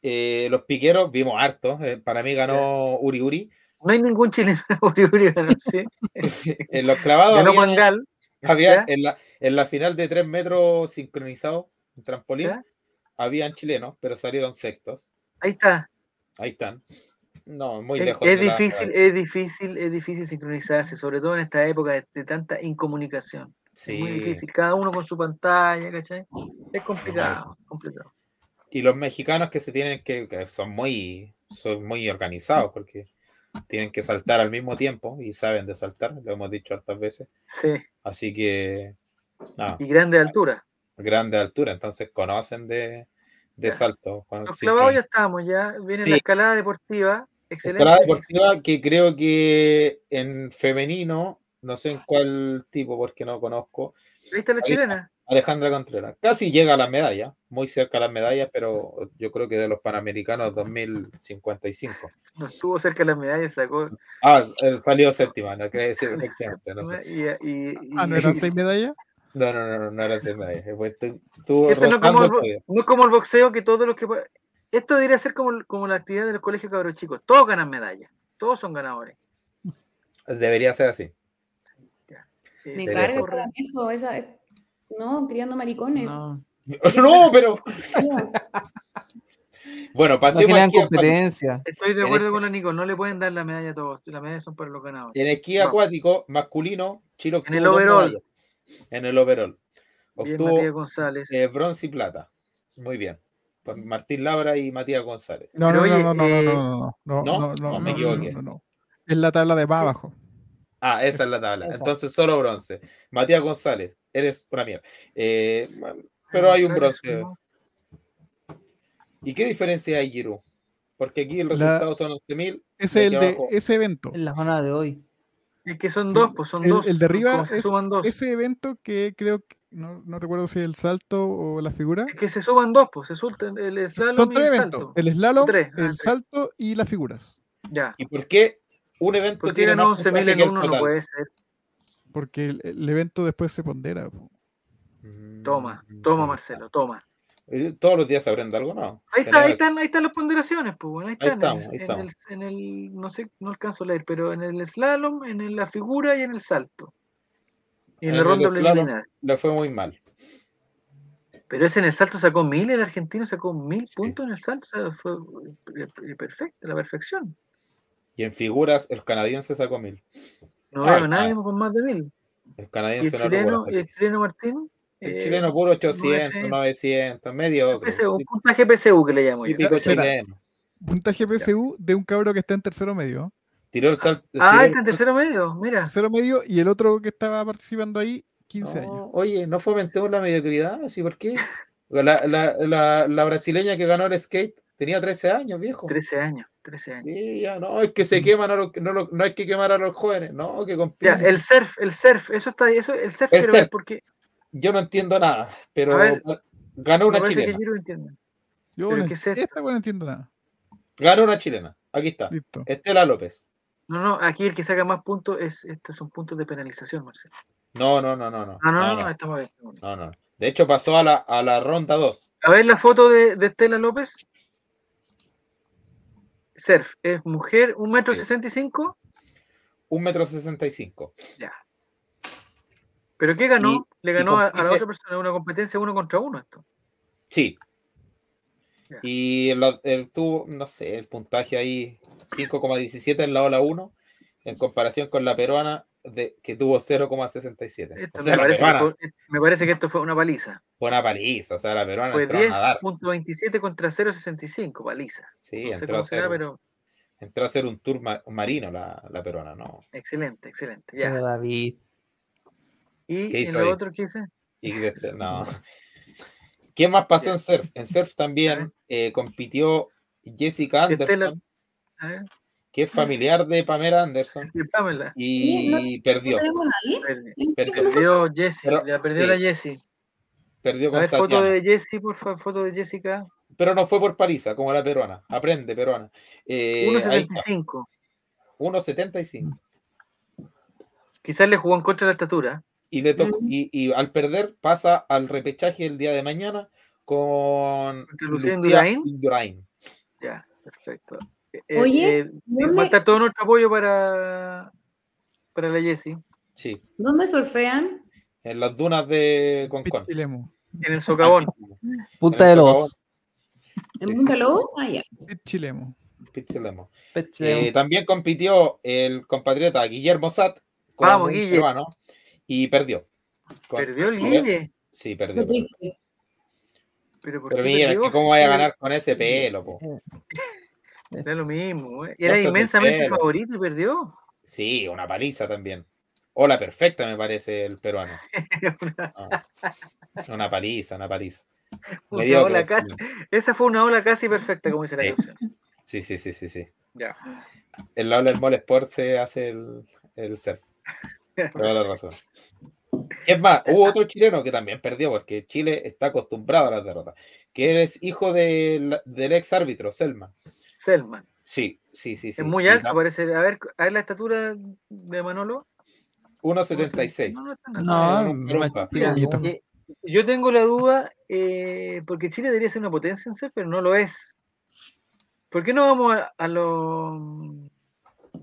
S8: Eh, los piqueros vimos hartos. Eh, para mí ganó Uri Uri.
S1: No hay ningún chileno Uri Uri, ¿no? ¿sí?
S8: en los clavados
S1: Ganó
S8: había-
S1: Mangal. ¿Ya?
S8: había- en, la, en la final de 3 metros sincronizado, en trampolín,
S1: ¿Ya?
S8: habían chilenos, pero salieron sextos.
S1: Ahí está.
S8: Ahí están. No, muy
S1: Es,
S8: lejos.
S1: es
S8: de la-
S1: difícil, es difícil, es difícil sincronizarse, sobre todo en esta época de, de tanta incomunicación. Es muy
S8: Sí.
S1: difícil, cada uno con su pantalla, ¿cachai? Es complicado, complicado.
S8: Y los mexicanos que se tienen que, que son muy, son muy organizados porque tienen que saltar al mismo tiempo y saben de saltar, lo hemos dicho hartas veces.
S1: Sí.
S8: Así que, nada,
S1: Y grande altura.
S8: grande altura, entonces conocen de, de
S1: Ya.
S8: salto. con-
S1: Los
S8: sí,
S1: clavados
S8: con-
S1: ya estábamos, ya. Viene
S8: Sí.
S1: la escalada deportiva. Excelente.
S8: Escalada deportiva que creo que en femenino, no sé en cuál tipo porque no conozco,
S1: ¿Viste la
S8: Ahí-
S1: chilena?
S8: Alejandra Contreras. Casi llega a las medallas, muy cerca a las medallas, pero yo creo que de los Panamericanos 2055.
S1: No estuvo cerca de las medallas, sacó.
S8: Ah, él salió séptima, no creo que sí, efectivamente, no sé.
S1: Y, y, y-
S6: Ah, ¿no eran seis medallas?
S8: No, no, no, no, no era seis medallas. Pues tú, tú
S1: Esto este no es, como
S8: rozando
S1: el,
S8: el
S1: bo-
S8: podio.
S1: no es como el boxeo que todos los que. pa- Esto debería ser como, como la actividad de los colegios cabros chicos. Todos ganan medallas. Todos son ganadores.
S8: Debería ser así.
S1: Eh,
S2: Me
S8: Pero
S2: carga
S8: eso-
S2: con eso, esa es- No, criando maricones.
S7: No,
S8: No, pero bueno,
S7: no
S8: pasemos
S7: crean
S8: aquí a París.
S7: competencia.
S1: Estoy de
S8: En
S1: acuerdo
S8: este-
S1: con la Nico. No le pueden dar la medalla a todos. Las medallas son para los ganadores.
S8: En esquí
S1: Vamos.
S8: acuático, masculino, Chilo
S1: En el
S8: obtuvo dos
S1: overall.
S8: medallas. En el overall.
S1: Bien,
S8: Obtuvo
S1: Matías González.
S8: eh, bronce y plata. Muy bien. Por
S1: Mm.
S8: Martín Labra y Matías González.
S6: No,
S1: Pero
S6: no,
S1: oye,
S6: no, no, no,
S1: eh,
S6: no, no, no,
S8: ¿no?
S6: no,
S8: No,
S6: no,
S8: me
S6: no,
S8: equivoqué.
S6: no, no. Es la tabla de más abajo.
S8: Ah, esa es la tabla.
S7: esa.
S8: Entonces solo bronce. Matías González, eres una mierda. Eh, pero hay un
S1: González
S8: bronce.
S1: sumó-
S8: ¿Y qué diferencia hay, Giru? Porque aquí el
S6: La-
S8: resultado son 11.000.
S6: Ese es
S8: Aquí
S6: el de
S8: abajo.
S6: ese evento.
S7: En la jornada de hoy.
S1: Es que son
S6: Sí.
S1: dos, pues son
S6: El-
S1: dos.
S6: el de arriba
S1: como se
S6: es-
S1: suman dos. Es,
S6: Ese evento que creo que no, no recuerdo si es el salto o la figura.
S1: que se suman dos, pues se sueltan el slalom
S6: Son
S1: y
S6: tres
S1: el
S6: eventos:
S1: salto.
S6: el slalom,
S1: Tres, ah,
S6: el
S1: tres.
S6: salto y las figuras.
S1: Ya.
S8: ¿Y por qué un evento
S1: Porque
S8: tiene
S1: eran
S8: más
S1: 11.000
S8: puntaje
S1: en
S8: que el
S1: uno, no
S8: total?
S1: puede ser.
S6: Porque el, el evento después se pondera. po.
S1: Toma, toma, Marcelo, toma.
S8: Mm. Eh, Todos los días se aprende algo, ¿no?
S1: Ahí, está, ahí,
S8: Tenemos-
S1: están, ahí están las ponderaciones, pues bueno, ahí
S8: Ahí
S1: están. en el-
S8: estamos, ahí
S1: en,
S8: estamos.
S1: el, en el- no sé, no alcanzo a leer, pero en el slalom, en el- la figura y en el salto. Y en, la
S8: En el
S1: ronda
S8: slalom.
S1: preliminar.
S8: Le fue muy mal.
S1: Pero ese en el salto sacó mil, el argentino sacó mil
S8: Sí.
S1: puntos en el salto, o sea, fue per- per- perfecto, la perfección.
S8: Y en figuras, el canadiense sacó mil.
S1: No
S8: Ah,
S1: veo a
S8: ah.
S1: nadie con más de mil.
S8: El
S1: Y el
S8: canadiense no
S1: chileno, Eh,
S8: lo
S1: y el chileno Martín.
S8: El
S1: eh,
S8: chileno puro 800,
S1: 900,
S8: 900, medio.
S1: PSU, un puntaje PSU que le llamo yo.
S8: Típico
S6: Espera.
S8: chileno.
S6: Puntaje PSU de un cabro que está en tercero medio.
S8: Tiró el salto.
S1: Ah, está en tercero medio, mira.
S6: Tercero medio y el otro que estaba participando ahí, 15 años.
S8: Oye, no fomentemos la mediocridad, así por qué? La, la, la, la brasileña que ganó el skate tenía 13 años, viejo.
S1: 13 años, 13 años.
S8: Sí, ya, no, es que
S1: Mm.
S8: se queman, a los, no, lo- no hay que quemar a los jóvenes, no, que
S1: Ya,
S8: compitan.
S1: el surf, el surf, eso está, eso, el surf
S8: El
S1: quiero ver
S8: surf.
S1: porque
S8: Yo no entiendo nada, pero
S1: A ver.
S8: ganó
S1: me
S8: una
S1: parece que
S8: chilena,
S1: Giro entiende.
S6: Yo
S1: ¿Pero
S6: no
S1: qué es
S6: ent-
S1: esto?
S6: esta, weá no entiendo nada.
S8: ganó una chilena. Aquí está,
S1: Mm.
S6: Listo.
S8: Estela López.
S1: No, no, aquí el que saca más puntos es, estos son puntos de penalización, Marcelo.
S8: No, no, no, no, no.
S1: Ah, no,
S8: no,
S1: no, no,
S8: no,
S1: estamos bien.
S8: no, no. De hecho, pasó a la, a la ronda 2.
S1: A ver la foto de, de Estela López. Surf, es mujer, 1,65 metro
S8: Sí.
S1: sesenta y cinco,
S8: 1,65 metro 65.
S1: pero ¿qué ganó?
S8: Y-
S1: Le ganó a, a la
S8: compite-
S1: otra persona una competencia uno contra uno esto.
S8: Sí.
S1: Ya.
S8: Y la- él tuvo, no sé, el puntaje ahí 5,17 en la ola 1, en comparación con la peruana de, que tuvo 0,67.
S1: Esto
S8: O sea,
S1: me,
S8: la
S1: parece que
S8: peruana
S1: fue- eh, me parece que esto fue una paliza.
S8: fue una paliza, o sea, la peruana
S1: Fue
S8: entró a nadar.
S1: 10.27 contra 0.65, paliza.
S8: Sí,
S1: No sé
S8: entró, a
S1: cómo
S8: hacer,
S1: será, pero
S8: entró a hacer un tour ma- marino la, la peruana, ¿no?
S1: excelente, excelente. Ya.
S7: Pero David,
S1: ¿Y
S8: ¿Qué
S1: en
S8: hizo
S1: lo
S8: ahí?
S1: otro qué hice?
S8: Y que este- no. ¿Quién más pasó en surf? En surf también eh, compitió Jessica
S1: Estela-
S8: Anderson,
S1: A ver,
S8: que es familiar de Pamela Anderson,
S1: sí, Pamela.
S8: y perdió.
S2: ¿No tenemos a nadie?
S1: Perdi-
S2: ¿En serio?
S8: Perdió.
S1: Perdió Jessie,
S8: Pero-
S1: la perdió
S8: sí.
S1: la Jessie.
S8: Perdió
S1: A
S8: con
S1: ver, foto
S8: Tatiana.
S1: de Jessie, por favor, foto de Jessica.
S8: Pero no fue por paliza, como la peruana. Aprende, peruana. Eh, ahí está,
S1: 1.75.
S8: 1.75.
S1: Quizás le jugó en contra de la estatura.
S8: Y, le tocó-
S2: Ujú.
S8: y, y al perder pasa al repechaje el día de mañana con
S1: Contra Lucía Indurain.
S8: Indurain.
S1: Ya, perfecto. Eh,
S2: Oye,
S1: eh, va a
S2: ¿Dónde,
S1: estar todo nuestro apoyo para, para la Jessie.
S8: Sí,
S2: ¿Dónde surfean?
S8: en las dunas de Concón.
S6: Pichilemu.
S1: En el socavón.
S7: punta
S8: En
S7: de
S8: el
S7: los.
S8: Sí,
S2: ¿En
S8: sí,
S2: Punta
S8: sí.
S2: Lobo? Ah, ya.
S6: Pichilemu.
S8: Pichilemu.
S7: Peche-
S8: Eh, también compitió el compatriota Guillermo Sat con
S1: Vamos,
S8: un
S1: Guille.
S8: peruano y perdió. Con-
S1: Perdió el Guille.
S8: Sí, perdió.
S2: Lo
S8: perdió.
S2: triste.
S1: Pero, ¿por
S8: Pero
S1: qué
S8: mira, es
S1: perdió?
S8: que ¿cómo vaya a
S1: Sí,
S8: ganar con ese pelo? po?
S1: Da lo mismo, güey. Y Era
S8: Tanto
S1: inmensamente
S8: tercero.
S1: favorito y perdió.
S8: Sí, una paliza también. Hola perfecta, me parece el peruano. No, Una paliza, una paliza.
S1: Una
S8: Mediocre,
S1: ola casi- Esa fue una ola casi perfecta, como dice la
S8: Sí.
S1: canción.
S8: Sí, sí, sí, sí, sí.
S1: Ya.
S8: El lado del Mall Sport se hace el, el surf. Toda la razón. Es más, hubo otro chileno que también perdió, porque Chile está acostumbrado a las derrotas, que es hijo del, del ex árbitro, Selma.
S1: Selman.
S8: Sí, sí, sí. sí.
S1: Es muy
S8: Y
S1: alto, pues.
S8: da
S1: parece. A ver, a ver la estatura de Manolo.
S8: 1,76.
S1: No, no está nada.
S7: No,
S8: Eh,
S7: me
S8: Europa.
S7: tira
S6: Yo
S7: un-
S6: también.
S1: Eh, Yo tengo la duda, eh, porque Chile debería ser una potencia en ser, pero no lo es. ¿Por qué no vamos a, a lo,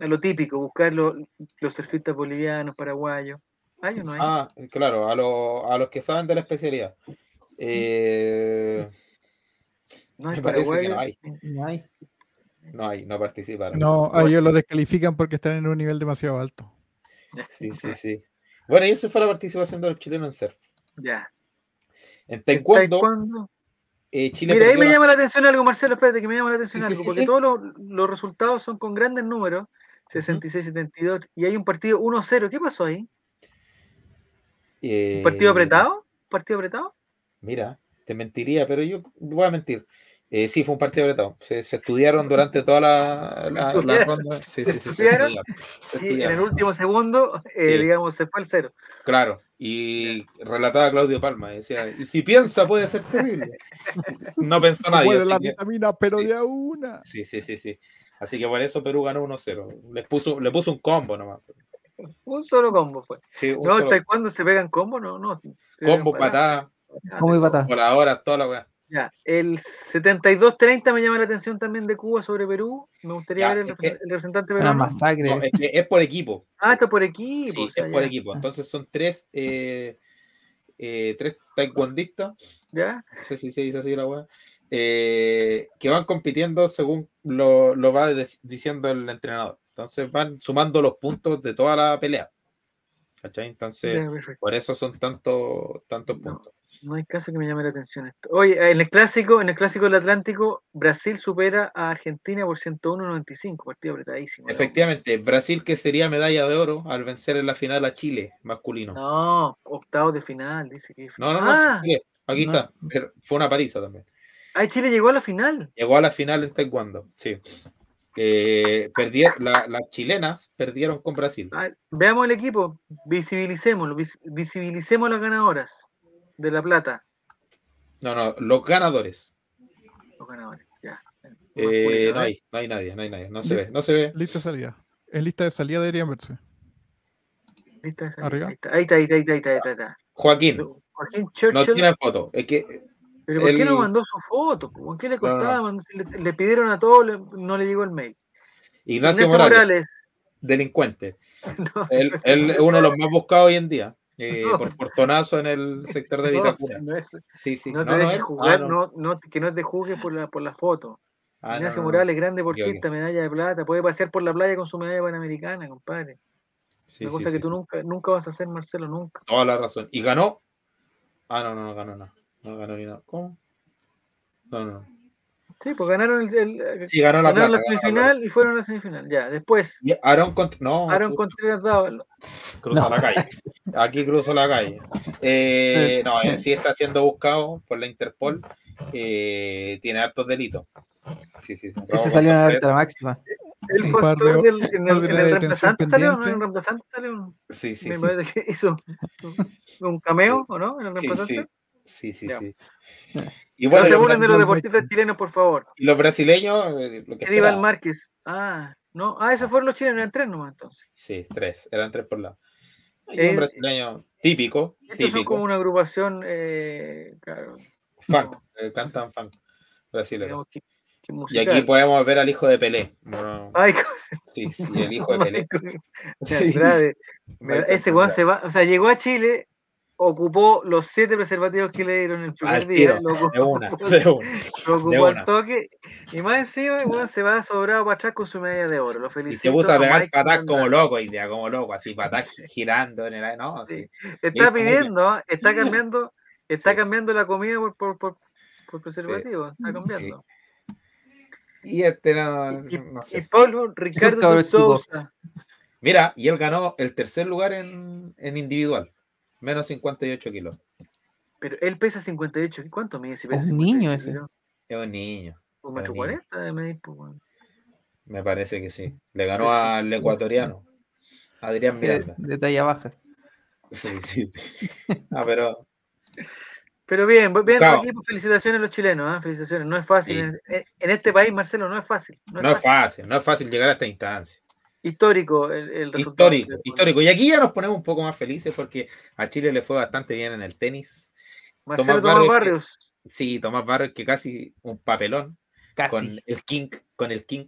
S1: a lo típico, buscar lo- los surfistas bolivianos, paraguayos? ¿Hay o no hay?
S8: Ah, claro, a, lo- a los que saben de la especialidad. Eh,
S1: no hay Eh,
S8: me parece que no
S1: paraguayos.
S8: hay.
S7: no hay.
S8: No hay, no participaron.
S6: No, a ellos lo descalifican porque están en un nivel demasiado alto.
S8: Sí, sí, sí. Bueno, y esa fue la participación de los chilenos en surf.
S1: Ya.
S8: En taekwondo,
S1: Taekwondo.
S8: eh, Chile
S1: Mira, ahí
S8: perdió
S1: me
S8: la-
S1: llama la atención algo, Marcelo, espérate que me llama la atención
S8: Sí, sí,
S1: algo,
S8: sí,
S1: porque
S8: sí.
S1: todos los, los resultados son con grandes números, 66-72, y hay un partido 1-0. ¿Qué pasó ahí?
S8: eh,
S1: ¿Un partido apretado? ¿Partido apretado?
S8: Mira, te mentiría, pero yo voy a mentir. Eh, sí, fue un partido apretado. Se, se estudiaron durante toda la, la- la
S1: Estudiaron.
S8: ronda. Sí, sí, sí, se
S1: estudiaron.
S8: estudiaron. Se
S1: Y en el
S8: estudiaron.
S1: último segundo, eh,
S8: Sí.
S1: digamos, se fue al cero.
S8: Claro, y relataba Claudio Palma, decía, "Y si piensa puede ser terrible. No pensó nadie.
S6: Bueno,
S8: así
S6: la
S8: que-
S6: vitamina, pero
S8: sí.
S6: de a una.
S8: Sí, sí, sí, sí. Así que por eso Perú ganó 1-0. Les puso, le puso un combo nomás.
S1: Un solo combo fue.
S8: Sí, un
S1: No,
S8: solo
S1: hasta cuando se pegan combo, no, no. se pegan
S8: combo, patada,
S1: patadas,
S7: ¿Cómo
S1: de
S7: iba a
S1: todo.
S7: estar?
S8: voladoras, toda la weá.
S1: Ya, El 72-30 me llama la atención también de Cuba sobre Perú. Me gustaría
S8: Ya,
S1: ver el,
S8: es que-
S1: represent- el representante
S7: Una
S1: peruano.
S7: masacre.
S8: No, eh, es, que es por equipo.
S1: Ah, está por
S8: Sí,
S1: equipo. o sea,
S8: es por
S1: ya,
S8: equipo. Entonces son tres, eh, eh, tres taekwondistas,
S1: ya.
S8: no sé si se dice así la weá, eh, que van compitiendo según lo, lo va de- diciendo el entrenador. Entonces van sumando los puntos de toda la pelea. ¿Cachai? Entonces,
S1: Ya, perfecto.
S8: por eso son tantos tantos
S1: No.
S8: puntos.
S1: No hay caso que me llame la atención esto. Oye, en el clásico, en el clásico del Atlántico, Brasil supera a Argentina por 101.95, partido apretadísimo. digamos.
S8: Efectivamente, Brasil que sería medalla de oro al vencer en la final a Chile masculino.
S1: No, octavos de final, dice que.
S8: No, no, no.
S1: ah,
S8: sí, aquí
S7: no.
S8: está. Pero Fue una paliza también.
S1: ah, Chile llegó a la final.
S8: Llegó a la final en Taekwondo. Sí. Eh, perdi- la- las chilenas perdieron con Brasil.
S1: Ah, veamos el equipo, visibilicémoslo, vis- visibilicemos las ganadoras de La Plata.
S8: No, no, los ganadores.
S1: Los ganadores, ya.
S8: Eh,
S1: Masculino,
S8: no
S1: ¿eh?
S8: hay, no hay nadie, no hay nadie. No se ve, no se ve.
S6: Lista de salida. En lista de salida deberían verse.
S1: Lista de salida,
S6: Arriba.
S1: ahí está, ahí está, ahí está, ahí está, ahí está, ahí está.
S8: Joaquín,
S1: Joaquín
S8: no
S1: Churchill,
S8: tiene foto. Es que
S1: pero ¿por qué no
S8: el-
S1: mandó su foto? ¿Por qué le
S8: No, no, no.
S1: costaba? mandar- Le, le pidieron a todos, le- no le llegó el mail.
S8: Ignacio
S1: Ignacio
S8: Morales, Eh,
S1: Morales.
S8: delincuente.
S1: No,
S8: Él, él es uno de los más buscados hoy en día. eh,
S1: No.
S8: Por portonazo en el sector de
S1: no,
S8: Vitacura.
S1: no es-
S8: Sí, sí.
S1: no te
S8: no, no
S1: dejes
S8: es- ah,
S1: jugar,
S8: no.
S1: no- no- que no te juzgues por la, por la foto.
S8: Ah, no,
S1: Ignacio
S8: no, no.
S1: Morales, gran
S8: ok.
S1: deportista, medalla de plata, puede pasear por la playa con su medalla panamericana, compadre.
S8: Sí,
S1: Una
S8: sí,
S1: cosa que
S8: sí,
S1: tú
S8: sí.
S1: nunca, nunca vas a hacer, Marcelo, nunca.
S8: Toda la razón. ¿Y ganó? Ah, no, no, no ganó, no. No ganó ni nada. ¿Cómo? No, no.
S1: Sí, pues ganaron, el, el-
S8: Sí, ganó la
S1: ganaron la
S8: plata. ganó la plata.
S1: semifinal y fueron a la semifinal. Ya, después,
S8: Y Aarón Cont- No,
S1: Aaron
S8: chu-
S1: Contreras Dávalo.
S8: cruza
S7: No.
S8: la calle. Aquí cruzo la calle. Eh, no, eh, sí está siendo buscado por la Interpol. Eh, tiene hartos delitos. Sí, sí. sí.
S7: Ese
S8: Robo
S7: salió en la
S8: con
S7: letra máxima.
S1: El
S6: Sí.
S1: postor
S6: Un par de-
S1: del, en
S6: par
S1: el,
S6: de
S1: en el
S6: detención
S1: reemplazante salió, ¿no? En el
S6: pendiente.
S1: reemplazante salió.
S8: sorpresa. Sí, sí,
S1: me
S8: sí.
S1: parece que hizo un- un cameo, ¿o no? En el
S8: Sí,
S1: reemplazante.
S8: sí. Sí, sí,
S1: Ya.
S8: sí. Y
S1: No
S8: bueno,
S1: se
S8: los,
S1: burlen de los
S6: Brandon
S1: deportistas
S6: Bacon.
S1: chilenos, por favor.
S8: y los brasileños. eh, lo que
S1: Edival
S8: esperaban.
S1: Márquez. Ah, no. Ah, esos fueron los chilenos, eran tres nomás entonces.
S8: Sí, tres. Eran tres por lado. Y
S1: Eh,
S8: un brasileño típico.
S1: Estos son
S8: típico.
S1: como una agrupación, eh, claro,
S8: Funk,
S1: No.
S8: eh, cantan funk brasileño.
S1: digamos que, que
S8: Y
S1: musical.
S8: aquí podemos ver al hijo de Pelé. Bueno,
S1: Ay,
S8: sí, sí, el hijo de Pelé.
S1: Michael-
S8: Sí.
S1: Andrade. Me-
S8: Michael
S1: Ese Este weón
S8: Andrade.
S1: se va, o sea, llegó a Chile, ocupó los siete preservativos que le dieron el primer
S8: Al
S1: día,
S8: tiro,
S1: lo ocupó,
S8: de una, de una.
S1: lo ocupó al
S8: una.
S1: toque, y más encima el weón se va sobrado para atrás con su medalla de oro. Lo
S8: Y
S1: felicito.
S8: se puso a pegar
S1: Michael
S8: patas como
S1: Andrade.
S8: loco, hoy día, como loco, así patas girando en el aire, ¿no? Así.
S1: Está
S8: hizo muy bien.
S1: pidiendo, ¿ah? está cambiando, está
S8: Sí.
S1: cambiando la comida por, por, por, por preservativo, está cambiando.
S8: Y este era.
S1: Y-
S8: No
S1: Y
S8: sé.
S1: Pablo Ricardo
S7: Cabro
S1: de
S7: chico.
S1: Sousa.
S8: Mira, y él ganó el tercer lugar en, en individual. Menos 58 kilos.
S1: Pero él pesa 58. ¿qué- ¿Cuánto mide? Si pesa
S7: Un niño
S1: 58
S7: ese.
S1: kilos?
S8: Es un niño.
S1: Un metro
S8: Un niño.
S1: cuarenta de medir, pues, weón.
S8: Me parece que sí. Le ganó al ecuatoriano. Adrián
S7: de,
S8: Miranda.
S7: de talla baja.
S8: Sí, sí. Ah, pero.
S1: Pero bien, bu- bien,
S8: Cabo.
S1: por equipo, felicitaciones a los chilenos, ¿ah? felicitaciones. No es fácil.
S8: Sí.
S1: En, en este país, Marcelo, no es fácil. No es
S8: No es
S1: fácil.
S8: fácil, no es fácil llegar a esta instancia.
S1: Histórico el, el resultado. pues.
S8: Histórico, histórico. Y aquí ya nos ponemos un poco más felices porque a Chile le fue bastante bien en el tenis.
S1: Marcelo
S8: Tomás
S1: Tomás Barrios,
S8: Barrios, Sí, Tomás Barros que casi un papelón
S7: Casi.
S1: E.
S8: con el King, con el King.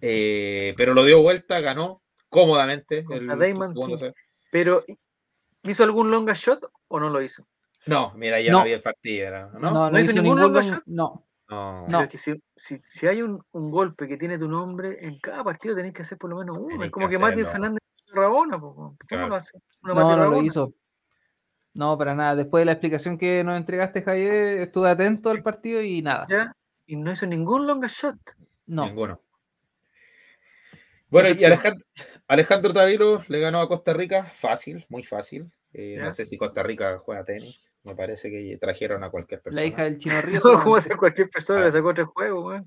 S8: Eh, pero lo dio vuelta, ganó cómodamente.
S1: Contra
S8: el
S1: Damon
S8: segundo
S1: King.
S8: set.
S1: pero ¿hizo algún longa shot o no lo hizo?
S8: No, mira, ya
S7: No.
S8: no había partido. ¿no?
S7: No,
S8: No,
S7: no, hizo ningún
S1: longa
S7: long-
S1: shot?
S7: No,
S8: no.
S7: No.
S1: Pero es que si, si, si hay un, un golpe que tiene tu nombre, en cada partido tenés que hacer por lo menos uno.
S8: Tenés
S1: es como
S8: que
S1: que Mati
S8: hacerlo.
S1: Fernández Rabona, pues, po, ¿cómo
S8: Claro.
S1: lo hace? Uno
S7: no,
S1: Mati
S7: no lo
S1: Rabona.
S7: hizo. No, para nada. Después de la explicación que nos entregaste, Javier, estuve atento al partido y nada.
S1: Ya, y no hizo ningún long shot.
S7: No.
S8: Ninguno. Bueno, y
S1: Excepción.
S8: Alejandro, Alejandro Tavilo le ganó a Costa Rica, fácil, muy fácil. Eh,
S1: Ya.
S8: no sé si Costa Rica juega tenis, me parece que trajeron a cualquier persona.
S7: La hija del Chino Río.
S1: No, como hace cualquier persona, le
S8: Claro.
S1: sacó tres juegos, weón.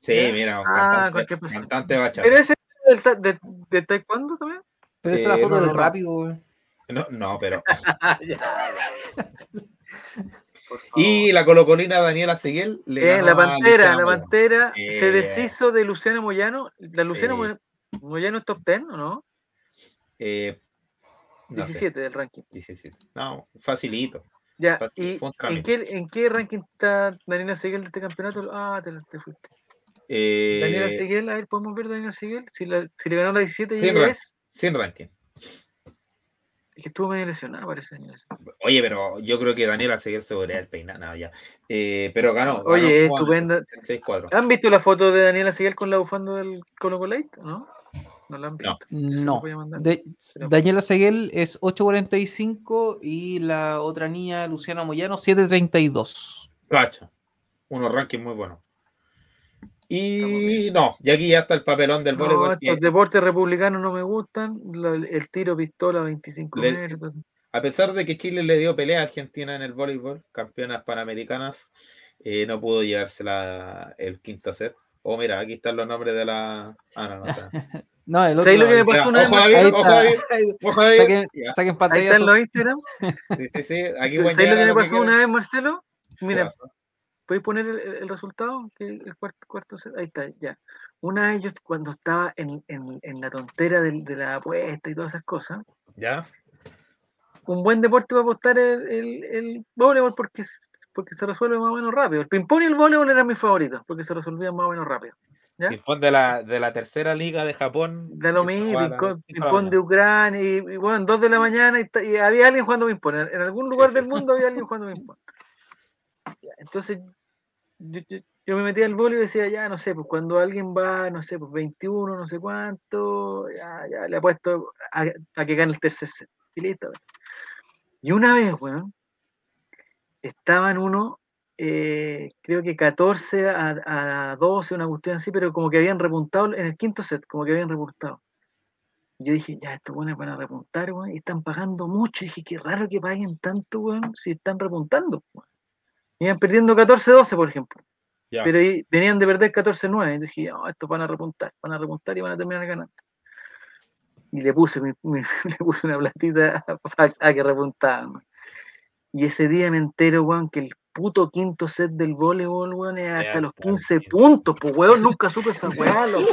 S8: Sí,
S1: ¿Ya?
S8: mira, un
S1: Ah,
S8: cantante,
S1: cualquier persona.
S8: cantante bachata.
S1: Pero ese del ta- de, de taekwondo también.
S7: Pero esa es la
S8: Eh,
S7: foto
S8: no,
S7: del
S8: no, no.
S7: rápido, güey.
S8: No, no, pero.
S1: Ah, ya.
S8: Y la colocolina Daniela Seguel le
S1: Eh,
S8: ganó
S1: la
S8: a
S1: pantera,
S8: Luciana
S1: la
S8: Moya.
S1: pantera se
S8: Eh.
S1: deshizo de Luciano Moyano. La Luciano
S8: Sí.
S1: Mo- Moyano es top 10, ¿o no?
S8: Eh, no sé,
S1: 17 del ranking.
S8: 17. No, facilito.
S1: Ya,
S8: Fácil,
S1: ¿y
S8: fue un
S1: en
S8: trámite.
S1: qué, en qué ranking está Daniela Seguel de este campeonato? Ah, te, te fuiste.
S8: Eh,
S1: Daniela Seguel, a ver, ¿podemos ver Daniela Seguel? Si, la- si le ganó la 17 y
S8: Sí,
S1: ella
S8: ra-
S1: es,
S8: sin ranking.
S1: es que estuvo medio lesionada, parece. Daniela Seguel.
S8: Oye, pero yo creo que Daniela Seguel se podría haber peinado. No, ya. Eh, pero ganó.
S1: Oye, Ah.
S8: ganó
S1: estupenda.
S8: 6-4.
S1: ¿Han visto la foto de Daniela Seguel con la bufanda del Colo Colate? ¿No? No la han
S8: No.
S1: visto. Se la
S7: No.
S1: voy a mandar.
S7: De-
S1: Pero-
S7: Daniela Seguel es 8.45 y la otra niña, Luciana Moyano, 7.32.
S8: Cacho. Unos rankings muy buenos. Y no, y aquí ya está el papelón del
S1: No,
S8: voleibol. que-
S1: estos deportes republicanos no me gustan. la- el tiro pistola 25
S8: Le-
S1: metros. entonces,
S8: A pesar de que Chile le dio pelea a Argentina en el voleibol, campeonas panamericanas, eh, no pudo llevársela el quinto set. Oh, mira, aquí están los nombres de la. Ah, no, no está.
S7: No, el otro.
S1: ¿Sabéis lo que me
S8: Mira,
S1: pasó una vez?
S8: ojo,
S1: más?
S8: David,
S7: Ahí
S8: ojo,
S7: está.
S8: David, Ojo, David.
S7: Saquen,
S8: Ya,
S7: saquen
S1: Ahí
S7: pantalla.
S1: están los Instagram.
S8: sí, sí, sí, aquí pueden
S1: ¿Sabéis lo
S8: llegar
S1: que
S8: a
S1: me
S8: lo que
S1: pasó una
S8: quieran.
S1: vez, Marcelo? Mira,
S8: Ya,
S1: ¿Puedes poner el, el- el resultado? Que El, el cuarto, cuarto set, Ahí está, ya. Una de ellos, cuando estaba en, en- en la tontera del- de, la apuesta y todas esas cosas,
S8: ya.
S1: un buen deporte para apostar el, el, el voleibol porque, s- porque se resuelve más o menos rápido. El ping-pong y el voleibol eran mis favoritos porque se resolvían más o menos rápido. ¿Ya?
S8: Ping-pong de la, de la tercera liga de Japón.
S1: Da lo
S8: que se
S1: mismo,
S8: juega a las
S1: ping-pong
S8: cinco de la
S1: ping-pong de
S8: mañana.
S1: Ucrania, y, y bueno, dos de la mañana y, ta- y había alguien jugando ping-pong. En en algún lugar
S8: sí,
S1: del
S8: sí.
S1: mundo había alguien jugando ping-pong. Ya, Entonces, yo, yo- yo me metía al boli y decía, ya, no sé, pues cuando alguien va, no sé, pues 21, no sé cuánto, ya, ya le apuesto a, a que gane el tercer set. Y listo. weón. Y una vez, weón, estaban uno, eh, creo que 14 a, a 12, una cuestión así, pero como que habían repuntado en el quinto set, como que habían repuntado. Yo dije, ya, estos buenos van a repuntar, weón. y Están pagando mucho. Y dije, qué raro que paguen tanto, weón, si están repuntando. weón". Iban perdiendo 14-12, por ejemplo.
S8: Ya.
S1: Pero ahí venían de perder 14-9. Y dije, no, estos van a repuntar, van a repuntar y van a terminar ganando. Y le puse, mi- mi- le puse una platita a, a que repuntaban. weón. Y ese día me entero, weón, que el puto quinto set del voleibol, weón, es hasta
S8: hasta
S1: los
S8: el
S1: 15
S8: quince.
S1: puntos. Pues, weón, nunca supe esa weá, loco.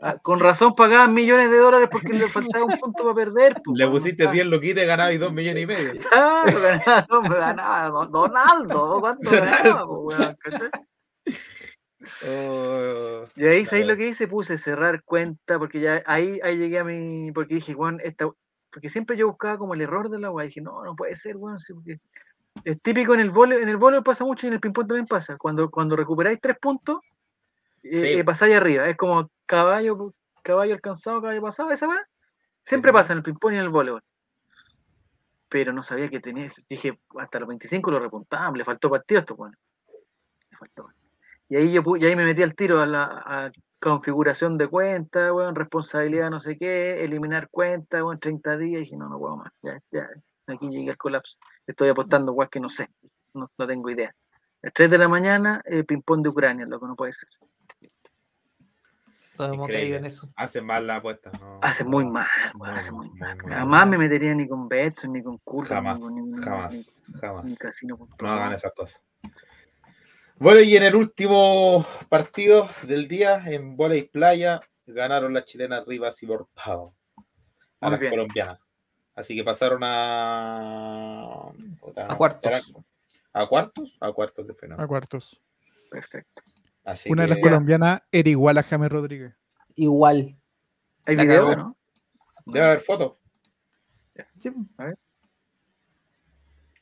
S1: Ah, Con razón pagaban millones de dólares porque le faltaba un punto para perder. po,
S8: Le
S1: weón, no
S8: pusiste
S1: está.
S8: 10 loquitas y ganabas 2 millones y medio.
S1: Claro, ganaba, no, me ganaba Don- Donaldo, ¿cuánto ganaba? po, pues, weón? ¿Cachai?
S8: Oh,
S1: Y ahí,
S8: Está
S1: ¿sabéis lo
S8: bien.
S1: que hice? Puse cerrar cuenta, porque ya ahí, ahí llegué a mi. Porque dije, Juan, esta. Porque siempre yo buscaba como el error de la weá. Dije, no, no puede ser, weón. sí, porque es típico en el vole, en el vole pasa mucho y en el ping-pong también pasa. Cuando, cuando recuperáis tres puntos, eh,
S8: Sí.
S1: eh, pasáis arriba. Es como caballo, pu- caballo alcanzado, caballo pasado, esa weá. Siempre
S8: sí.
S1: pasa en el ping-pong y en el voleibol. Pero no sabía que tenía. Dije, hasta los 25 lo repuntaban, le faltó partido a estos weones. Le faltó. Y ahí yo pu- y ahí me metí al tiro a la a configuración de cuenta, weón, responsabilidad no sé qué, eliminar cuenta, weón, 30 días. Y dije, no, no puedo más. Ya, ya, aquí llegué al colapso. Estoy apostando, weón, que no sé. No, no tengo idea. A las 3 de la mañana, eh, ping-pong de Ucrania, loco, no puede ser.
S7: Todos hemos
S8: Increíble.
S7: caído en eso.
S8: Hace mal la apuesta. No,
S1: Hace muy mal, weón, hace muy mal. Jamás me metería ni con Betson, ni con Curva,
S8: Jamás,
S1: ni con ningún- ni-
S8: jamás, jamás.
S1: ni casino.com.
S8: No hagan esas cosas. Bueno, y en el último partido del día, en Bola y Playa, ganaron las chilenas Rivas y Borpao a
S1: Muy
S8: las
S1: bien.
S8: colombianas. Así que pasaron a. puta,
S7: A cuartos.
S8: eran- ¿A cuartos? A cuartos de pena.
S6: a cuartos.
S1: Perfecto.
S8: Así
S6: Una de las
S8: que-
S6: colombianas era igual a James Rodríguez.
S7: Igual.
S1: Hay
S7: La
S1: video,
S7: cagó.
S1: ¿no?
S8: Debe haber foto.
S7: Sí,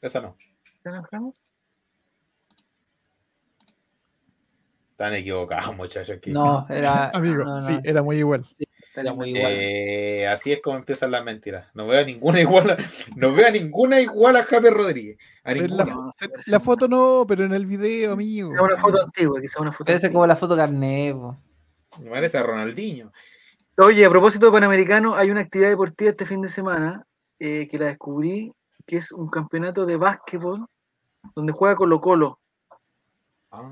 S8: Esa no.
S1: ¿Te enojamos?
S8: Están equivocados, muchachos. aquí.
S7: Ah, No, era.
S6: Amigo,
S7: no, no,
S6: sí, era muy igual.
S7: era muy igual.
S8: Eh, así es como empiezan las mentiras. No veo a ninguna igual a, no veo a ninguna igual a Javier Rodríguez. A
S6: Pero en
S8: ninguna.
S6: la,
S1: No,
S6: fo-
S1: sí,
S6: la
S1: sí.
S6: foto no, pero en el video, amigo.
S1: Quizá una foto antigua, quizá una foto
S7: Parece
S1: antigua.
S7: como la foto carné, po.
S8: Me parece a Ronaldinho.
S1: Oye, a propósito de Panamericano, hay una actividad deportiva este fin de semana eh, que la descubrí, que es un campeonato de básquetbol donde juega Colo Colo,
S8: Ah.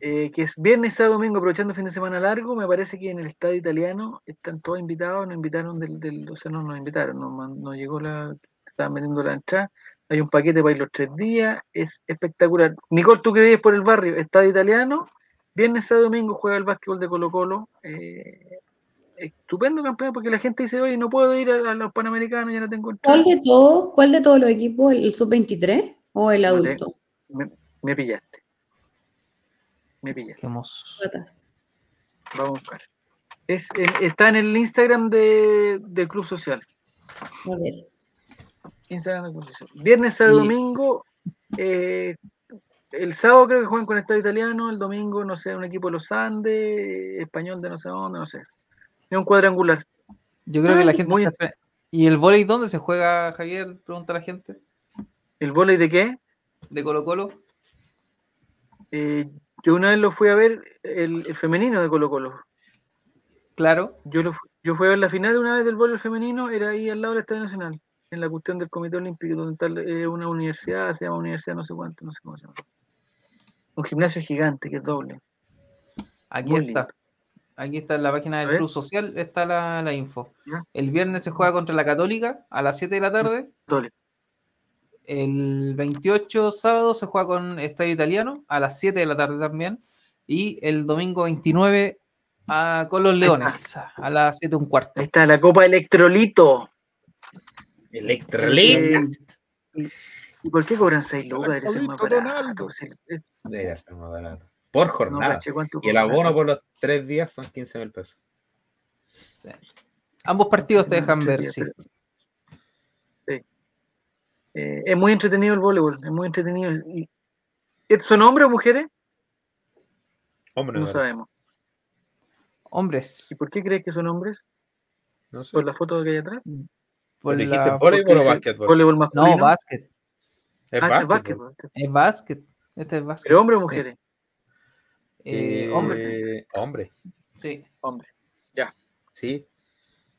S1: eh, que es viernes a domingo, aprovechando fin de semana largo, me parece que en el estadio italiano están todos invitados, nos invitaron del, del o sea, no nos invitaron, no, man- no llegó la, estaban vendiendo la entrada, hay un paquete para ir los tres días, es espectacular. Nicole, tú que vives por el barrio, estadio italiano, viernes a domingo juega el básquetbol de Colo Colo. eh, estupendo campeonato, porque la gente dice, oye, no puedo ir a, a los Panamericanos, ya no tengo entrada.
S2: ¿Cuál de todos, cuál de todos los equipos, el sub-23 o el
S1: No te-
S2: adulto?
S1: Me, me pillaste. Me pillaste.
S7: Qué hermoso.
S2: Patas.
S1: Vamos a buscar. Es, en- está en el Instagram de, del Club Social.
S2: A ver.
S1: Instagram del Club Social. Viernes a
S7: Y-
S1: domingo. eh, el sábado creo que juegan con Estado Italiano. El domingo, no sé, un equipo de los Andes, español de no sé dónde, no sé. Es un cuadrangular.
S7: Yo creo que la
S1: Ay,
S7: gente.
S1: muy-
S7: está esper- ¿Y el volei dónde se juega, Javier? Pregunta la gente.
S1: ¿El volei de qué?
S7: ¿De Colo Colo?
S1: Eh, yo una vez lo fui a ver, el, el femenino de Colo Colo.
S7: Claro.
S1: Yo, lo, fu- yo fui a ver la final una vez del voleibol femenino, era ahí al lado del Estadio Nacional, en la cuestión del Comité Olímpico, donde está eh, una universidad, se llama Universidad no sé cuánto, no sé cómo se llama. Un gimnasio gigante que es doble.
S7: Aquí
S1: Muy
S7: está.
S1: lindo.
S7: Aquí está en la página
S1: A
S7: del
S1: ver.
S7: Club Social, está la, la info.
S1: Ya.
S7: El viernes se juega contra la Católica a las 7 de la tarde.
S1: Doble.
S7: El 28 sábado se juega con Estadio Italiano a las 7 de la tarde también. Y el domingo 29 a- con los Leones a las 7 un cuarto.
S1: Ahí está la Copa Electrolito.
S8: Electrolink.
S1: Eh, ¿Y y por qué cobran 6 lucas? Debería ser más
S6: Electrolito,
S1: barato.
S6: Donaldo.
S1: si- eh,
S8: Debería ser más barato. Por
S1: No
S8: jornada.
S1: caché cuánto
S8: y el
S1: cobran.
S8: abono por los tres días son 15 mil pesos.
S7: Sí. Ambos partidos te
S1: Sí,
S7: dejan
S1: sí,
S7: ver,
S1: sí,
S7: sí.
S1: pero- sí. Eh, es muy entretenido el voleibol, es muy entretenido. Y, ¿Son hombres o mujeres?
S8: Hombre,
S1: No
S8: me parece.
S1: sabemos.
S7: Hombres,
S1: ¿Y por qué crees que son hombres?
S8: No sé.
S1: ¿Por la foto que hay atrás?
S7: por
S8: ¿Dijiste
S7: Pues
S8: voleibol
S7: la-
S8: o
S1: Porque dice
S8: básquetbol?
S1: Voleibol
S7: no,
S1: masculino.
S7: básquet.
S8: Es
S1: Ah, este es
S8: básquetbol.
S1: básquetbol, este-
S7: Es básquet. Este es básquet.
S1: ¿Pero hombres o
S7: sí.
S1: mujeres?
S7: Eh,
S8: Eh,
S7: Hombres,
S8: hombre,
S7: sí.
S1: Hombres.
S8: sí.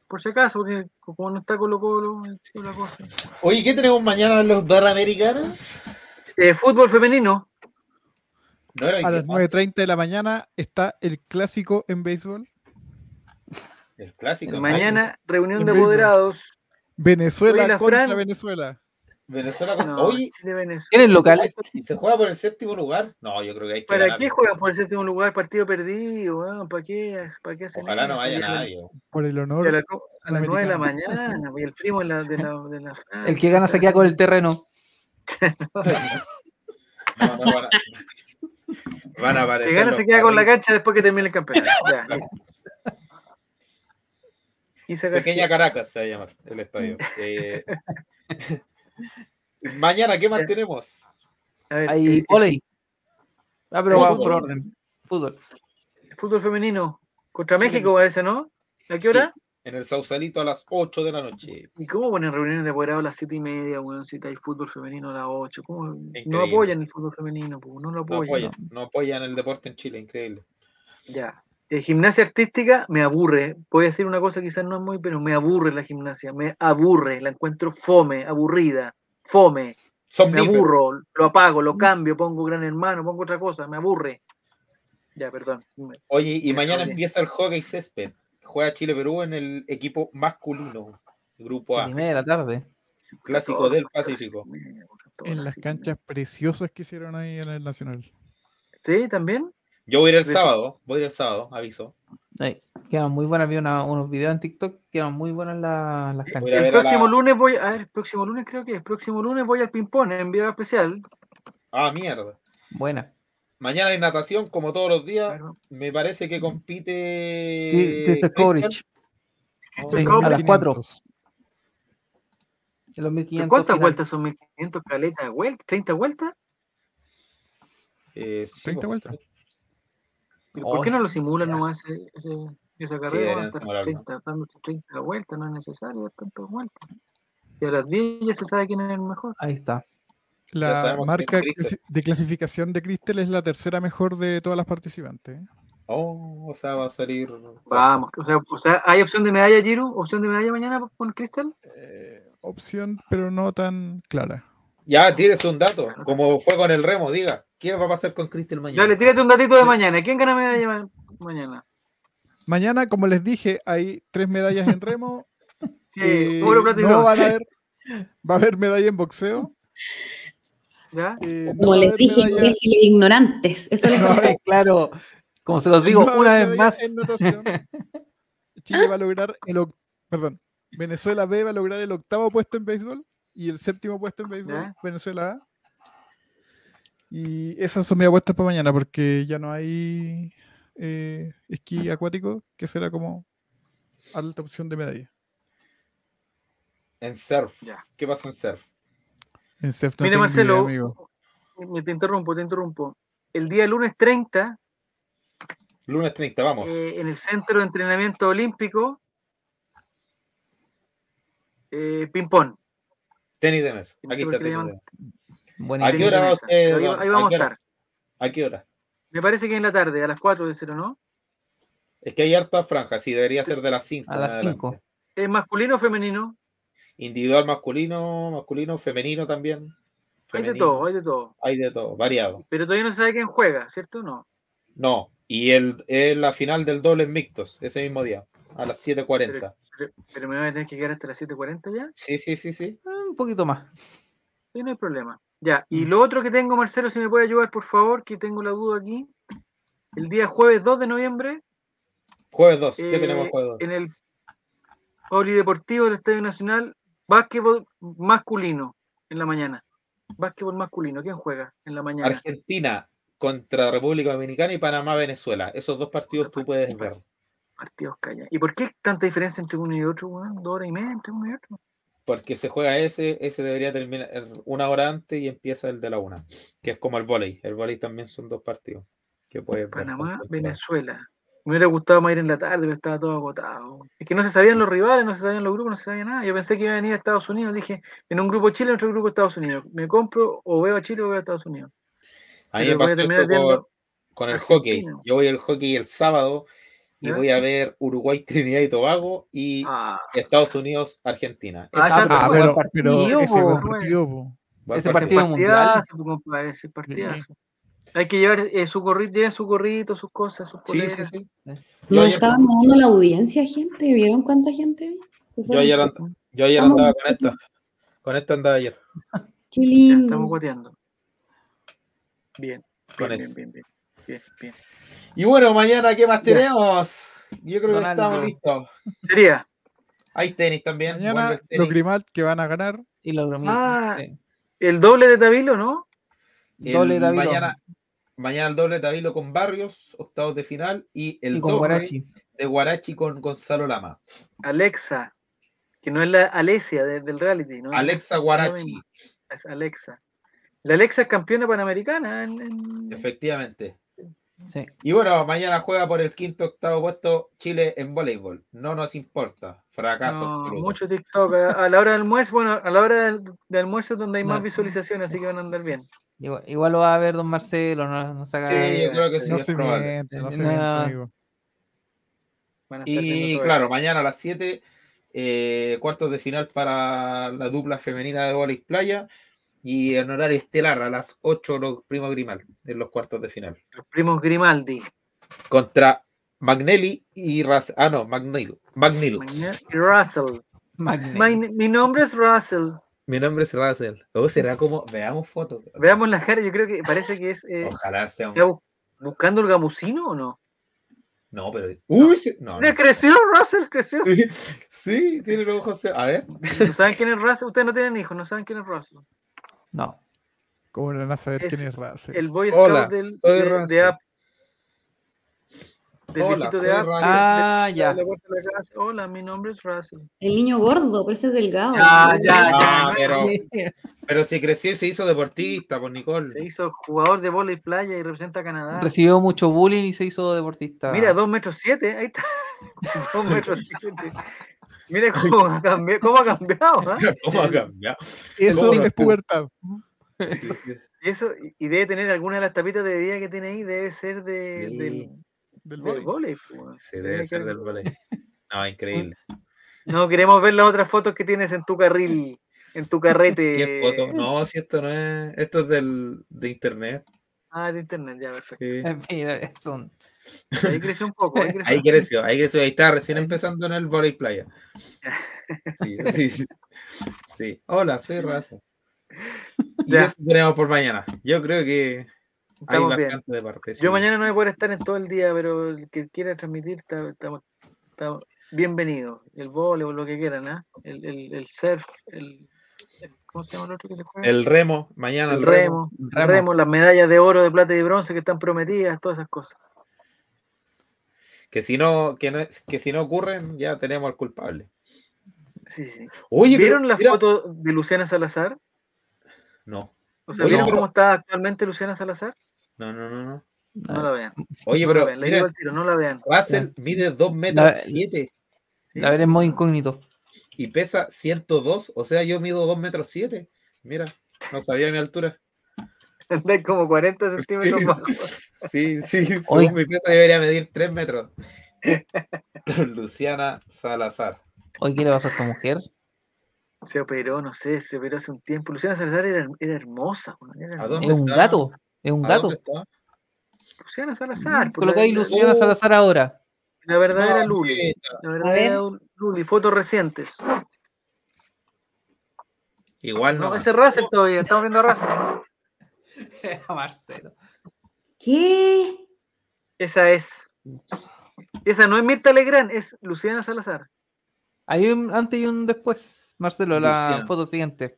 S1: Por si acaso, porque como no está Colo Colo, es la cosa.
S8: Oye, ¿qué tenemos mañana en los Panamericanos?
S1: Eh, fútbol femenino.
S8: No era
S6: A las
S8: 29.
S6: 9.30 de la mañana está el clásico en béisbol.
S8: El clásico. en mayo.
S1: Mañana, reunión
S6: En
S1: de
S6: béisbol.
S1: apoderados.
S6: Venezuela
S1: Oye, la
S6: contra
S1: Fran.
S6: Venezuela.
S8: Venezuela con...
S1: No,
S8: Oye,
S1: Chile, Venezuela.
S7: ¿Tienen locales?
S8: ¿y se juega por el séptimo lugar? No, yo creo que hay que
S1: ¿Para
S8: ganar.
S1: qué juegan por el séptimo lugar partido perdido? weón? ¿Para qué? ¿Para qué hacen
S8: Ojalá no
S1: eso?
S8: vaya
S1: Y a la-
S8: nadie.
S6: Por el
S1: y A,
S6: honor.
S1: la- a las
S6: Americano.
S1: 9 de la mañana, y el primo de la, de la, de la Fran.
S7: El que gana se queda con el terreno.
S8: No, no van a... Van a
S1: El
S8: aparecer
S1: que gana
S8: los
S1: se queda con la
S8: carritos.
S1: cancha después que termine el campeonato. Ya, listo. Quise
S8: Pequeña
S1: García.
S8: Caracas se va a llamar el estadio. Eh, mañana, ¿qué más
S1: Ya.
S8: tenemos?
S1: A ver,
S7: Ahí,
S1: eh,
S7: volei. Ah, pero vamos
S8: Fútbol.
S7: por orden. Fútbol.
S1: Fútbol femenino. Contra
S7: Sí.
S1: México parece, ¿no? ¿A qué hora?
S8: en el Sausalito a las 8 de la noche.
S1: ¿Y cómo ponen reuniones de apoderados a las 7 y media, weón? Si hay fútbol femenino a las 8. ¿Cómo? No
S8: Increíble.
S1: apoyan el fútbol femenino, po, no lo
S8: No
S1: apoyan.
S8: apoyan, no apoyan el deporte en Chile, increíble.
S1: Ya. Eh, gimnasia artística me aburre. Puedo decir una cosa, quizás no es muy, pero me aburre la gimnasia. Me aburre, la encuentro fome, aburrida, fome. Me
S8: Somnífero.
S1: aburro, lo apago, lo cambio, pongo gran hermano, pongo otra cosa, me aburre. Ya, perdón. me-
S8: Oye, y
S1: Me
S8: mañana
S1: jodí.
S8: empieza el hockey césped. Juega Chile-Perú en el equipo masculino, grupo
S7: Siete
S8: A,
S7: y media de la tarde.
S8: clásico del Pacífico.
S6: En las canchas preciosas que hicieron ahí en el Nacional.
S1: Sí, también.
S8: Yo voy a ir el
S1: Eso.
S8: sábado, voy a ir el sábado, aviso.
S7: Ahí, quedaron muy buenas. Vi una- unos videos en TikTok, quedaron muy buenas la- las
S8: Voy
S7: canchas.
S8: a
S1: El
S8: ver a
S1: próximo
S8: la...
S1: lunes voy, a ver, el próximo lunes creo que es, próximo lunes voy al ping-pong en video especial.
S8: Ah, mierda.
S7: Buenas.
S8: Mañana hay natación, como todos los días.
S1: Claro.
S8: Me parece que compite.
S7: Sí, Christopher
S8: Christian.
S7: Kovrich,
S8: Oh,
S7: Sí, a las 4. En los 1500
S1: ¿Cuántas
S7: final.
S1: vueltas son 1500 caletas? güey? ¿30 vueltas?
S8: eh, sí,
S6: 30
S8: po.
S6: vueltas.
S1: Pero ¿Por qué
S7: Oh,
S1: no lo simulan
S7: ya.
S1: nomás ese- ese- esa carrera?
S8: deberían
S1: Van a estar
S8: simularlo.
S1: 30, dándose 30 vueltas, no es necesario dar tantas vueltas. Y a las 10 ya se sabe quién es el mejor.
S7: Ahí está.
S8: Ya
S6: La
S8: sabemos que
S6: marca
S8: es Cristel.
S6: clasi- de clasificación de Cristel es la tercera mejor de todas las participantes. ¿eh?
S8: Oh, o sea, va a salir.
S1: Vamos, o sea, o sea, ¿hay opción de medalla, Giru? ¿Opción de medalla mañana con Crystal?
S6: Eh, opción, pero no tan clara.
S8: Ya, tírese un dato. Como fue con el remo, diga. ¿Qué va a pasar con Cristian mañana?
S1: Dale, tírate un datito de mañana. ¿Quién gana medalla ma- mañana?
S6: Mañana, como les dije, hay tres medallas en remo.
S1: Sí,
S6: eh,
S1: oro, plata y
S6: no
S1: bronce,
S6: van a haber, va a haber medalla en boxeo.
S1: ¿ya?
S6: eh, no
S2: Como
S6: va a
S2: les
S6: haber
S2: dije,
S6: medalla-
S2: imbéciles ignorantes. Eso les
S6: No,
S2: conté.
S6: Ay,
S7: claro. Como se los digo
S6: no va a
S7: una
S6: haber
S7: vez
S6: medalla
S7: más,
S6: en natación. Chile va a lograr el oc- perdón, Venezuela B va a lograr el octavo puesto en béisbol y el séptimo puesto en béisbol
S1: Ya.
S6: Venezuela A. Y esas son mis apuestas para mañana porque ya no hay eh, esquí acuático que será como alta opción de medalla.
S8: En surf.
S1: Ya.
S8: ¿Qué pasa en surf?
S6: En surf no
S1: Mira,
S6: tengo idea,
S1: Marcelo,
S6: amigo.
S1: me Eh, te interrumpo, te interrumpo. El día lunes 30,
S8: Lunes 30, vamos.
S1: eh, en el Centro de Entrenamiento Olímpico, eh, ping-pong.
S8: Tenis de mesa.
S1: y no
S8: Aquí
S1: sé por
S8: está
S1: qué le
S8: tenis de
S1: llaman
S8: mesa.
S7: buenísimo.
S8: ¿A qué hora va usted,
S1: Ahí-
S8: Eduardo?
S1: ahí
S8: ¿A
S1: vamos a
S8: qué hora?
S1: estar.
S8: ¿A qué hora?
S1: Me parece que en la tarde, a las 4 de cero, ¿no?
S8: Es que hay harta franja, sí, debería ser de las 5.
S7: A las 5.
S1: ¿Es masculino o femenino?
S8: Individual masculino, masculino, femenino también.
S1: Hay de
S8: Femenino.
S1: todo, ¿eh? hay de todo.
S8: Hay de todo, variado.
S1: Pero todavía no se sabe quién juega, ¿cierto? No.
S8: No, y el, es la final del doble en mixtos, ese mismo día, a las 7.40.
S1: Pero, pero me voy a tener que quedar hasta las 7.40 ya.
S8: Sí, sí, sí, sí.
S7: Un poquito más.
S1: Sí, no hay problema. Ya,
S8: Mm.
S1: y lo otro que tengo, Marcelo, si me puede ayudar, por favor, que tengo la duda aquí. El día jueves 2 de noviembre,
S8: Jueves 2, ¿qué
S1: eh,
S8: tenemos jueves 2?
S1: en el Polideportivo del Estadio Nacional, básquetbol masculino en la mañana. Básquetbol masculino, ¿quién juega en la mañana?
S8: Argentina contra República Dominicana y Panamá, Venezuela. Esos dos partidos tú puedes ver.
S1: Partidos calla. ¿Y por qué tanta diferencia entre uno y otro, weón? Dos horas y media entre uno y otro.
S8: Porque se juega ese, ese debería terminar una hora antes y empieza el de la una, que es como el volei. El volei también son dos partidos que puedes ver.
S1: Panamá,
S8: tanto en la-
S1: Venezuela. Me hubiera gustado más ir en la tarde, pero estaba todo agotado. Es que no se sabían los rivales, no se sabían los grupos, no se sabía nada. Yo pensé que iba a venir a Estados Unidos. Dije, en un grupo Chile, en otro grupo Estados Unidos. Me compro o veo a Chile o veo a Estados Unidos.
S8: A
S1: Pero
S8: mí me
S1: voy a
S8: pasó
S1: terminar
S8: esto
S1: viendo-
S8: con, con el hockey.
S1: Argentina.
S8: Yo voy al hockey el sábado y
S1: ¿Ya?
S8: voy a ver Uruguay, Trinidad y Tobago y
S1: Ah,
S8: Estados Unidos, Argentina.
S1: Ah,
S8: Ese
S1: ya
S7: Ah,
S6: Ah,
S1: Buen
S6: pero,
S7: partido,
S6: pero ese buen
S7: po.
S6: partido, po.
S8: buen
S7: ese partido mundial.
S1: partidazo, pues, compadre, ese partidazo. Hay que llevar eh, su gorrito, lleven su gorrito, sus cosas, sus
S8: Sí,
S1: poleras.
S8: sí, sí. Yo
S2: Nos
S8: ayer,
S2: estaban dando la audiencia, gente. ¿Vieron cuánta gente hay? Se
S8: yo
S2: fueron.
S8: ayer and- yo ayer
S2: Estamos
S8: andaba con
S2: nosotros.
S8: esta. Con esta andaba ayer.
S2: Qué
S1: Ya
S2: lindo.
S1: estamos guateando. Bien,
S8: Con
S1: bien,
S8: eso.
S1: bien, bien, bien, bien, bien.
S8: Y bueno, mañana, ¿qué más
S7: Ya.
S8: tenemos? Yo creo que
S7: Donaldo.
S8: estamos listos.
S1: Sería.
S8: Hay tenis también. vuelve
S6: Mañana
S8: el tenis.
S6: los Grimal que van a ganar.
S7: Y logró mi-
S1: Ah.
S7: sí.
S1: El doble de Tavilo, ¿no?
S8: El
S7: Doble David.
S8: Mañana, mañana el doble de Davilo con Barrios, octavos de final, y el
S7: y con
S8: doble
S7: Guarachi.
S8: de Guarachi con Gonzalo Lama.
S1: Alexa, que no es la Alesia de- del reality,
S7: Ah,
S1: ¿no?
S8: Alexa Guarachi,
S1: Es Alexa. La Alexa es campeona panamericana en, en-
S8: efectivamente.
S7: Sí.
S8: Y bueno, mañana juega por el quinto octavo puesto Chile en voleibol. No nos importa. Fracaso.
S1: No,
S8: absoluto.
S1: mucho TikTok. A a la hora del almuerzo, bueno, a la hora del, del almuerzo es donde hay más
S7: No.
S1: visualizaciones, así que van a andar bien.
S7: Igual, igual lo va a ver don Marcelo, no, no se haga-
S8: Sí, yo creo que sí.
S6: No
S8: es
S6: se
S8: probable.
S6: miente, no se
S7: No.
S6: miente, amigo.
S1: Van a estar viendo
S8: Y
S1: todo
S8: claro,
S1: eso.
S8: mañana a las 7, eh, cuartos de final para la dupla femenina de voleibol playa. Y en horario estelar a las 8, los primos Grimal en los cuartos de final.
S1: Los primos Grimaldi.
S8: Contra Magnelli y Raz. Ah, no, Magnelli. Magnelli.
S1: Mañana- y Russell.
S7: Magne.
S1: My- mi nombre es Russell.
S8: Mi nombre es Razel. O será como. Veamos fotos.
S1: Veamos las caras. Yo creo que parece que es. eh,
S8: Ojalá sea
S1: ¿está
S8: un.
S1: bu- buscando el gamusino o no?
S8: No, pero. ¡Uy! sí- No, no.
S1: Mira, creció, Russell creció.
S8: Sí, sí, tiene los ojos. ce- A ver.
S1: ¿No saben quién es Russell? Ustedes no tienen hijos, no saben quién es Russell.
S7: No.
S6: ¿Cómo no van a saber
S1: Es
S6: quién es Russell?
S1: El Boy Scout
S8: Hola,
S1: del,
S8: soy
S1: de,
S8: Russell.
S1: de App. Del
S8: Hola,
S1: viejito
S8: soy
S1: de App.
S8: Russell.
S7: Ah, ya.
S1: la puerta de la casa. Hola, mi nombre es Russell.
S2: El niño gordo, pero ese es delgado.
S1: Ya, ya,
S8: Ah,
S1: ya.
S8: pero, pero si creció y se hizo deportista, por Nicole.
S1: Se hizo jugador de vóley playa y representa a Canadá.
S7: Recibió mucho bullying y se hizo deportista.
S1: Mira, 2 metros 7, ahí está. 2 metros 7. Mira cómo ha cambiado. Cómo ha cambiado ¿ah?
S8: ¿Cómo ha cambiado?
S6: Eso
S8: Logro.
S6: es pubertad.
S1: Y, eso, y- y debe tener alguna de las tapitas de bebida que tiene ahí, debe ser de,
S8: Sí.
S1: del, del
S6: Del vóley.
S1: vóley. pues, weón.
S8: Sí, debe
S1: Tiene
S8: ser
S1: que-
S8: del volei. No, increíble.
S1: No, queremos ver las otras fotos que tienes en tu carril, en tu carrete.
S8: ¿Qué
S1: Eh.
S8: foto? No, si esto no es. Esto es del, de internet.
S1: Ah, de internet, ya, perfecto.
S8: sí.
S7: En fin, es un-
S1: Ahí creció un poco. Ahí creció.
S8: Ahí creció, ahí creció. Ahí está, recién empezando en el volei playa. Sí, sí, sí. Sí. Hola, soy Raza. Y
S1: Ya.
S8: eso tenemos por mañana. Yo creo que hay
S1: Estamos bien.
S8: bastante de parte. sí.
S1: Yo mañana no voy a poder estar en todo el día, pero el que quiera transmitir, está, está- está bienvenido. El voleibol, lo que quieran, ¿ah? El, el, el surf, el, el- ¿Cómo se llama el otro que se juega?
S8: El remo, mañana
S1: El remo, el
S7: remo.
S1: remo, las medallas de oro, de plata y de bronce que están prometidas, todas esas cosas.
S8: Que si no, que no, que si no ocurren, ya tenemos al culpable.
S1: Sí, sí.
S8: Oye, pero
S1: ¿Vieron la
S8: mira-
S1: foto de Luciana Salazar?
S8: No,
S1: O sea,
S8: Oye,
S1: ¿vieron
S8: pero-
S1: cómo está actualmente Luciana Salazar?
S8: no, no, no, no.
S1: No la vean.
S8: Ah. Oye,
S1: no la
S8: pero
S1: vean, le
S8: mira,
S1: digo al tiro, no la vean.
S8: Russell mide 2 metros
S7: La-
S8: 7
S7: A ver, es modo incógnito.
S8: y pesa 102. O sea, yo mido 2 metros 7. Mira, no sabía mi altura.
S1: Andáis como 40 centímetros
S8: Sí,
S1: más.
S8: Sí, sí, según
S7: Oye.
S8: mi peso yo debería medir 3 metros. Luciana Salazar.
S7: Hoy, ¿qué le pasó a esta mujer?
S1: Se operó, no sé, se operó hace un tiempo. Luciana Salazar era, her- era hermosa. weón, era
S8: ¿A
S1: hermosa.
S8: dónde
S7: Es un
S8: está?
S7: gato. Es un
S8: ¿A
S7: gato.
S8: dónde Uh. está?
S1: Luciana Salazar. por
S7: Colocáis
S1: pues, la, la-
S7: Luciana Salazar ahora.
S1: la verdadera
S8: Ah,
S1: Luli.
S8: mira,
S1: La verdadera Luli. Fotos recientes.
S8: Igual no.
S1: No, ese es Russell todavía. Estamos viendo a Russell.
S7: A Marcelo.
S2: ¿Qué?
S1: Esa es. Esa no es Mirta Legrand, es Luciana Salazar.
S7: Hay un antes y un después, Marcelo, la
S8: Luciana.
S7: foto siguiente.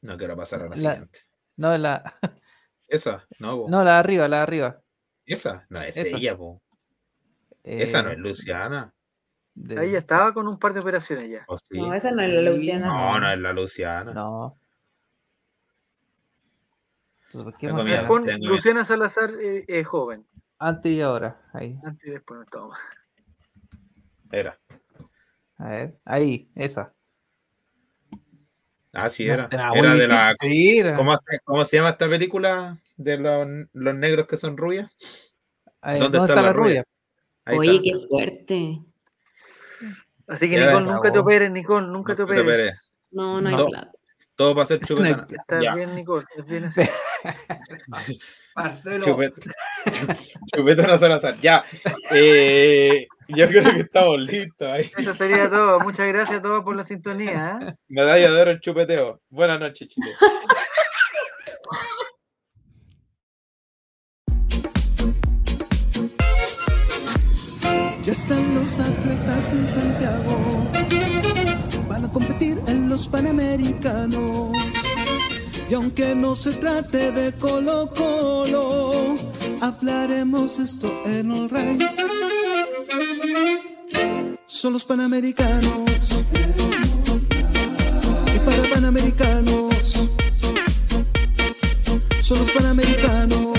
S8: No quiero pasar a la,
S7: La-
S8: siguiente.
S7: No, la,
S8: Esa, no, po.
S7: no, la de arriba, la de arriba.
S8: Esa, no es
S7: Esa.
S8: ella, po.
S7: Eh,
S8: Esa no es Luciana.
S7: de-
S1: Ahí ya estaba con un par de operaciones ya.
S8: ¿o sí?
S2: No, esa no es la Luciana.
S8: No, no es la Luciana.
S7: No. Entonces, ¿por qué
S8: Tengo
S7: más
S8: miedo.
S7: cara?
S1: Con
S8: tengo
S1: Luciana Salazar eh, eh, joven.
S7: Antes y ahora. Ahí.
S1: Antes y después no estaba más.
S8: Era.
S7: A ver. Ahí, esa.
S8: Ah, sí,
S7: No
S8: era.
S7: será,
S8: Era
S7: oye,
S8: de la.
S7: sí, era.
S8: ¿Cómo se, cómo se llama esta película de los, los negros que son rubias?
S7: A ver, ¿Dónde, está, la rubia?
S8: Ahí
S2: Oye,
S8: está.
S2: qué fuerte.
S1: Así que
S8: Ya,
S1: Nicole, nunca te
S7: cagó.
S1: operes, Nicole, nunca te
S8: Nunca te
S1: operes.
S8: operes.
S2: No, no hay
S8: No.
S2: plata.
S8: Todo para ser chupetana.
S1: Está
S8: Ya.
S1: bien, Nicole, es bien así.
S7: Marcelo.
S8: Chupet- Chupetana Salazar. Ya. Eh, yo creo que estamos listos ahí.
S1: Eso sería todo. Muchas gracias a todos por la sintonía. ¿eh?
S8: Medalla de oro el chupeteo. Buenas noches, chicos.
S4: Ya están los atletas en Santiago. Van a competir en los Panamericanos. Y aunque no se trate de Colo Colo, hablaremos esto en el rey. Son los Panamericanos. Y para Panamericanos. Son los Panamericanos.